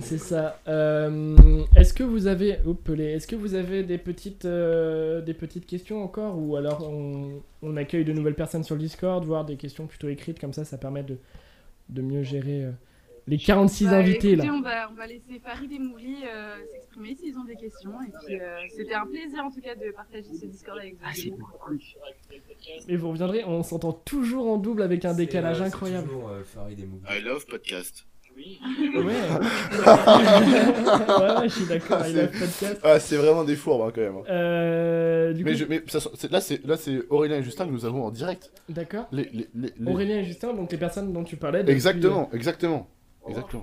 C'est ça. Euh, est-ce que vous avez, Oups, les- est-ce que vous avez des petites, euh, des petites questions encore, ou alors on, on accueille de nouvelles personnes sur le Discord, voire des questions plutôt écrites comme ça, ça permet de, de mieux gérer euh, les 46 Bah, invités écoutez, là. On va, on va laisser Farid et Mouli euh, s'exprimer s'ils ont des questions. Et puis, euh, c'était un plaisir en tout cas de partager ce Discord avec vous. Et vous reviendrez, on s'entend toujours en double avec un euh, décalage incroyable. I love podcast. Ouais. ouais, ouais, je suis d'accord. Il a le podcast. Ah, c'est vraiment des fourbes hein, quand même. Euh, du coup, Mais, je- mais ça- c'est- là, c'est là, c'est Aurélien et Justin que nous avons en direct. d'accord. Les, les, les- les- Aurélien et Justin, donc les personnes dont tu parlais. depuis- euh, Exactement, exactement. Exactement.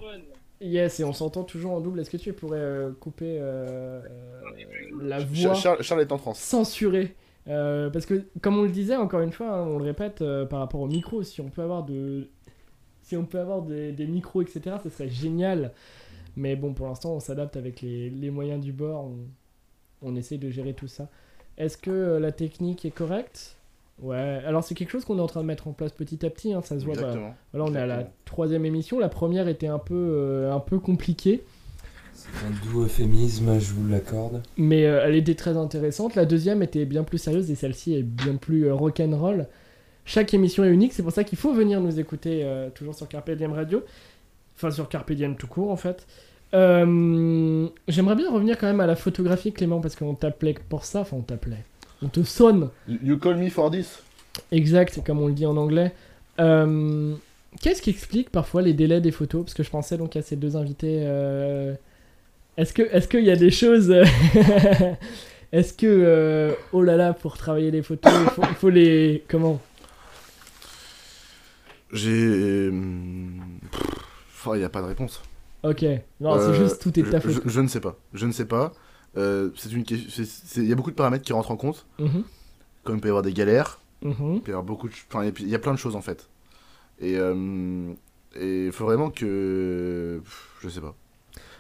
Yes, et on s'entend toujours en double. Est-ce que tu pourrais euh, couper euh, euh, la Cha- voix Charles, Charles est en France. censurée Euh, Parce que, comme on le disait encore une fois, hein, on le répète euh, par rapport au micro, si on peut avoir de, si on peut avoir des, des micros, etc., ce serait génial. Mais bon, pour l'instant, on s'adapte avec les, les moyens du bord. On, on essaie de gérer tout ça. Est-ce que euh, la technique est correcte Ouais. Alors c'est quelque chose qu'on est en train de mettre en place petit à petit. hein, ça se voit. pas. Exactement. Voilà, on est à la Exactement. troisième émission. La première était un peu, euh, un peu compliquée, C'est un doux euphémisme, je vous l'accorde. mais euh, elle était très intéressante. La deuxième était bien plus sérieuse et celle-ci est bien plus rock rock'n'roll. Chaque émission est unique, c'est pour ça qu'il faut venir nous écouter euh, toujours sur Carpe Diem Radio. Enfin, sur Carpe Diem tout court, en fait. Euh, J'aimerais bien revenir quand même à la photographie, Clément, parce qu'on t'appelait pour ça. Enfin, on t'appelait. On te sonne, You you call me for this exact, comme on le dit en anglais. Euh, Qu'est-ce qui explique parfois les délais des photos Parce que je pensais donc à ces deux invités. euh, Est-ce que est-ce qu'il y a des choses euh, Est-ce que euh, oh là là pour travailler les photos il faut, il faut les comment J'ai. hum, pff, Il n'y a pas de réponse. Ok non c'est Euh, juste tout est de ta je, faute. je- je ne sais pas. Je ne sais pas. euh, c'est une question- c'est- c'est- Il y a beaucoup de paramètres qui rentrent en compte. Mhm. Comme il peut y avoir des galères, Mhm. il peut y avoir beaucoup de ch- enfin, il y a plein de choses en fait. Et euh, et il faut vraiment que. pff, Je sais pas.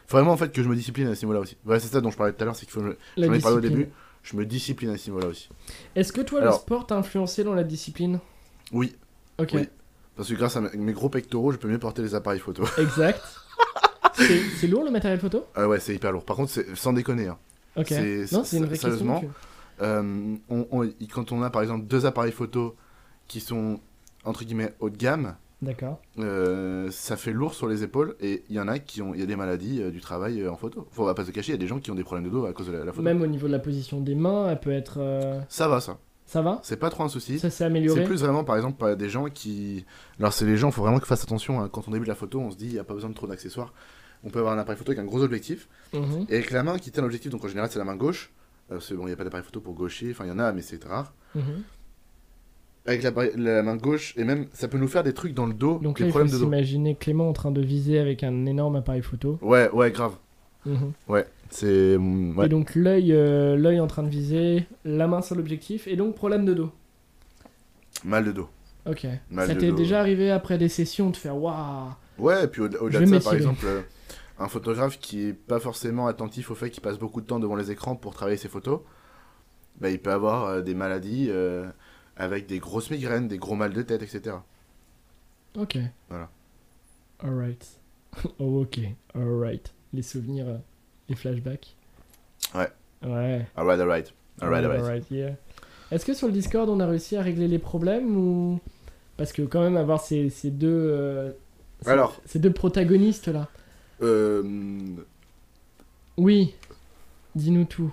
Faut vraiment en fait que je me discipline à ce niveau-là aussi. Ouais, c'est ça dont je parlais tout à l'heure, c'est qu'il faut. que Je... La J'en ai parlé au discipline. début. Je me discipline à ce niveau-là aussi. Est-ce que toi, le Alors- sport t'a influencé dans la discipline Oui. Ok. Oui. Parce que grâce à mes- mes gros pectoraux, je peux mieux porter les appareils photo. Exact. c'est c'est lourd le matériel photo Ah ouais, c'est hyper lourd. Par contre, c'est sans déconner. hein. Ok. C'est- Non, c'est une vraie question Sérieusement, que euh, on- on- y- quand on a par exemple deux appareils photo qui sont entre guillemets haut de gamme, D'accord. euh, ça fait lourd sur les épaules et il y en a qui ont, il y a des maladies euh, du travail euh, en photo. Faut pas se cacher, il y a des gens qui ont des problèmes de dos à cause de la, la photo. Même au niveau de la position des mains, elle peut être. euh, Ça va, ça. Ça va C'est pas trop un souci. Ça s'est amélioré C'est plus vraiment, par exemple, par des gens qui. Alors, c'est les gens, il faut vraiment qu'ils fassent attention. hein. Quand on débute la photo, on se dit, il n'y a pas besoin de trop d'accessoires. On peut avoir un appareil photo avec un gros objectif. Mhm. Et avec la main qui tient l'objectif, donc en général, c'est la main gauche. Euh, c'est bon, il n'y a pas d'appareil photo pour gaucher. Enfin, il y en a, mais c'est rare. Mhm. Avec la, la main gauche, et même, ça peut nous faire des trucs dans le dos, Donc des là, il faut problèmes de dos. s'imaginer Clément en train de viser avec un énorme appareil photo. Ouais, ouais, grave. Mhm. Ouais, c'est. mm, ouais. Et donc l'œil euh, l'œil en train de viser, la main sur l'objectif, et donc problème de dos. Mal de dos. Ok. Mal ça de t'est dos. déjà arrivé après des sessions de faire waouh Ouais, et puis au- Je au-delà vais de ça, par m'étirer. exemple, euh, un photographe qui est pas forcément attentif au fait qu'il passe beaucoup de temps devant les écrans pour travailler ses photos, bah, il peut avoir euh, des maladies euh, avec des grosses migraines, des gros mal de tête, etc. Ok. Voilà. Alright. oh, ok. Alright. Les souvenirs, euh, les flashbacks. Ouais. Alright, Ouais. alright. Alright, Alright, alright. alright, yeah. Est-ce que sur le Discord on a réussi à régler les problèmes ou parce que quand même avoir ces, ces deux euh, ces- Alors. ces deux protagonistes là. Euh, Oui. Dis-nous tout.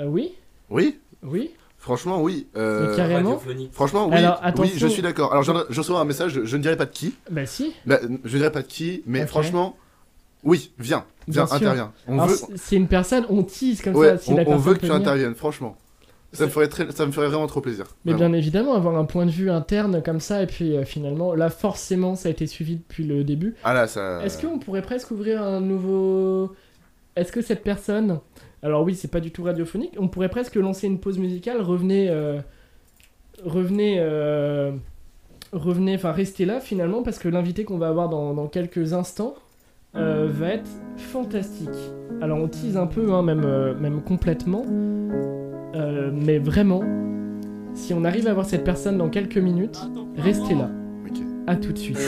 Euh, oui. oui, Oui. franchement, oui. euh, Mais carrément. Radiophonique. Franchement, oui. Alors, oui, attention. je suis d'accord. Alors, je, je reçois un message, je, je ne dirai pas de qui. Bah si. Bah, je ne dirai pas de qui, mais Ok. franchement, oui, viens, viens, Bien sûr. interviens. On Alors, veut, c- C'est une personne, on tease comme Ouais, ça. Si on, la on personne veut que peut tu venir. interviennes, franchement. Ça me, ferait très- ça me ferait vraiment trop plaisir. Mais Vraiment. bien évidemment, avoir un point de vue interne comme ça, et puis euh, finalement, là forcément, ça a été suivi depuis le début. Ah là, ça. Est-ce qu'on pourrait presque ouvrir un nouveau. Est-ce que cette personne. Alors oui, c'est pas du tout radiophonique, on pourrait presque lancer une pause musicale, revenez. euh, Revenez. euh, Revenez, enfin restez là finalement, parce que l'invité qu'on va avoir dans, dans quelques instants euh, va être fantastique. Alors on tease un peu, hein, même, euh, même complètement, Euh, mais vraiment, si on arrive à avoir cette personne dans quelques minutes, restez là. Ok. À tout de suite.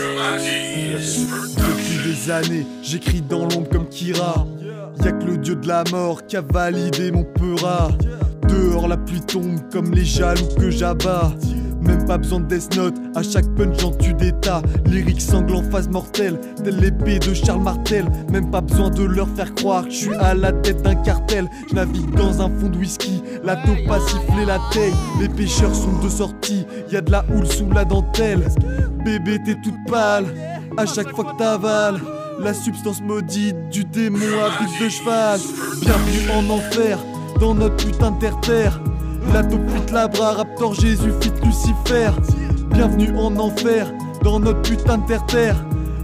Depuis des années, j'écris dans l'ombre comme Kira. Y'a que le dieu de la mort qui a validé mon peura. Dehors, la pluie tombe comme les jaloux que j'abats. Même pas besoin de Death Note, à chaque punch j'en tue des tas. Lyrique sanglant, phase mortelle, telle l'épée de Charles Martel. Même pas besoin de leur faire croire que je suis à la tête d'un cartel. Je navigue dans un fond de whisky, la taupe a sifflé la taille. Les pêcheurs sont de sortie, y a de la houle sous la dentelle. Bébé, t'es toute pâle à chaque fois que t'avales la substance maudite du démon à bite de cheval. Bienvenue en enfer, dans notre putain de terre-terre. La taupe fuite Labra, Raptor, Jésus, fit Lucifer. Bienvenue en enfer, dans notre putain de terre-terre.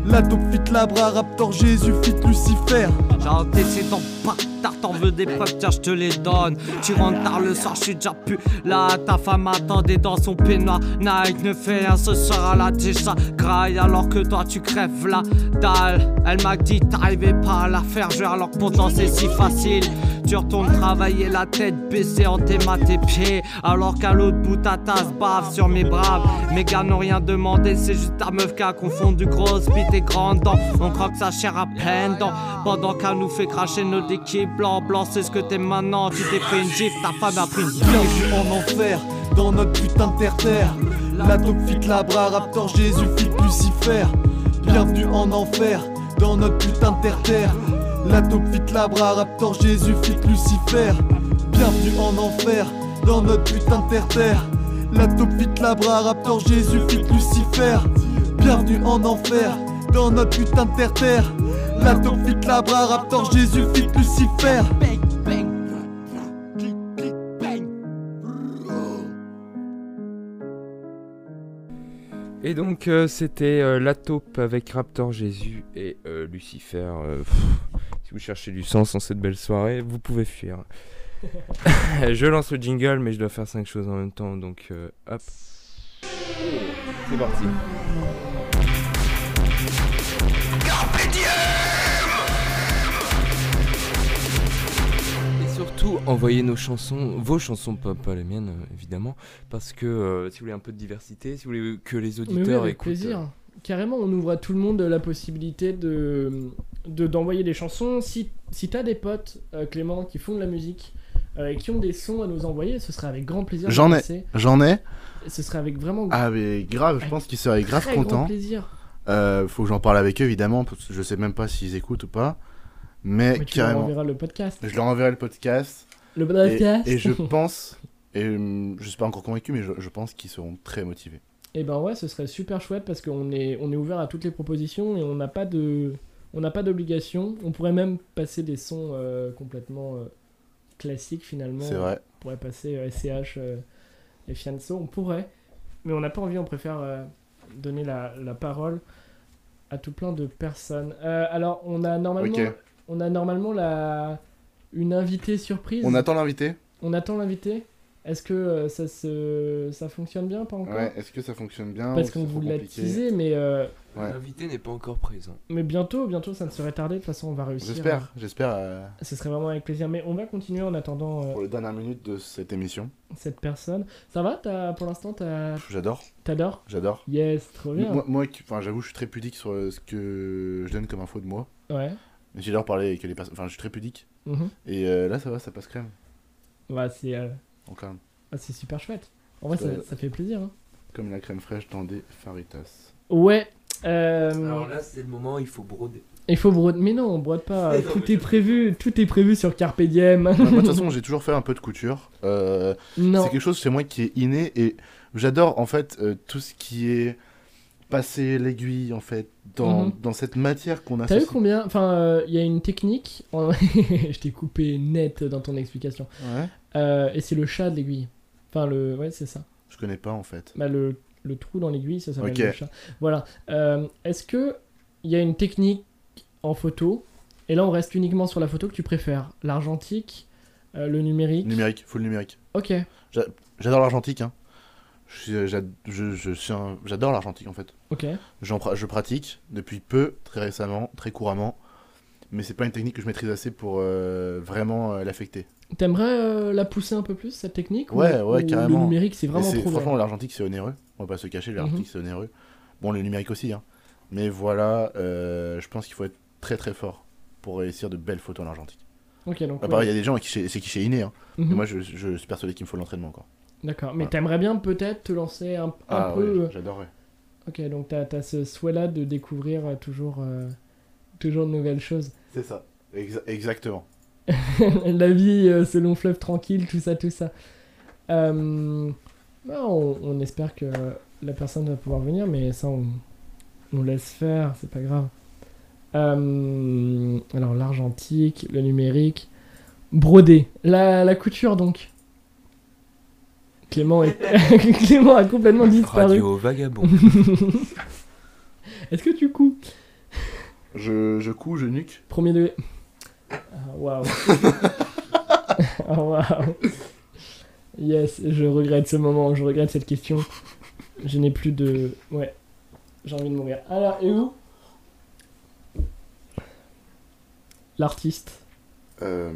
La taupe fuite Labra, Raptor, Jésus, fit Lucifer. J'ai un décédent bâtard, t'en veux des preuves, tiens, je te les donne. Tu rentres tard le soir, je suis déjà pu. Là, ta femme attendait dans son peignoir. Nike ne fait rien ce soir, elle a déjà graille. Alors que toi, tu crèves la dalle. Elle m'a dit, t'arrivais pas à la faire jouer, alors que pourtant, c'est si facile. Tu retournes travailler la tête baissée en tes mains, tes pieds. Alors qu'à l'autre bout, ta tasse bave sur mes braves. Mes gars n'ont rien demandé, c'est juste ta meuf qui a confondu grosse bite et grande dent. On croque sa chair à pleines dents. Pendant qu'elle nous fait cracher nos équipes blanc, blanc, c'est ce que t'es maintenant. Tu t'es pris une gifle, ta femme a pris une gifle. Bienvenue en enfer, dans notre putain de terre-terre. La taupe fit Labra, Raptor, Jésus, fit Lucifer. Bienvenue en enfer, dans notre putain de terre-terre. La taupe fit Labra, Raptor, Jésus, fit Lucifer. Bienvenue en enfer, dans notre putain de terre-terre. La taupe fit Labra, Raptor, Jésus, fit Lucifer. Bienvenue en enfer, dans notre putain de terre-terre. La taupe fit Labra, Raptor, Jésus, fit Lucifer. Bang, bang, Et donc, euh, c'était euh, La Taupe avec Raptor Jésus et euh, Lucifer. euh, pff, Si vous cherchez du sens en cette belle soirée, vous pouvez fuir. je lance le jingle, mais je dois faire cinq choses en même temps, donc euh, hop. C'est parti. Et surtout, envoyez nos chansons, vos chansons pop, pas les miennes euh, évidemment, parce que euh, si vous voulez un peu de diversité, si vous voulez que les Mais oui, auditeurs avec écoutent. euh, plaisir. Carrément, on ouvre à tout le monde la possibilité de de- d'envoyer des chansons. Si, si t'as des potes, euh, Clément, qui font de la musique euh, et qui ont des sons à nous envoyer, ce serait avec grand plaisir. de J'en ai, passer. j'en ai. Ce serait avec vraiment. Ah mais grave, je Avec pense qu'ils seraient grave très grand contents. plaisir. Euh, faut que j'en parle avec eux évidemment, parce que je sais même pas s'ils écoutent ou pas. Mais, Mais tu leur Eh, carrément. enverras le podcast. Je leur enverrai le podcast. Le Et- podcast. Et, je pense, et hum, je suis pas encore convaincu, mais je, je pense qu'ils seront très motivés. Et ben ouais, ce serait super chouette parce qu'on est on est ouvert à toutes les propositions et on n'a pas de on n'a pas d'obligation. On pourrait même passer des sons euh, complètement euh, classiques finalement. C'est vrai. On pourrait passer euh, SCH euh, et Fianso, on pourrait, mais on n'a pas envie. On préfère euh, donner la, la parole à tout plein de personnes. Euh, alors on a normalement Ok. on a normalement la une invitée surprise. On attend l'invité On attend l'invité. Est-ce que euh, ça se ça fonctionne bien pas encore Ouais, est-ce que ça fonctionne bien Parce ou qu'on c'est trop vous l'a compliqué teasé, mais, euh, L'invité n'est pas encore présent. mais bientôt, bientôt, ça ne serait tardé. De toute façon, on va réussir. J'espère, j'espère. euh, Ce serait vraiment avec plaisir. Mais on va continuer en attendant euh, Pour les dernières minutes de cette émission, cette personne. Ça va t'as- Pour l'instant, t'as- j'adore. t'adores J'adore. Yes, trop bien. Moi, moi qui- enfin, j'avoue, je suis très pudique sur euh, ce que je donne comme info de moi. Ouais. Mais J'adore parler avec les personnes. Enfin, je suis très pudique. Mhm. Et euh, là, ça va, ça passe crème. Ouais, c'est euh, Donc, hein, quand même. ah, c'est super chouette. En vrai, ça, Euh, ça fait plaisir. hein. Comme la crème fraîche dans des faritas. Ouais. euh, Alors là, c'est le moment, il faut broder. Il faut broder. Mais non, on brode pas. Tout est prévu. Tout est prévu sur Carpe Diem. Ouais, moi, de toute façon, j'ai toujours fait un peu de couture. Euh, Non. C'est quelque chose chez moi qui est inné et j'adore en fait euh, tout ce qui est passer l'aiguille en fait dans, Mhm. dans cette matière qu'on a. T'as vu combien Enfin, euh, il y a une technique. en- je t'ai coupé net dans ton explication. Ouais. Euh, et c'est le chat de l'aiguille. Enfin, le. Ouais, c'est ça. Je connais pas en fait. Bah, le, le trou dans l'aiguille, ça s'appelle Ok. le chat. Voilà. Euh, Est-ce que il y a une technique en photo Et là, on reste uniquement sur la photo que tu préfères. L'argentique, euh, le numérique. Numérique, full numérique. Ok. J'a- J'adore l'argentique. Hein. Je suis- euh, j'ad- je- je suis un- J'adore l'argentique en fait. Ok. J'en pra- Je pratique depuis peu, très récemment, très couramment. Mais c'est pas une technique que je maîtrise assez pour euh, vraiment euh, l'affecter. T'aimerais euh, la pousser un peu plus cette technique ou- Ouais, ou ouais, carrément. Le numérique, c'est Mais vraiment Mhm. trop. bien Franchement, l'argentique, c'est onéreux. On va pas se cacher, l'argentique, c'est onéreux. Bon, le numérique aussi, hein. Mais voilà, euh, je pense qu'il faut être très très fort pour réussir de belles photos en argentique. Ok, donc, Ah, pareil, il ouais. y a des gens à qui c'est c'est qui chez inné, hein. Mhm. Mais moi, je, je suis persuadé qu'il me faut de l'entraînement encore. D'accord. Mais Voilà. t'aimerais bien peut-être te lancer un, un Ah, peu. ouais, euh, j'adorerais. Ok, donc t'as as ce souhait-là de découvrir euh, toujours, euh, toujours de nouvelles choses. C'est ça, Exa- exactement. la vie euh, selon fleuve tranquille, tout ça, tout ça. Euh, bah, on, on espère que la personne va pouvoir venir, mais ça, on, on laisse faire, c'est pas grave. Euh, alors, l'argentique, le numérique, broder, la, la couture donc. Clément, est- Clément a complètement disparu. Radio vagabond. Est-ce que tu couds Je, je couds, je nuque. Premier degré. Ah, Waouh. Ah, Waouh. Yes, je regrette ce moment, je regrette cette question. Je n'ai plus de. Ouais, j'ai envie de mourir. Alors, et où L'artiste. Euh,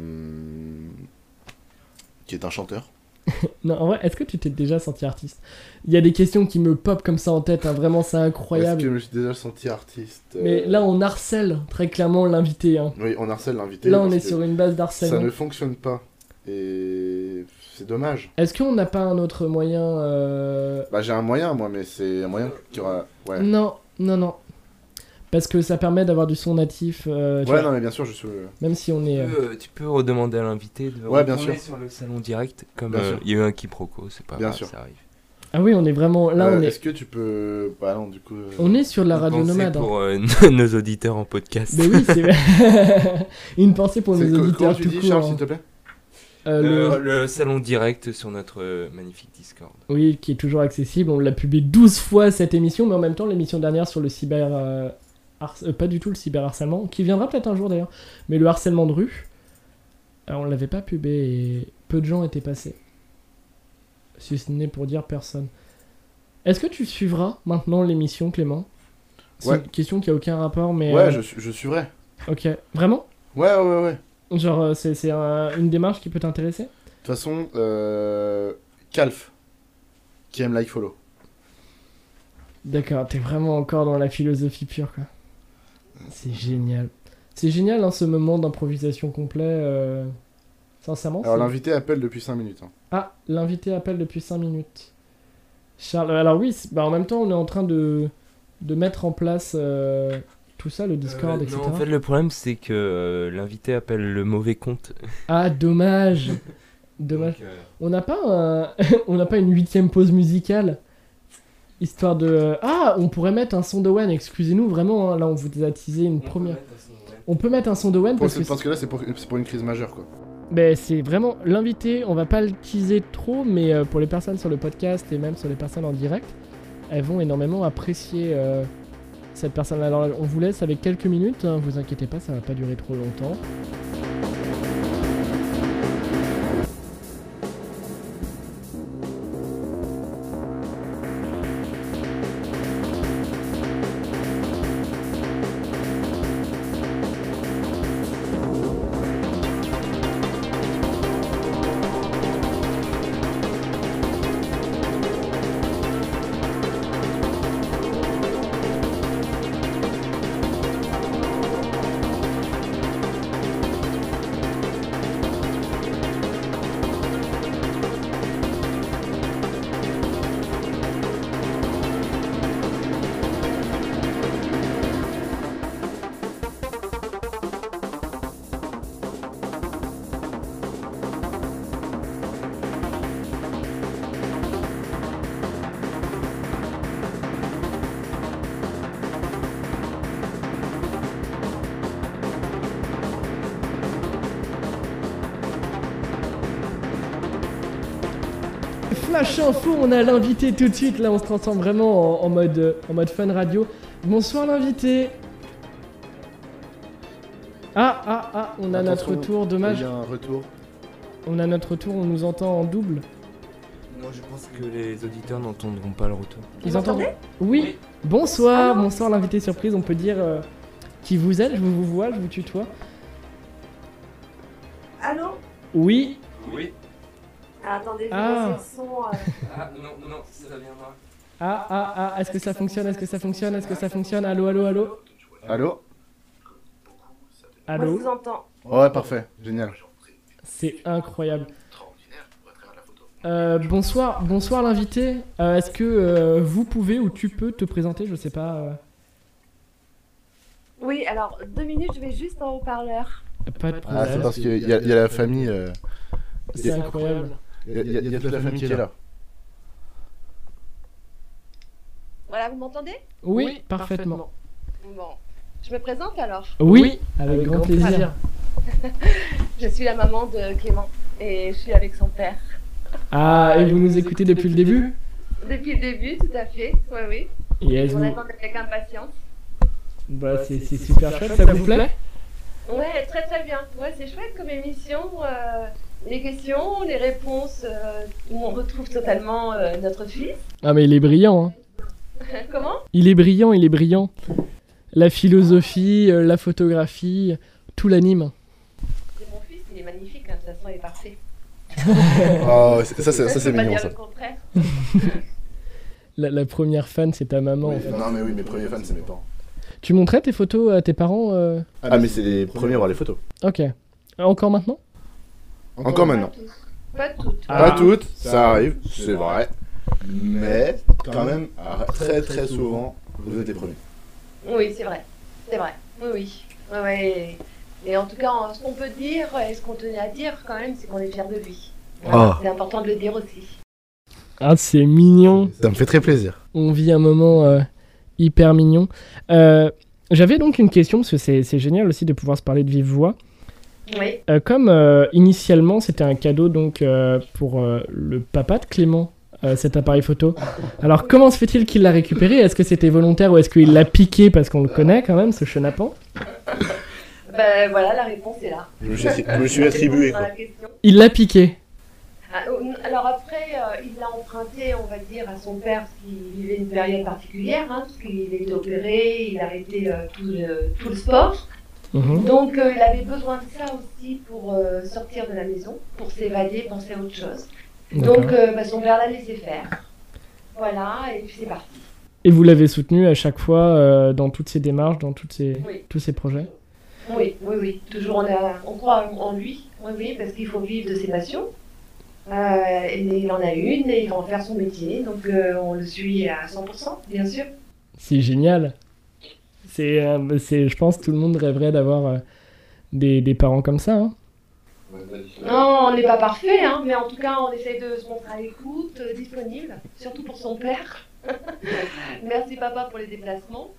Qui est un chanteur. Non, en vrai, est-ce que tu t'es déjà senti artiste Il y a des questions qui me pop comme ça en tête, hein, vraiment, c'est incroyable. Est-ce que je me suis déjà senti artiste euh, Mais là, on harcèle très clairement l'invité. hein. Oui, on harcèle l'invité. Là, on parce est que sur une base Ça d'harcèlement. ne fonctionne pas. Et c'est dommage. Est-ce qu'on n'a pas un autre moyen euh, Bah, j'ai un moyen, moi, mais c'est un moyen qui aura. Ouais. Non, non, non. Parce que ça permet d'avoir du son natif. euh, tu Ouais, vois. non, mais bien sûr, je suis. Même si on est. Tu peux, euh, tu peux redemander à l'invité de Ouais, bien retourner sûr. sur le salon direct, comme Bien euh, sûr. il y a eu un quiproquo, c'est pas Bien grave, sûr. ça arrive. Ah oui, on est vraiment. Là, Euh, on est. Est-ce que tu peux. Bah, non, du coup. euh, On est sur la Une radio pensée nomade. hein. pour euh, nos auditeurs en podcast. Mais oui, c'est. Une pensée pour euh, C'est nos co- auditeurs comment tu tout dis, court. Charles, hein. s'il te plaît Euh, Euh, le... le salon direct sur notre euh, magnifique Discord. Oui, qui est toujours accessible. On l'a publié 12 fois cette émission, mais en même temps, l'émission dernière sur le cyber. euh, harc- euh, pas du tout le cyberharcèlement, qui viendra peut-être un jour d'ailleurs, mais le harcèlement de rue, euh, on l'avait pas pubé et peu de gens étaient passés. Si ce n'est pour dire personne. Est-ce que tu suivras maintenant l'émission, Clément C'est Ouais. une question qui a aucun rapport, mais. Ouais, euh, je, suis- je suis vrai. Ok, vraiment Ouais, ouais, ouais. Genre, euh, c'est c'est un- une démarche qui peut t'intéresser De toute façon, euh, Calf, qui aime like follow. Oh, D'accord, t'es vraiment encore dans la philosophie pure, quoi. C'est génial. C'est génial, hein, ce moment d'improvisation complet. euh, Sincèrement, Alors c'est- l'invité appelle depuis 5 minutes. hein. Ah, l'invité appelle depuis 5 minutes. Charles, alors oui, c'est- bah, en même temps, on est en train de, de mettre en place euh, tout ça, le Discord, Euh, etc. non, en fait, le problème, c'est que euh, l'invité appelle le mauvais compte. Ah, dommage. Dommage. Donc, euh, On n'a pas, un- on n'a pas une huitième pause musicale Histoire de... Ah, on pourrait mettre un son de Wen, excusez-nous, vraiment, hein, là on vous a teasé une première... On peut mettre un son de Wen Pour- parce parce, que... que là, c'est pour, c'est pour une crise majeure, quoi. Ben, c'est vraiment l'invité, on va pas le teaser trop, mais euh, pour les personnes sur le podcast et même sur les personnes en direct, elles vont énormément apprécier euh, cette personne. Alors on vous laisse avec quelques minutes, hein, vous inquiétez pas, ça va pas durer trop longtemps. Flash Info, on a l'invité tout de suite, là on se transforme vraiment en, en mode, euh, en mode fun radio. Bonsoir l'invité Ah, ah, ah, on a notre Attention, retour, dommage. Il y a un retour. On a notre retour, on nous entend en double. Moi, je pense que les auditeurs n'entendront pas le retour. Ils entendent Oui. Bonsoir, bonsoir l'invité surprise, on peut dire euh, qui vous êtes, je vous vois, je vous tutoie. Allô Oui, Oui. Ah, Attendez, je vais Ah. baisser le son. euh. Ah, non, non, non, ça viendra. ah, ah, ah, est-ce que ça fonctionne, est-ce que ça fonctionne, est-ce que ça fonctionne Allô, allô, allô Allô Allô entends. Ouais, parfait, génial. C'est incroyable. Euh, bonsoir, bonsoir l'invité. Euh, Est-ce que euh, vous pouvez ou tu peux te présenter Je sais pas. euh, Oui, alors deux minutes, je vais juste en haut-parleur. pas de Ah, c'est problème. parce qu'il y, a- il y a la famille. euh, il y C'est a- incroyable. Il y, a- il y a- il y a toute la famille qui est là. Voilà, vous m'entendez Oui, parfaitement. Bon, je me présente alors. Oui, avec, grand, plaisir. je suis la maman de Clément et je suis avec son père. Ah, et vous nous écoutez depuis le début Depuis le début, tout à fait. Oui, oui. Yes, On vous- attend avec impatience. Bah, c'est c'est super chouette, ça vous plaît Ouais, très très bien. Ouais, c'est chouette comme émission. euh, les questions, les réponses, euh, où on retrouve totalement euh, notre fils. Ah, mais il est brillant, hein. Comment Il est brillant, il est brillant. La philosophie, euh, la photographie, tout l'anime. C'est mon fils, il est magnifique, hein, de toute façon, il est parfait. Oh, c'est- ça, c'est- ça, Je c'est peux pas mignon, dire ça. le contraire. La, la première fan, c'est ta maman. en fait. Non, mais oui, mes premiers fans, c'est mes parents. Tu montrais tes photos à tes parents euh Ah, mais c'est les premiers à voir les photos. Ok. Ah, Encore maintenant Encore maintenant. Pas toutes. Pas toutes, ça arrive, c'est vrai. Mais quand même, ah, très très souvent, vous êtes les premiers. Oui, c'est vrai. C'est vrai. Oui, oui. Ouais, ouais. Et en tout cas, en- ce qu'on peut dire et ce qu'on tenait à dire quand même, c'est qu'on est fiers de lui. Voilà, Ah. C'est important de le dire aussi. Ah, c'est mignon. Ça me fait très plaisir. On vit un moment euh, hyper mignon. Euh, J'avais donc une question, parce que c'est c'est génial aussi de pouvoir se parler de vive voix. Oui. Euh, comme euh, initialement, c'était un cadeau donc euh, pour euh, le papa de Clément euh, cet appareil photo. Alors comment se fait-il qu'il l'a récupéré Est-ce que c'était volontaire ou est-ce qu'il l'a piqué parce qu'on le connaît quand même, ce chenapan Ben voilà, la réponse est là. Je me suis- je me suis attribué, Dans quoi. la question. Il l'a piqué. Ah, euh, Alors après, euh, il l'a emprunté, on va dire, à son père, parce qu'il vivait une période particulière, hein, parce qu'il était opéré, il arrêtait euh, tout, le, tout le sport. Mhm. Donc euh, il avait besoin de ça aussi pour euh, sortir de la maison, pour s'évader, penser à autre chose. D'accord. Donc euh, bah, son père l'a laissé faire. Voilà, et puis c'est parti. Et vous l'avez soutenu à chaque fois euh, dans toutes ses démarches, dans toutes ses, Oui. tous ses projets Oui, oui, oui. Toujours on, a, on croit en- en lui, oui, oui, parce qu'il faut vivre de ses passions. Euh, et il en a une et il va en faire son métier, donc euh, on le suit à 100%, bien sûr. C'est génial. C'est, euh, c'est, je pense, tout le monde rêverait d'avoir euh, des, des parents comme ça. hein. Non, on n'est pas parfait, hein, mais en tout cas, on essaye de se montrer à l'écoute, euh, disponible, surtout pour son père. Merci papa pour les déplacements.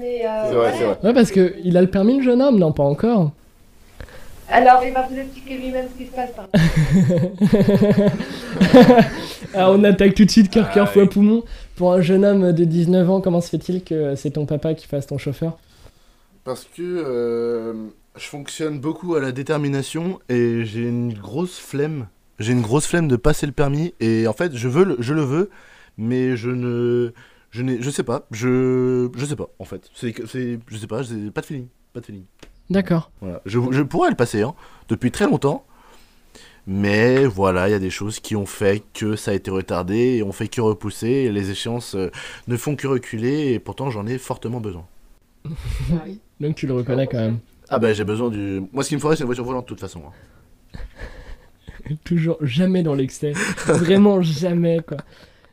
Mais, euh, voilà. Ouais, parce que il a le permis, le jeune homme, non, pas encore. Alors, il va vous expliquer lui-même ce qui se passe. par- Ah, on attaque tout de suite cœur, cœur, foie, poumon. Pour un jeune homme de 19 ans, comment se fait-il que c'est ton papa qui fasse ton chauffeur Parce que euh, je fonctionne beaucoup à la détermination et j'ai une grosse flemme. J'ai une grosse flemme de passer le permis et en fait, je veux, le- je le veux, mais je ne, je n'ai, je sais pas, je, je sais pas en fait. C'est, que- c'est, je sais pas, j'ai pas de feeling, pas de feeling. D'accord. Voilà. Je, je pourrais le passer hein, depuis très longtemps, mais voilà, il y a des choses qui ont fait que ça a été retardé et ont fait que repousser. Et les échéances euh, ne font que reculer et pourtant j'en ai fortement besoin. Donc tu le reconnais quand même. Ah bah j'ai besoin du... Moi ce qu'il me faudrait c'est une voiture volante de toute façon. hein. Toujours jamais dans l'excès. Vraiment jamais, quoi.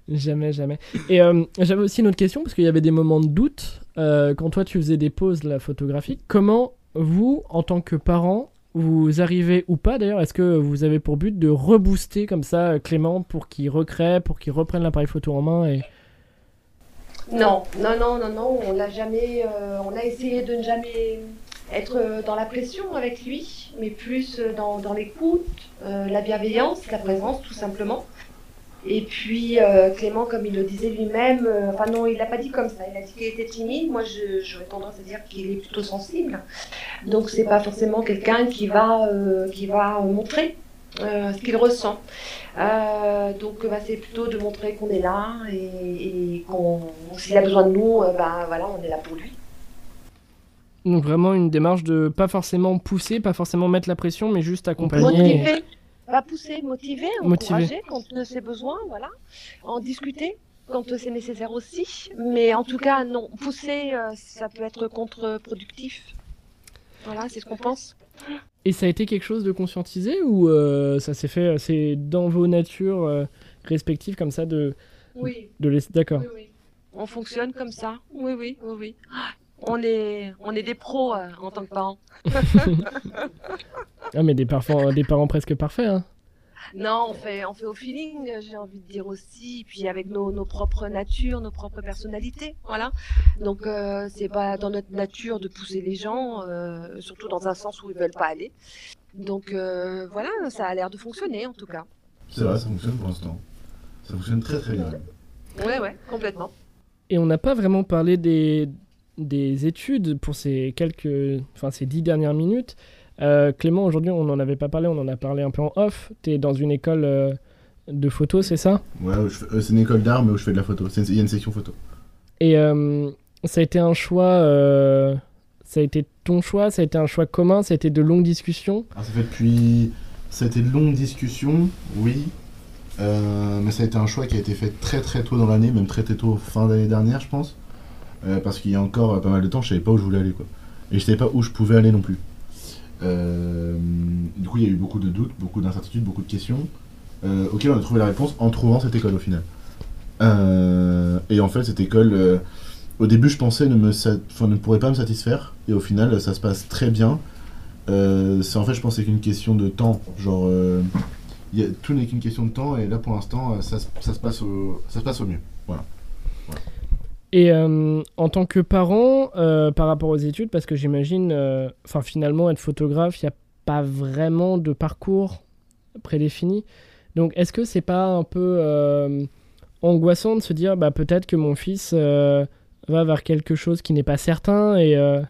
Jamais, jamais. Et euh, j'avais aussi une autre question, parce qu'il y avait des moments de doute. euh, quand toi, tu faisais des pauses la photographie, comment vous, en tant que parent, vous arrivez ou pas d'ailleurs Est-ce que vous avez pour but de rebooster comme ça euh, Clément pour qu'il recrée, pour qu'il reprenne l'appareil photo en main et... Non, non, non, non, non, on n'a jamais, euh, on a essayé de ne jamais être euh, dans la pression avec lui, mais plus euh, dans, dans l'écoute, euh, la bienveillance, la présence, tout simplement. Et puis euh, Clément, comme il le disait lui-même, euh, enfin non, il l'a pas dit comme ça, il a dit qu'il était timide. Moi, je- j'aurais tendance à dire qu'il est plutôt sensible. Donc c'est pas forcément quelqu'un qui va, euh, qui va montrer euh, ce qu'il ressent. Euh, donc bah, c'est plutôt de montrer qu'on est là et, et qu'on s'il a besoin de nous, euh, bah voilà, on est là pour lui. Donc vraiment une démarche de pas forcément pousser, pas forcément mettre la pression, mais juste accompagner. Motiver, pas pousser, motiver, Motiver. encourager quand euh, c'est besoin, voilà, en discuter quand euh, c'est nécessaire aussi. Mais en tout cas, non, pousser, euh, ça peut être contre-productif. Voilà, c'est ce qu'on pense. Et ça a été quelque chose de conscientisé ou euh, ça s'est fait, euh, c'est dans vos natures euh, respectives comme ça de... Oui. de laisser... D'accord. On fonctionne comme ça. Oui, oui, oui, oui. Ah, On est, on est des pros euh, en tant que parents. Ah mais des parents, des parents presque parfaits. Hein. Non, on fait, on fait au feeling, euh, j'ai envie de dire aussi, puis avec nos, nos propres natures, nos propres personnalités, voilà. Donc euh, c'est pas dans notre nature de pousser les gens, euh, surtout dans un sens où ils veulent pas aller. Donc euh, voilà, ça a l'air de fonctionner en tout cas. C'est vrai, ça fonctionne pour l'instant. Ça fonctionne très très bien. Ouais, ouais, complètement. Et on n'a pas vraiment parlé des, des études pour ces quelques, enfin ces dix dernières minutes. Euh, Clément, aujourd'hui, on n'en avait pas parlé, on en a parlé un peu en off. Tu es dans une école euh, de photo, c'est ça Ouais, je fais- euh, c'est une école d'art, mais où je fais de la photo. C'est une- Il y a une section photo. Et euh, ça a été un choix, euh, ça a été ton choix, ça a été un choix commun, ça a été de longues discussions. Alors, Ah, ça fait depuis. Ça a été de longues discussions, oui. Euh, mais ça a été un choix qui a été fait très très tôt dans l'année, même très très tôt, fin d'année dernière, je pense. Euh, parce qu'il y a encore euh, pas mal de temps, je savais pas où je voulais aller, quoi. Et je savais pas où je pouvais aller non plus. Euh, du coup, il y a eu beaucoup de doutes, beaucoup d'incertitudes, beaucoup de questions, euh, auxquelles on a trouvé la réponse en trouvant cette école au final. Euh, et en fait, cette école, euh, au début, je pensais ne, me sat- enfin, ne pourrait pas me satisfaire, et au final, ça se passe très bien. Euh, c'est en fait, je pense, que c'est qu'une question de temps. Genre, euh, il y a- tout n'est qu'une question de temps, et là, pour l'instant, euh, ça, se- ça se passe au, ça se passe au mieux. Voilà. Et euh, en tant que parent, euh, par rapport aux études, parce que j'imagine, euh, enfin finalement, être photographe, il n'y a pas vraiment de parcours prédéfini. Donc, est-ce que c'est pas un peu euh, angoissant de se dire, bah, peut-être que mon fils euh, va vers quelque chose qui n'est pas certain et. euh,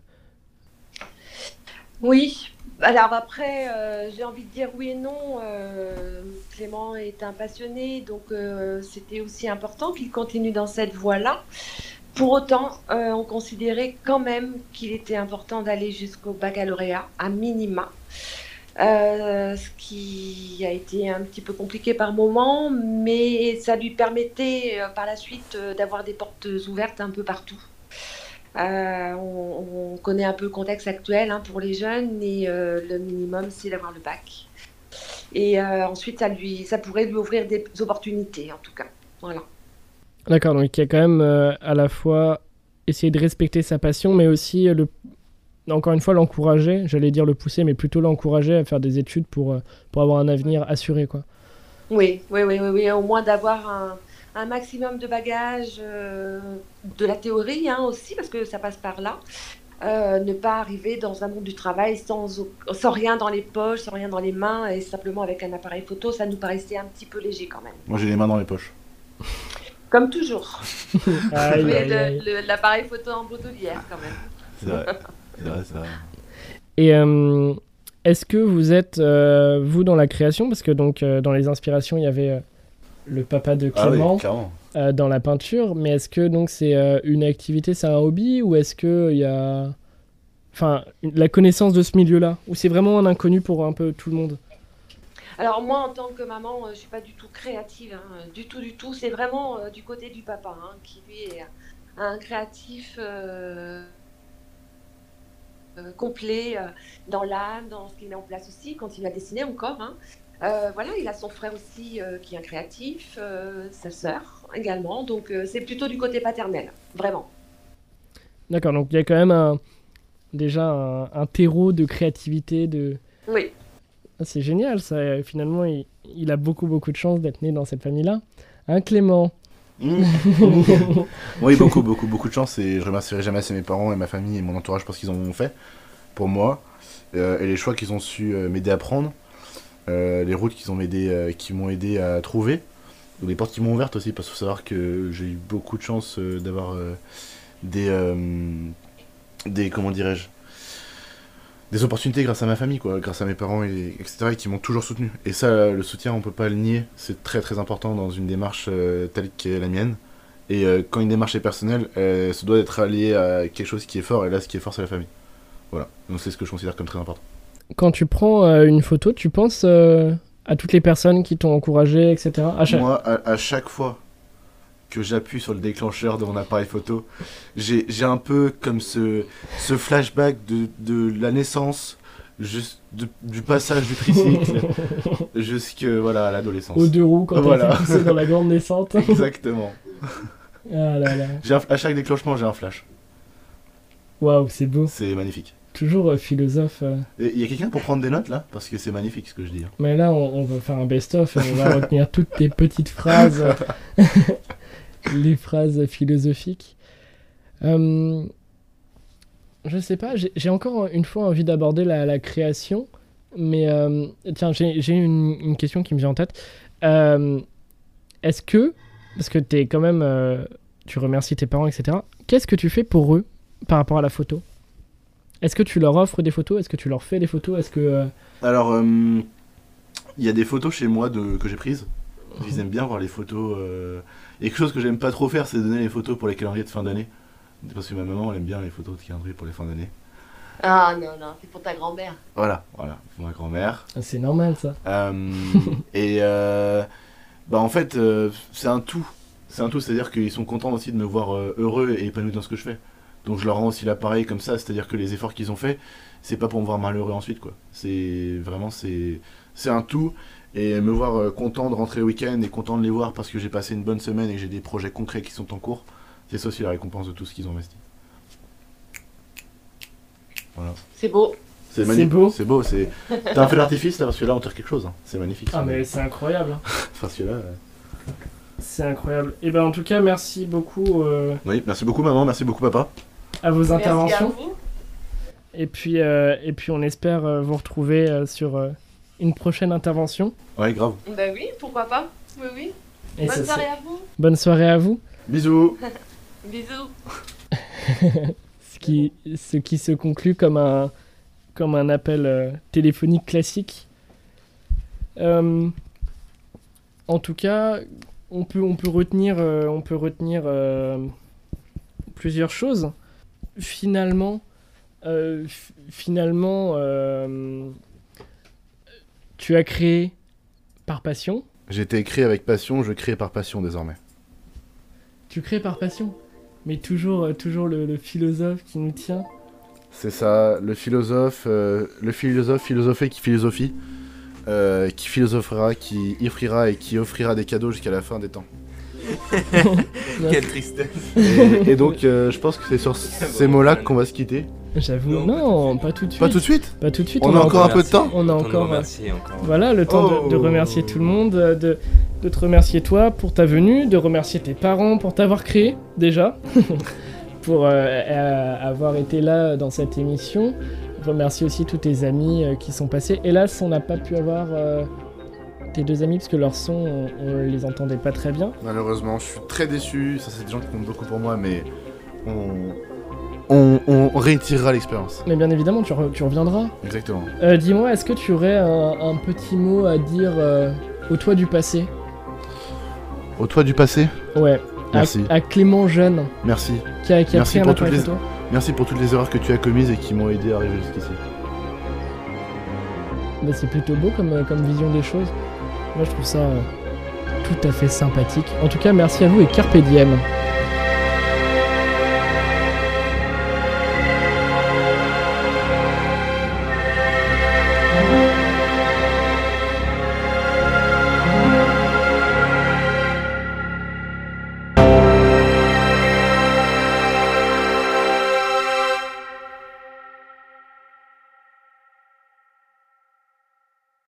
Oui. Alors après, euh, j'ai envie de dire oui et non. Euh, Clément est un passionné, donc euh, c'était aussi important qu'il continue dans cette voie-là. Pour autant, euh, on considérait quand même qu'il était important d'aller jusqu'au baccalauréat, à minima. Euh, ce qui a été un petit peu compliqué par moment, mais ça lui permettait euh, par la suite euh, d'avoir des portes ouvertes un peu partout. Euh, on, on connaît un peu le contexte actuel hein, pour les jeunes et euh, le minimum c'est d'avoir le bac. Et euh, ensuite ça, lui, ça pourrait lui ouvrir des opportunités en tout cas. Voilà. D'accord, donc il y a quand même euh, à la fois essayer de respecter sa passion, mais aussi, euh, le... encore une fois, l'encourager, j'allais dire le pousser, mais plutôt l'encourager à faire des études pour, euh, pour avoir un avenir assuré. Quoi. Oui, oui, oui, oui, oui, au moins d'avoir un, un maximum de bagages euh, de la théorie hein, aussi, parce que ça passe par là. Euh, ne pas arriver dans un monde du travail sans, au- sans rien dans les poches, sans rien dans les mains, et simplement avec un appareil photo, ça nous paraissait un petit peu léger quand même. Moi, j'ai les mains dans les poches. Comme toujours. Aïe, Mais aïe, le- aïe. le- l'appareil photo en bretelière quand même. C'est vrai. C'est vrai, c'est vrai. Et euh, est-ce que vous êtes, euh, vous, dans la création Parce que donc, euh, dans les inspirations, il y avait euh, le papa de Ah oui, Clément clairement. euh, dans la peinture, mais est-ce que donc c'est euh, une activité, c'est un hobby, ou est-ce que il y a. Enfin, une- la connaissance de ce milieu-là, ou c'est vraiment un inconnu pour un peu tout le monde Alors moi, en tant que maman, euh, je suis pas du tout créative, hein, du tout, du tout. C'est vraiment euh, du côté du papa, hein, qui lui est un créatif euh, euh, complet euh, dans l'âme, dans ce qu'il met en place aussi. Il continue à dessiner encore. hein. Euh, voilà, il a son frère aussi euh, qui est un créatif, euh, sa sœur également. Donc euh, c'est plutôt du côté paternel, vraiment. D'accord, donc il y a quand même un, déjà un, un terreau de créativité. De... Oui. Ah, c'est génial, ça. euh, Finalement, il, il a beaucoup, beaucoup de chance d'être né dans cette famille-là. Hein, Clément Mm. Oui, beaucoup, beaucoup, beaucoup de chance et je remercierai jamais assez mes parents et ma famille et mon entourage pour ce qu'ils ont fait pour moi euh, et les choix qu'ils ont su euh, m'aider à prendre, euh, les routes qu'ils ont aidé, euh, qui m'ont aidé à trouver, ou les portes qu'ils m'ont ouvertes aussi parce qu'il faut savoir que j'ai eu beaucoup de chance euh, d'avoir euh, des, euh, des comment dirais-je, des opportunités grâce à ma famille, quoi, grâce à mes parents, et, etc., et qui m'ont toujours soutenu. Et ça, le soutien, on peut pas le nier, c'est très très important dans une démarche euh, telle qu'est la mienne. Et euh, quand une démarche est personnelle, elle se doit d'être alliée à quelque chose qui est fort, et là, ce qui est fort, c'est la famille. Voilà, donc c'est ce que je considère comme très important. quand tu prends euh, une photo, tu penses euh, à toutes les personnes qui t'ont encouragé, etc. À chaque- Moi, à, à chaque fois que j'appuie sur le déclencheur de mon appareil photo, j'ai j'ai un peu comme ce, ce flashback de, de la naissance, jus- de- du passage du tricycle, jusque voilà, à l'adolescence. Aux deux roues, quand Voilà. t'as été poussé dans la grande descente. Exactement. Ah là là. J'ai un- à chaque déclenchement, j'ai un flash. Waouh, c'est beau. C'est magnifique. Toujours euh, philosophe. euh. Et Il y a quelqu'un pour prendre des notes là Parce que c'est magnifique ce que je dis. hein. Mais là, on, on va faire un best-of et on va retenir toutes tes petites phrases, les phrases philosophiques. Euh, je sais pas, j'ai j'ai encore une fois envie d'aborder la, la création, mais euh, tiens, j'ai j'ai une, une question qui me vient en tête. Euh, Est-ce que, parce que t'es quand même, euh, tu remercies tes parents, etc., qu'est-ce que tu fais pour eux par rapport à la photo Est-ce que tu leur offres des photos Est-ce que tu leur fais des photos Est-ce que. euh, Alors, euh, il y a des photos chez moi de, que j'ai prises. Ils aiment bien voir les photos. euh, Et quelque chose que j'aime pas trop faire, c'est donner les photos pour les calendriers de fin d'année. Parce que ma maman, elle aime bien les photos de calendrier pour les fins d'année. Ah non, non, c'est pour ta grand-mère. Voilà, voilà, pour ma grand-mère. Ah, C'est normal ça. Euh, et euh, bah en fait, euh, c'est un tout. C'est un tout, c'est-à-dire qu'ils sont contents aussi de me voir euh, heureux et épanoui dans ce que je fais. Donc je leur rends aussi l'appareil comme ça, c'est-à-dire que les efforts qu'ils ont faits, c'est pas pour me voir malheureux ensuite, quoi. C'est vraiment, c'est c'est un tout. Et me voir euh, content de rentrer le week-end et content de les voir parce que j'ai passé une bonne semaine et que j'ai des projets concrets qui sont en cours, c'est ça aussi la récompense de tout ce qu'ils ont investi. Voilà. C'est beau. C'est C'est magnifique. beau. C'est beau. C'est. T'as un feu d'artifice là parce que là on tire quelque chose. hein. C'est magnifique. Ah ça. mais c'est incroyable. hein. Parce que là. euh, C'est incroyable. Et ben en tout cas, merci beaucoup euh, Oui, merci beaucoup maman, merci beaucoup papa. à vos Merci à interventions. vous. Et puis euh, et puis on espère euh, vous retrouver euh, sur euh, une prochaine intervention. Ouais, grave. Bah Ben oui, pourquoi pas Oui, oui. Et Bonne ça, soirée c'est- à vous. Bonne soirée à vous. Bisous. Bisous. ce, qui, ce qui se conclut comme un, comme un appel euh, téléphonique classique. Euh, en tout cas, on peut, on peut retenir, euh, on peut retenir euh, plusieurs choses. Finalement, euh, f- finalement euh, tu as créé par passion. J'ai été écrit avec passion, je crée par passion désormais. Tu crées par passion. Mais toujours, euh, toujours le, le philosophe qui nous tient. C'est ça, le philosophe, euh, le philosophe philosophé qui philosophie, euh, qui philosophera, qui offrira et qui offrira des cadeaux jusqu'à la fin des temps. Quelle tristesse. Et, et donc, euh, je pense que c'est sur ces mots-là qu'on va se quitter. J'avoue, non, pas tout de suite. Pas tout de suite Pas tout de suite. On a encore un peu de temps On a Le temps de encore. euh, remercier encore. Voilà, le temps de- de, Oh. remercier tout le monde, euh, de, de te remercier toi pour ta venue, de remercier tes parents pour t'avoir créé, déjà, pour euh, euh, avoir été là dans cette émission. Remercie aussi tous tes amis euh, qui sont passés. Hélas, on n'a pas pu avoir euh, tes deux amis parce que leurs sons, on, on les entendait pas très bien. Malheureusement, je suis très déçu. Ça, c'est des gens qui comptent beaucoup pour moi, mais on, on, on réitégrera l'expérience. Mais bien évidemment, tu, re- tu reviendras. Exactement. Euh, Dis-moi, est-ce que tu aurais un, un petit mot à dire euh, au toi du passé Au toit du passé. Ouais. à- Merci. À, Clément Jeune. Merci. Qui a- qui a Merci pris un pour, toutes appareil les... photo. Merci pour toutes les erreurs que tu as commises et qui m'ont aidé à arriver jusqu'ici. Bah, c'est plutôt beau comme, euh, comme vision des choses. Moi, je trouve ça euh, tout à fait sympathique. En tout cas, merci à vous et carpe diem.